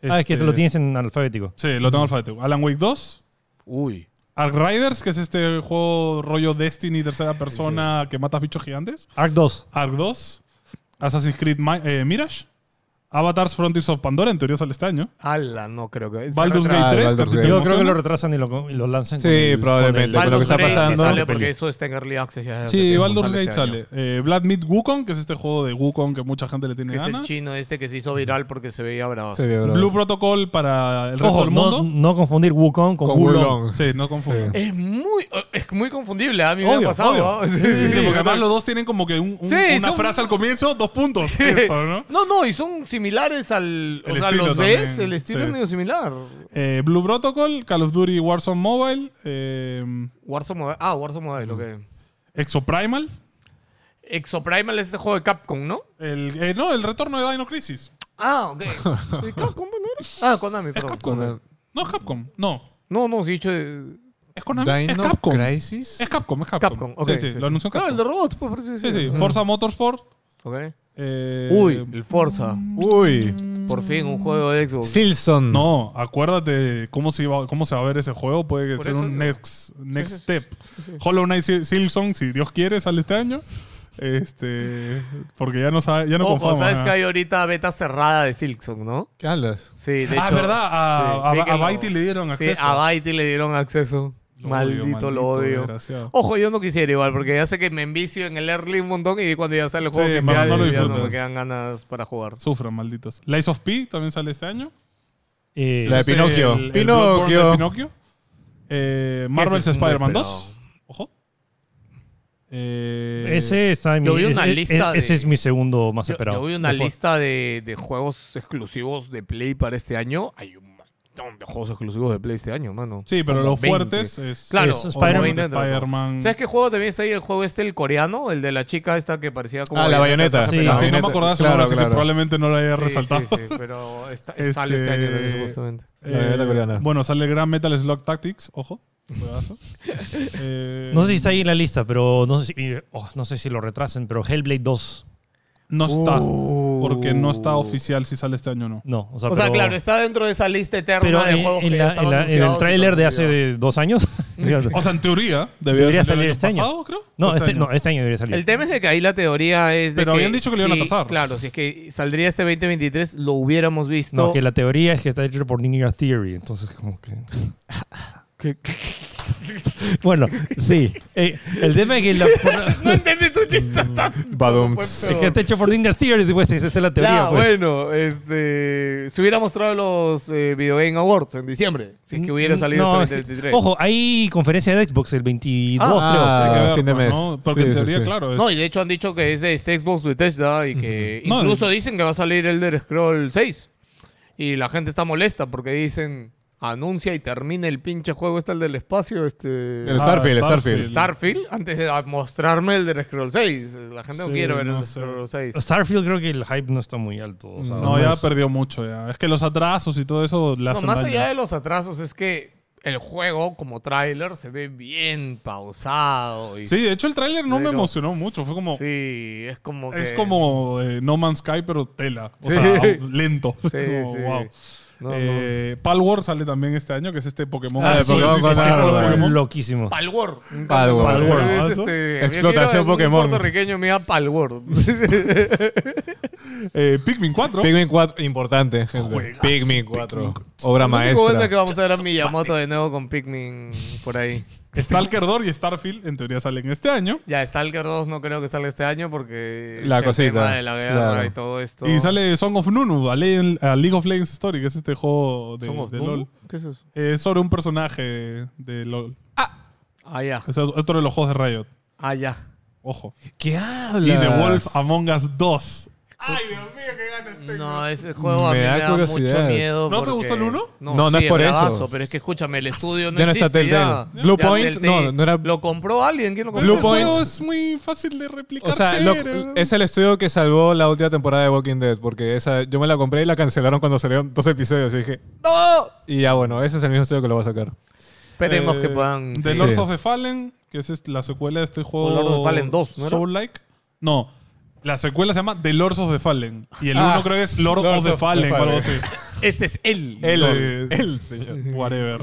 B: Ah, es que
A: Este-
B: lo tienes en alfabético.
A: Sí, lo tengo alfabético. Alan Wake 2.
C: Uy.
A: Ark Riders, que es este juego rollo Destiny, tercera persona que matas bichos gigantes.
B: Arc 2.
A: Ark 2. Assassin's Creed Mi- eh, Mirage. Avatar's Frontiers of Pandora, en teoría sale este año.
C: Ala, no creo que. se
A: Baldur's
C: retrasa.
A: Gate 3.
D: Baldur's
A: Cartel
D: Gate.
A: de
B: Yo creo que
A: emoción.
B: lo retrasan y lo, y lo lanzan.
D: Sí,
B: con el- con
D: probablemente,
B: el-
D: con lo que está
C: Baldur's Gate sí
D: pasando.
C: sale
B: Peli.
C: porque eso está en Early Access ya. hace
A: Sí,
C: tiempo,
A: Baldur's
C: sale
A: Gate
C: este
A: sale.
C: año.
A: Eh, Blood Meat Wukong, que es este juego de Wukong que mucha gente le tiene
C: Que es el
A: ganas.
C: chino este que se hizo viral porque se veía bravo.
D: Se vio, bro.
A: Blue Protocol para el resto
B: Ojo,
A: del
B: no,
A: mundo.
B: no confundir Wukong con,
D: Con
B: Wulong.
D: Wulong.
A: Sí, no confundo.
C: Es muy, es muy confundible, ¿ah? a mí me
B: Obvio,
C: ha pasado.
B: obvio.
C: ¿ah? Sí,
A: Sí, porque
C: total.
A: además los dos tienen como que un- un-
C: Sí,
A: una
C: son-
A: frase al comienzo, dos puntos. Esto, ¿no?
C: No, no, y son similares al. O
A: El
C: sea,
A: estilo
C: los ves,
A: también,
C: el estilo
A: sí.
C: es medio similar.
A: Eh, Blue Protocol, Call of Duty Warzone Mobile, eh,
C: Warzone Mobile. Ah, Warzone Mobile,
A: Mm.
C: ok.
A: Exoprimal.
C: Exoprimal es este juego de Capcom, ¿no?
A: El, eh, no, el retorno de Dino Crisis.
C: Ah, ok. ¿De Capcom no era? Ah, Konami, perdón.
D: Con
A: No es Capcom, no.
C: No, no, sí, dicho. eh, de-
A: Es Konami.
D: el
A: es
D: Dino
A: Capcom.
D: Crisis.
A: Es Capcom, es Capcom.
C: Capcom, ok.
A: sí, sí,
C: sí, sí.
A: lo anunció
C: Claro,
A: Capcom.
C: el de robots, pues por eso
A: sí, sí,
C: Mm.
A: Forza Motorsport.
C: Ok.
A: eh,
C: Uy, el Forza.
D: Uy.
C: Por fin, un juego de Xbox.
D: Silson.
A: No, acuérdate cómo se, iba- cómo se va a ver ese juego. Puede
C: Por
A: ser
C: eso
A: un
C: lo-
A: next, next
C: sí, sí,
A: step. Hollow Knight Sil- Silksong, si Dios quiere, sale este año. Este, porque ya no sabe, ya no
C: Ojo,
A: conforma.
C: sabes que hay ahorita beta cerrada de Silksong, ¿no?
D: ¿Qué hablas?
C: Sí, de hecho.
A: ah, verdad, a,
C: sí,
A: a,
C: vi que lo-
A: a Byte le dieron acceso.
C: Sí, a Baiti le dieron acceso.
A: Lo
C: maldito,
A: odio,
C: lo
A: maldito,
C: odio.
A: desgraciado.
C: Ojo, yo no quisiera igual, porque ya sé que me envicio en el early un montón y cuando ya sale el juego
A: Sí,
C: oficial,
A: mano, no lo
C: ya no me
A: disfrutas.
C: quedan ganas para jugar.
A: Sufran, malditos. Lies of P también sale este año.
B: Eh,
D: La- de Pinocchio.
A: El, el
D: Pinocchio.
A: Bloodborne de Pinocchio. Eh, Marvel's
C: Ese es muy
A: Spider-Man
C: esperado.
A: 2. Ojo. Eh,
B: ese está en
C: Yo
B: mi-
C: vi una
B: ese-
C: lista
B: Ese
C: de-
B: es mi segundo más
C: Yo,
B: esperado.
C: yo vi una
B: Después-
C: lista de, de juegos exclusivos de Play para este año. Hay un montón de juegos exclusivos de Play este año, mano.
A: Sí, pero
C: Como
A: los
C: 20.
A: fuertes es.
C: Claro,
B: es
C: como
B: Spider-Man.
C: 20 dentro de todo.
A: Spider-Man. Ah,
C: ¿Sabes qué juego también está ahí? El juego este, el coreano, el de la chica esta que parecía como...
D: Ah, la bayoneta.
B: Sí.
C: pero-
B: La
A: Así no
D: bayoneta.
A: me acordaba de su
D: Claro,
A: nombre, así que
D: claro.
A: probablemente no lo haya
C: Sí,
A: resaltado.
C: sí, sí, pero está- sale este año también,
A: Este-
C: justamente.
A: Eh,
D: La bayoneta coreana.
A: bueno, sale Gran Metal Slug Tactics, ojo. juegazo. Eh,
B: No sé si está ahí en la lista, pero no sé si, oh, no sé si lo retrasen, pero Hellblade 2.
A: no está,
C: Uh.
A: porque no está
B: Oh.
A: oficial si sale este año o no.
B: No, o sea,
C: O sea,
B: pero-
C: claro, está dentro de esa lista eterna
B: Pero
C: de
B: en,
C: juegos
B: en
C: que
B: la-
C: ya estaban
B: en la- en el
C: anunciados y
B: tráiler de hace
C: todavía.
B: dos años.
A: O sea, en teoría, debería, salir,
B: Debería salir
A: el
B: este
A: año
B: año.
A: pasado, creo.
B: no, este,
A: año.
B: no, este año debería salir.
C: El tema es de que ahí la teoría es de
A: Pero
C: que
A: habían dicho que lo iban a
C: sí,
A: atrasar.
C: Claro, si es que saldría este 2023, lo hubiéramos visto.
B: no, que la teoría es que está hecho por Linear Theory, entonces como que...
C: Que-
B: Bueno, sí. Eh, el tema es que... La, por-
C: No entendí tu
D: Badums.
B: Mm, Es que este está hecho por Dinger Theory, pues, esa es la teoría.
C: Ya,
B: pues.
C: bueno, este, se hubiera mostrado los eh, Video Game Awards en diciembre, si es que hubiera
A: Mm,
C: salido
B: Mm, No,
C: este
B: es que-
C: 23.
B: Ojo, hay conferencia de Xbox el 22,
D: Ah,
A: Hay que ver,
D: fin de
A: pues,
D: mes.
A: ¿no? Porque
D: Sí,
A: en
D: sí,
A: teoría,
D: sí.
A: claro. es-
C: No, y de hecho han dicho que es de este Xbox Bethesda y que
A: pues. Ujú. No,
C: incluso
A: de-
C: dicen que va a salir Elder Scroll 6. Y la gente está molesta porque dicen, anuncia y termina el pinche juego este el del espacio, este
D: El Starfield,
A: Ah,
D: Starfield.
A: Starfield.
C: Starfield, antes de mostrarme Elder Scroll 6. La gente
A: Sí,
C: no quiere ver
A: no
C: Elder
A: sé.
C: Scroll 6.
B: pero Starfield creo que el hype no está muy alto. o sea,
A: No, ya
B: es-
A: perdió mucho ya. Es que los atrasos y todo eso le
C: No,
A: hacen
C: más
A: daño.
C: allá de los atrasos es que el juego como tráiler se ve bien pausado. Y
A: Sí, de hecho el tráiler no me
C: Pero-
A: emocionó mucho. Fue como...
C: Sí, es como que...
A: Es como eh, No Man's Sky, pero tela. O
C: Sí.
A: sea, lento.
C: Sí,
A: Como,
C: sí.
A: wow.
C: No, no.
A: Eh, Palworld sale también este año, que es este Pokémon.
B: Ah,
D: de
B: sí,
D: Pokémon
B: sí,
D: con
B: sí, sí,
D: árbol.
B: fue
A: Pokémon.
B: loquísimo.
C: Palworld.
D: Palworld.
A: Palworld,
C: Es,
A: ¿no?
C: este,
D: Explotación
C: yo quiero que
D: Pokémon.
C: Un puertorriqueño me da Palworld.
A: Eh, Pikmin 4.
D: Pikmin 4, importante, gente.
A: Juegazo,
D: Pikmin 4. Obra
C: Lo único bueno es que
D: maestra.
C: vamos a ver a Miyamoto de nuevo con Pikmin por ahí.
A: Stalker 2 y Starfield, en teoría, salen este año.
C: Ya, Stalker 2 no creo que salga este año porque...
D: La
C: el
D: cosita,
C: tema de la guerra
D: claro.
C: y todo esto.
A: Y sale Song of Nunu, a, Le- a League of Legends Story, que es este juego de,
C: ¿Somos
A: de
C: Doom?
A: LOL.
C: ¿Qué es eso?
A: Es sobre un personaje de LOL.
C: Ah, ya.
A: Es otro de los juegos de Riot.
C: Ah, ya.
A: Ojo.
D: ¿Qué hablas?
A: Y The Wolf
D: ah,
A: Among Us 2.
C: No, ese juego a mí
D: Me
C: me
D: da
C: da,
D: curiosidad.
C: mucho miedo.
A: ¿No te
C: porque-
A: gustó el uno?
C: No,
D: No, no
C: sí,
D: es por
C: bravazo,
D: eso.
C: Pero es que escúchame, el estudio no,
D: Ya no está
C: existe.
D: Telltale.
C: ya.
D: Blue
C: Ya
D: Point,
C: Telltale
D: no, no era-
C: Lo compró alguien. ¿Quién lo compró?
A: Blue
D: Ese Point.
A: juego es muy fácil de replicar.
D: O sea, lo-
A: chévere, weón.
D: es el estudio que salvó la última temporada de Walking Dead, porque esa yo me la compré y la cancelaron cuando salieron dos episodios. Y dije, ¡No! Y ya bueno, ese es el mismo estudio que lo va a sacar.
C: Esperemos
A: Eh,
C: que puedan...
A: The
D: Sí.
A: Lords of the Fallen, que es este- la secuela de este juego.
C: O Lords of the Fallen 2, ¿no era?
A: Soul-like. No. La secuela se llama The Lords of the Fallen. Y el
D: Ah,
A: uno creo que es Lord
D: Lords
A: of the
D: of the
A: Fallen, o algo así.
D: Fallen.
C: Este es él.
D: Eh,
A: El-
D: Sol.
A: el señor. Whatever.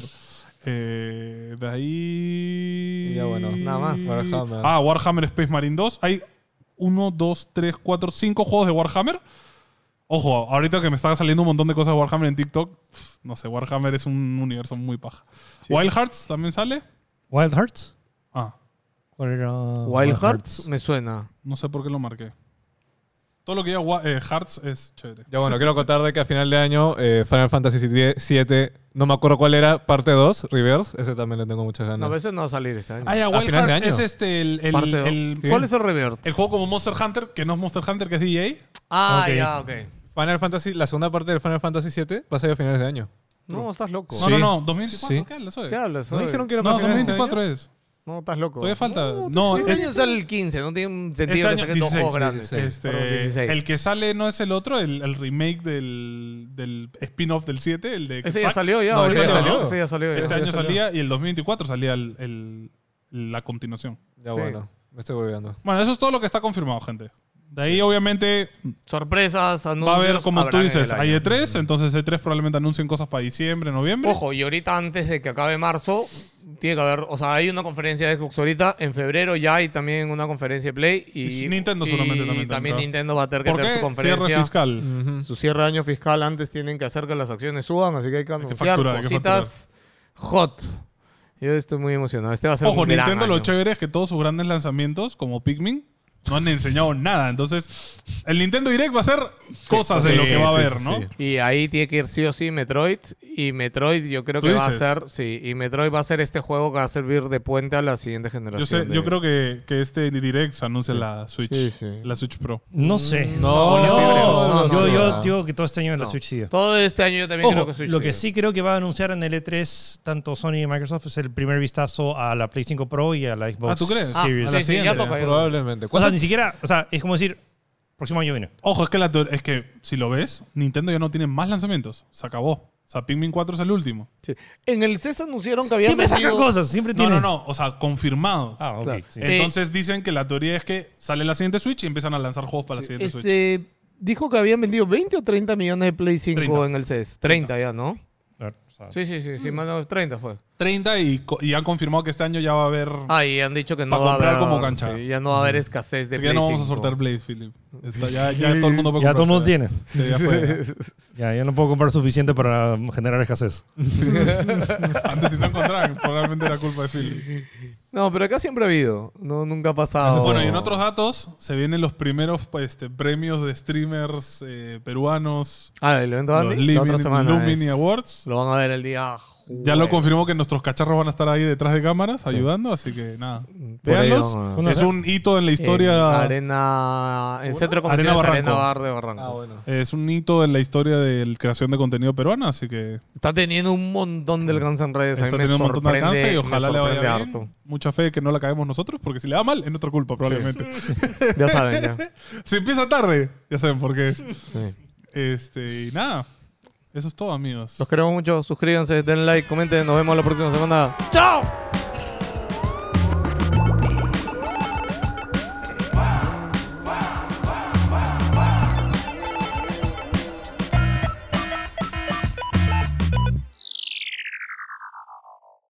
A: Eh, de ahí.
D: Ya bueno.
C: Nada más.
D: Warhammer.
A: Ah, Warhammer Space Marine 2. Hay 1, 2, 3, 4, 5 juegos de Warhammer. Ojo, ahorita que me están saliendo un montón de cosas de Warhammer en TikTok. No sé, Warhammer es un universo muy paja. Wild Hearts también sale.
B: ¿Wild Hearts?
A: Ah,
B: ¿Cuál era?
C: Wild Hearts me suena.
A: no sé por qué lo marqué. Todo lo que diga Wa- eh, Hearts es chévere.
D: Ya bueno, quiero contar de que a final de año eh, Final Fantasy VII, no me acuerdo cuál era, parte 2, Reverse, ese también le tengo muchas ganas.
C: No, pero ese no va a salir este año.
A: Ah, ya,
D: ¿A
A: Wild
D: final de
A: Hearts es
D: año?
A: este, el, el-
C: Parte dos.
A: el-
C: ¿Cuál es el revert?
A: el juego como Monster Hunter, que no es Monster Hunter, que es DJ.
C: Ah,
A: Ok.
C: ya, ok.
D: Final Fantasy, la segunda parte del Final Fantasy VII va a salir a finales de año.
C: No, estás loco.
A: No,
D: Sí.
A: no, no, 2024,
D: Sí.
A: ¿qué hablas, oye?
C: ¿Qué hablas?
D: ¿No
C: oye?
D: dijeron que era
A: No,
D: para finales de
A: 2024
D: año?
A: es.
C: ¿eh? No, estás loco.
A: Todavía falta. No,
C: Este
A: es-
C: año sale el 15. No tiene sentido que
A: este año
C: saquen dos
A: 16,
C: juegos grandes.
A: este,
C: Perdón, 16.
A: el que sale no es el otro, el, el remake del, del spin-off del 7, el de
C: Ese ya
A: Zack.
C: salió ya.
D: No, ese
C: ahorita,
D: ya salió.
C: Ese ya salió. ya.
A: Este
D: ya
A: año
D: salió.
A: salía y el 2024 salía el- el- la continuación.
D: Ya
C: Sí.
D: bueno, me estoy volviendo.
A: Bueno, eso es todo lo que está confirmado, gente. De ahí, obviamente,
C: Sorpresas, anuncios.
A: va a haber, como
C: habrá
A: tú
C: en
A: dices,
C: el
A: hay
C: año.
A: E3, entonces E3 probablemente anuncien cosas para diciembre, noviembre.
C: Ojo, y ahorita antes de que acabe marzo, tiene que haber. O sea, hay una conferencia de Xbox ahorita. En febrero ya hay también una conferencia de Play. Y,
A: Y Nintendo
C: y
A: seguramente también tendrá.
C: Nintendo va a tener que
A: ¿Por
C: tener su
A: qué?
C: conferencia.
A: Cierre fiscal.
C: Su cierre de año fiscal antes tienen que hacer que las acciones suban, así que hay que anunciar
A: facturar, hay que
C: cositas hot. Yo estoy muy emocionado. Este va a ser
A: Ojo,
C: un gran
A: Nintendo lo
C: año.
A: chévere es que todos sus grandes lanzamientos, como Pikmin, no han enseñado nada. Entonces, el Nintendo Direct va a ser cosas de
D: sí,
A: lo que va a
D: sí,
A: haber,
D: sí,
A: ¿no?
D: sí.
C: Y ahí tiene que ir sí o sí Metroid. Y Metroid yo creo
A: ¿Tú
C: que va a
A: dices?
C: ser, sí, y Metroid va a ser este juego que va a servir de puente a la siguiente generación.
A: Yo, sé,
C: de-
A: yo creo que, que este Direct se anuncia la Switch,
C: Sí, sí.
A: la Switch Pro.
B: Mm, No sé.
D: No,
B: Honestamente,
C: no, no,
B: yo,
C: no.
B: yo digo que todo este año en la
C: No.
B: Switch sigue.
C: Todo este año yo también creo
B: Ojo,
C: que soy
B: lo que sí creo que va a anunciar en el E3 tanto Sony y Microsoft es el primer vistazo a la Play 5 Pro y a la Xbox
A: Ah, ¿tú crees?
C: Ah,
B: Series.
C: a
D: La
C: Sí, sí, ya
D: siguiente,
C: toca, ya
D: probablemente.
B: O sea,
D: ¿Cuánto-
B: ni siquiera, o sea, es como decir, próximo año viene.
A: Ojo, es que, la teor- es que si lo ves, Nintendo ya no tiene más lanzamientos. Se acabó. O sea, Pikmin 4 es el último.
C: Sí. En el CES anunciaron que había
B: Siempre sacan
C: vendido-
B: cosas, siempre
A: No,
B: tienen.
A: no, no. O sea, confirmado.
B: Ah, ok.
C: Claro.
B: sí.
C: Eh,
A: Entonces dicen que la teoría es que sale la siguiente Switch y empiezan a lanzar juegos para la siguiente Switch.
C: Este, dijo que habían vendido 20 o 30 millones de Play 5
A: 30.
C: en el CES. 30 ya, ¿no?
B: A ver, o sea,
C: Sí, sí, sí,
A: Mm.
C: sí, más o menos 30 fue.
A: 30 y, co- y han confirmado que este año ya va a haber...
C: Ah, y han dicho que no
A: Pa'
C: va a
A: comprar
C: haber.
A: como cancha.
C: sí, ya no va a haber escasez
A: Así
C: de
A: que
C: Play
A: ya no vamos
C: 5.
A: a sortear Blade, Philip. Está- ya, ya todo el mundo puede
B: Ya todo el
A: comprar,
B: mundo tiene.
A: sí, ya fue, ya.
B: Ya, ya no puedo comprar suficiente para generar escasez.
A: Antes si no encontraban, probablemente era culpa de Philip.
C: No, pero acá siempre ha habido. No, nunca ha pasado.
A: Bueno, y en otros datos se vienen los primeros pues, este, premios de streamers eh, peruanos.
C: Ah, el evento de
A: Los
C: Andy, la
A: Lumini,
C: otra semana.
A: Lumini
C: es-
A: Awards.
C: Lo van a ver el día.
A: Ya lo
C: jueves.
A: confirmó que nuestros cacharros van a estar ahí detrás de cámaras ayudando, así que nada.
C: Por ahí
A: Véanlos.
C: vamos a
B: ver.
A: Es un hito en la historia.
C: En arena. En centro de
A: Arena
C: Arena, Arena
A: Barranco.
C: Bar de Barranco.
D: Ah, bueno.
A: Es un hito en la historia de la creación de contenido peruana, así que
C: Está teniendo un montón de alcance en redes. A
A: está
C: mí me
A: teniendo un montón de alcance
C: sorprende.
A: y
C: me
A: ojalá le
C: sorprende
A: vaya bien.
C: harto.
A: Mucha fe que no la caguemos nosotros, porque si le va mal es nuestra culpa probablemente.
C: Ya saben, ya.
A: si empieza tarde, ya saben por qué es.
C: Sí.
A: Este, y nada. Eso es todo, amigos.
C: Los queremos mucho. Suscríbanse, den like, comenten. Nos vemos la próxima semana. ¡Chao!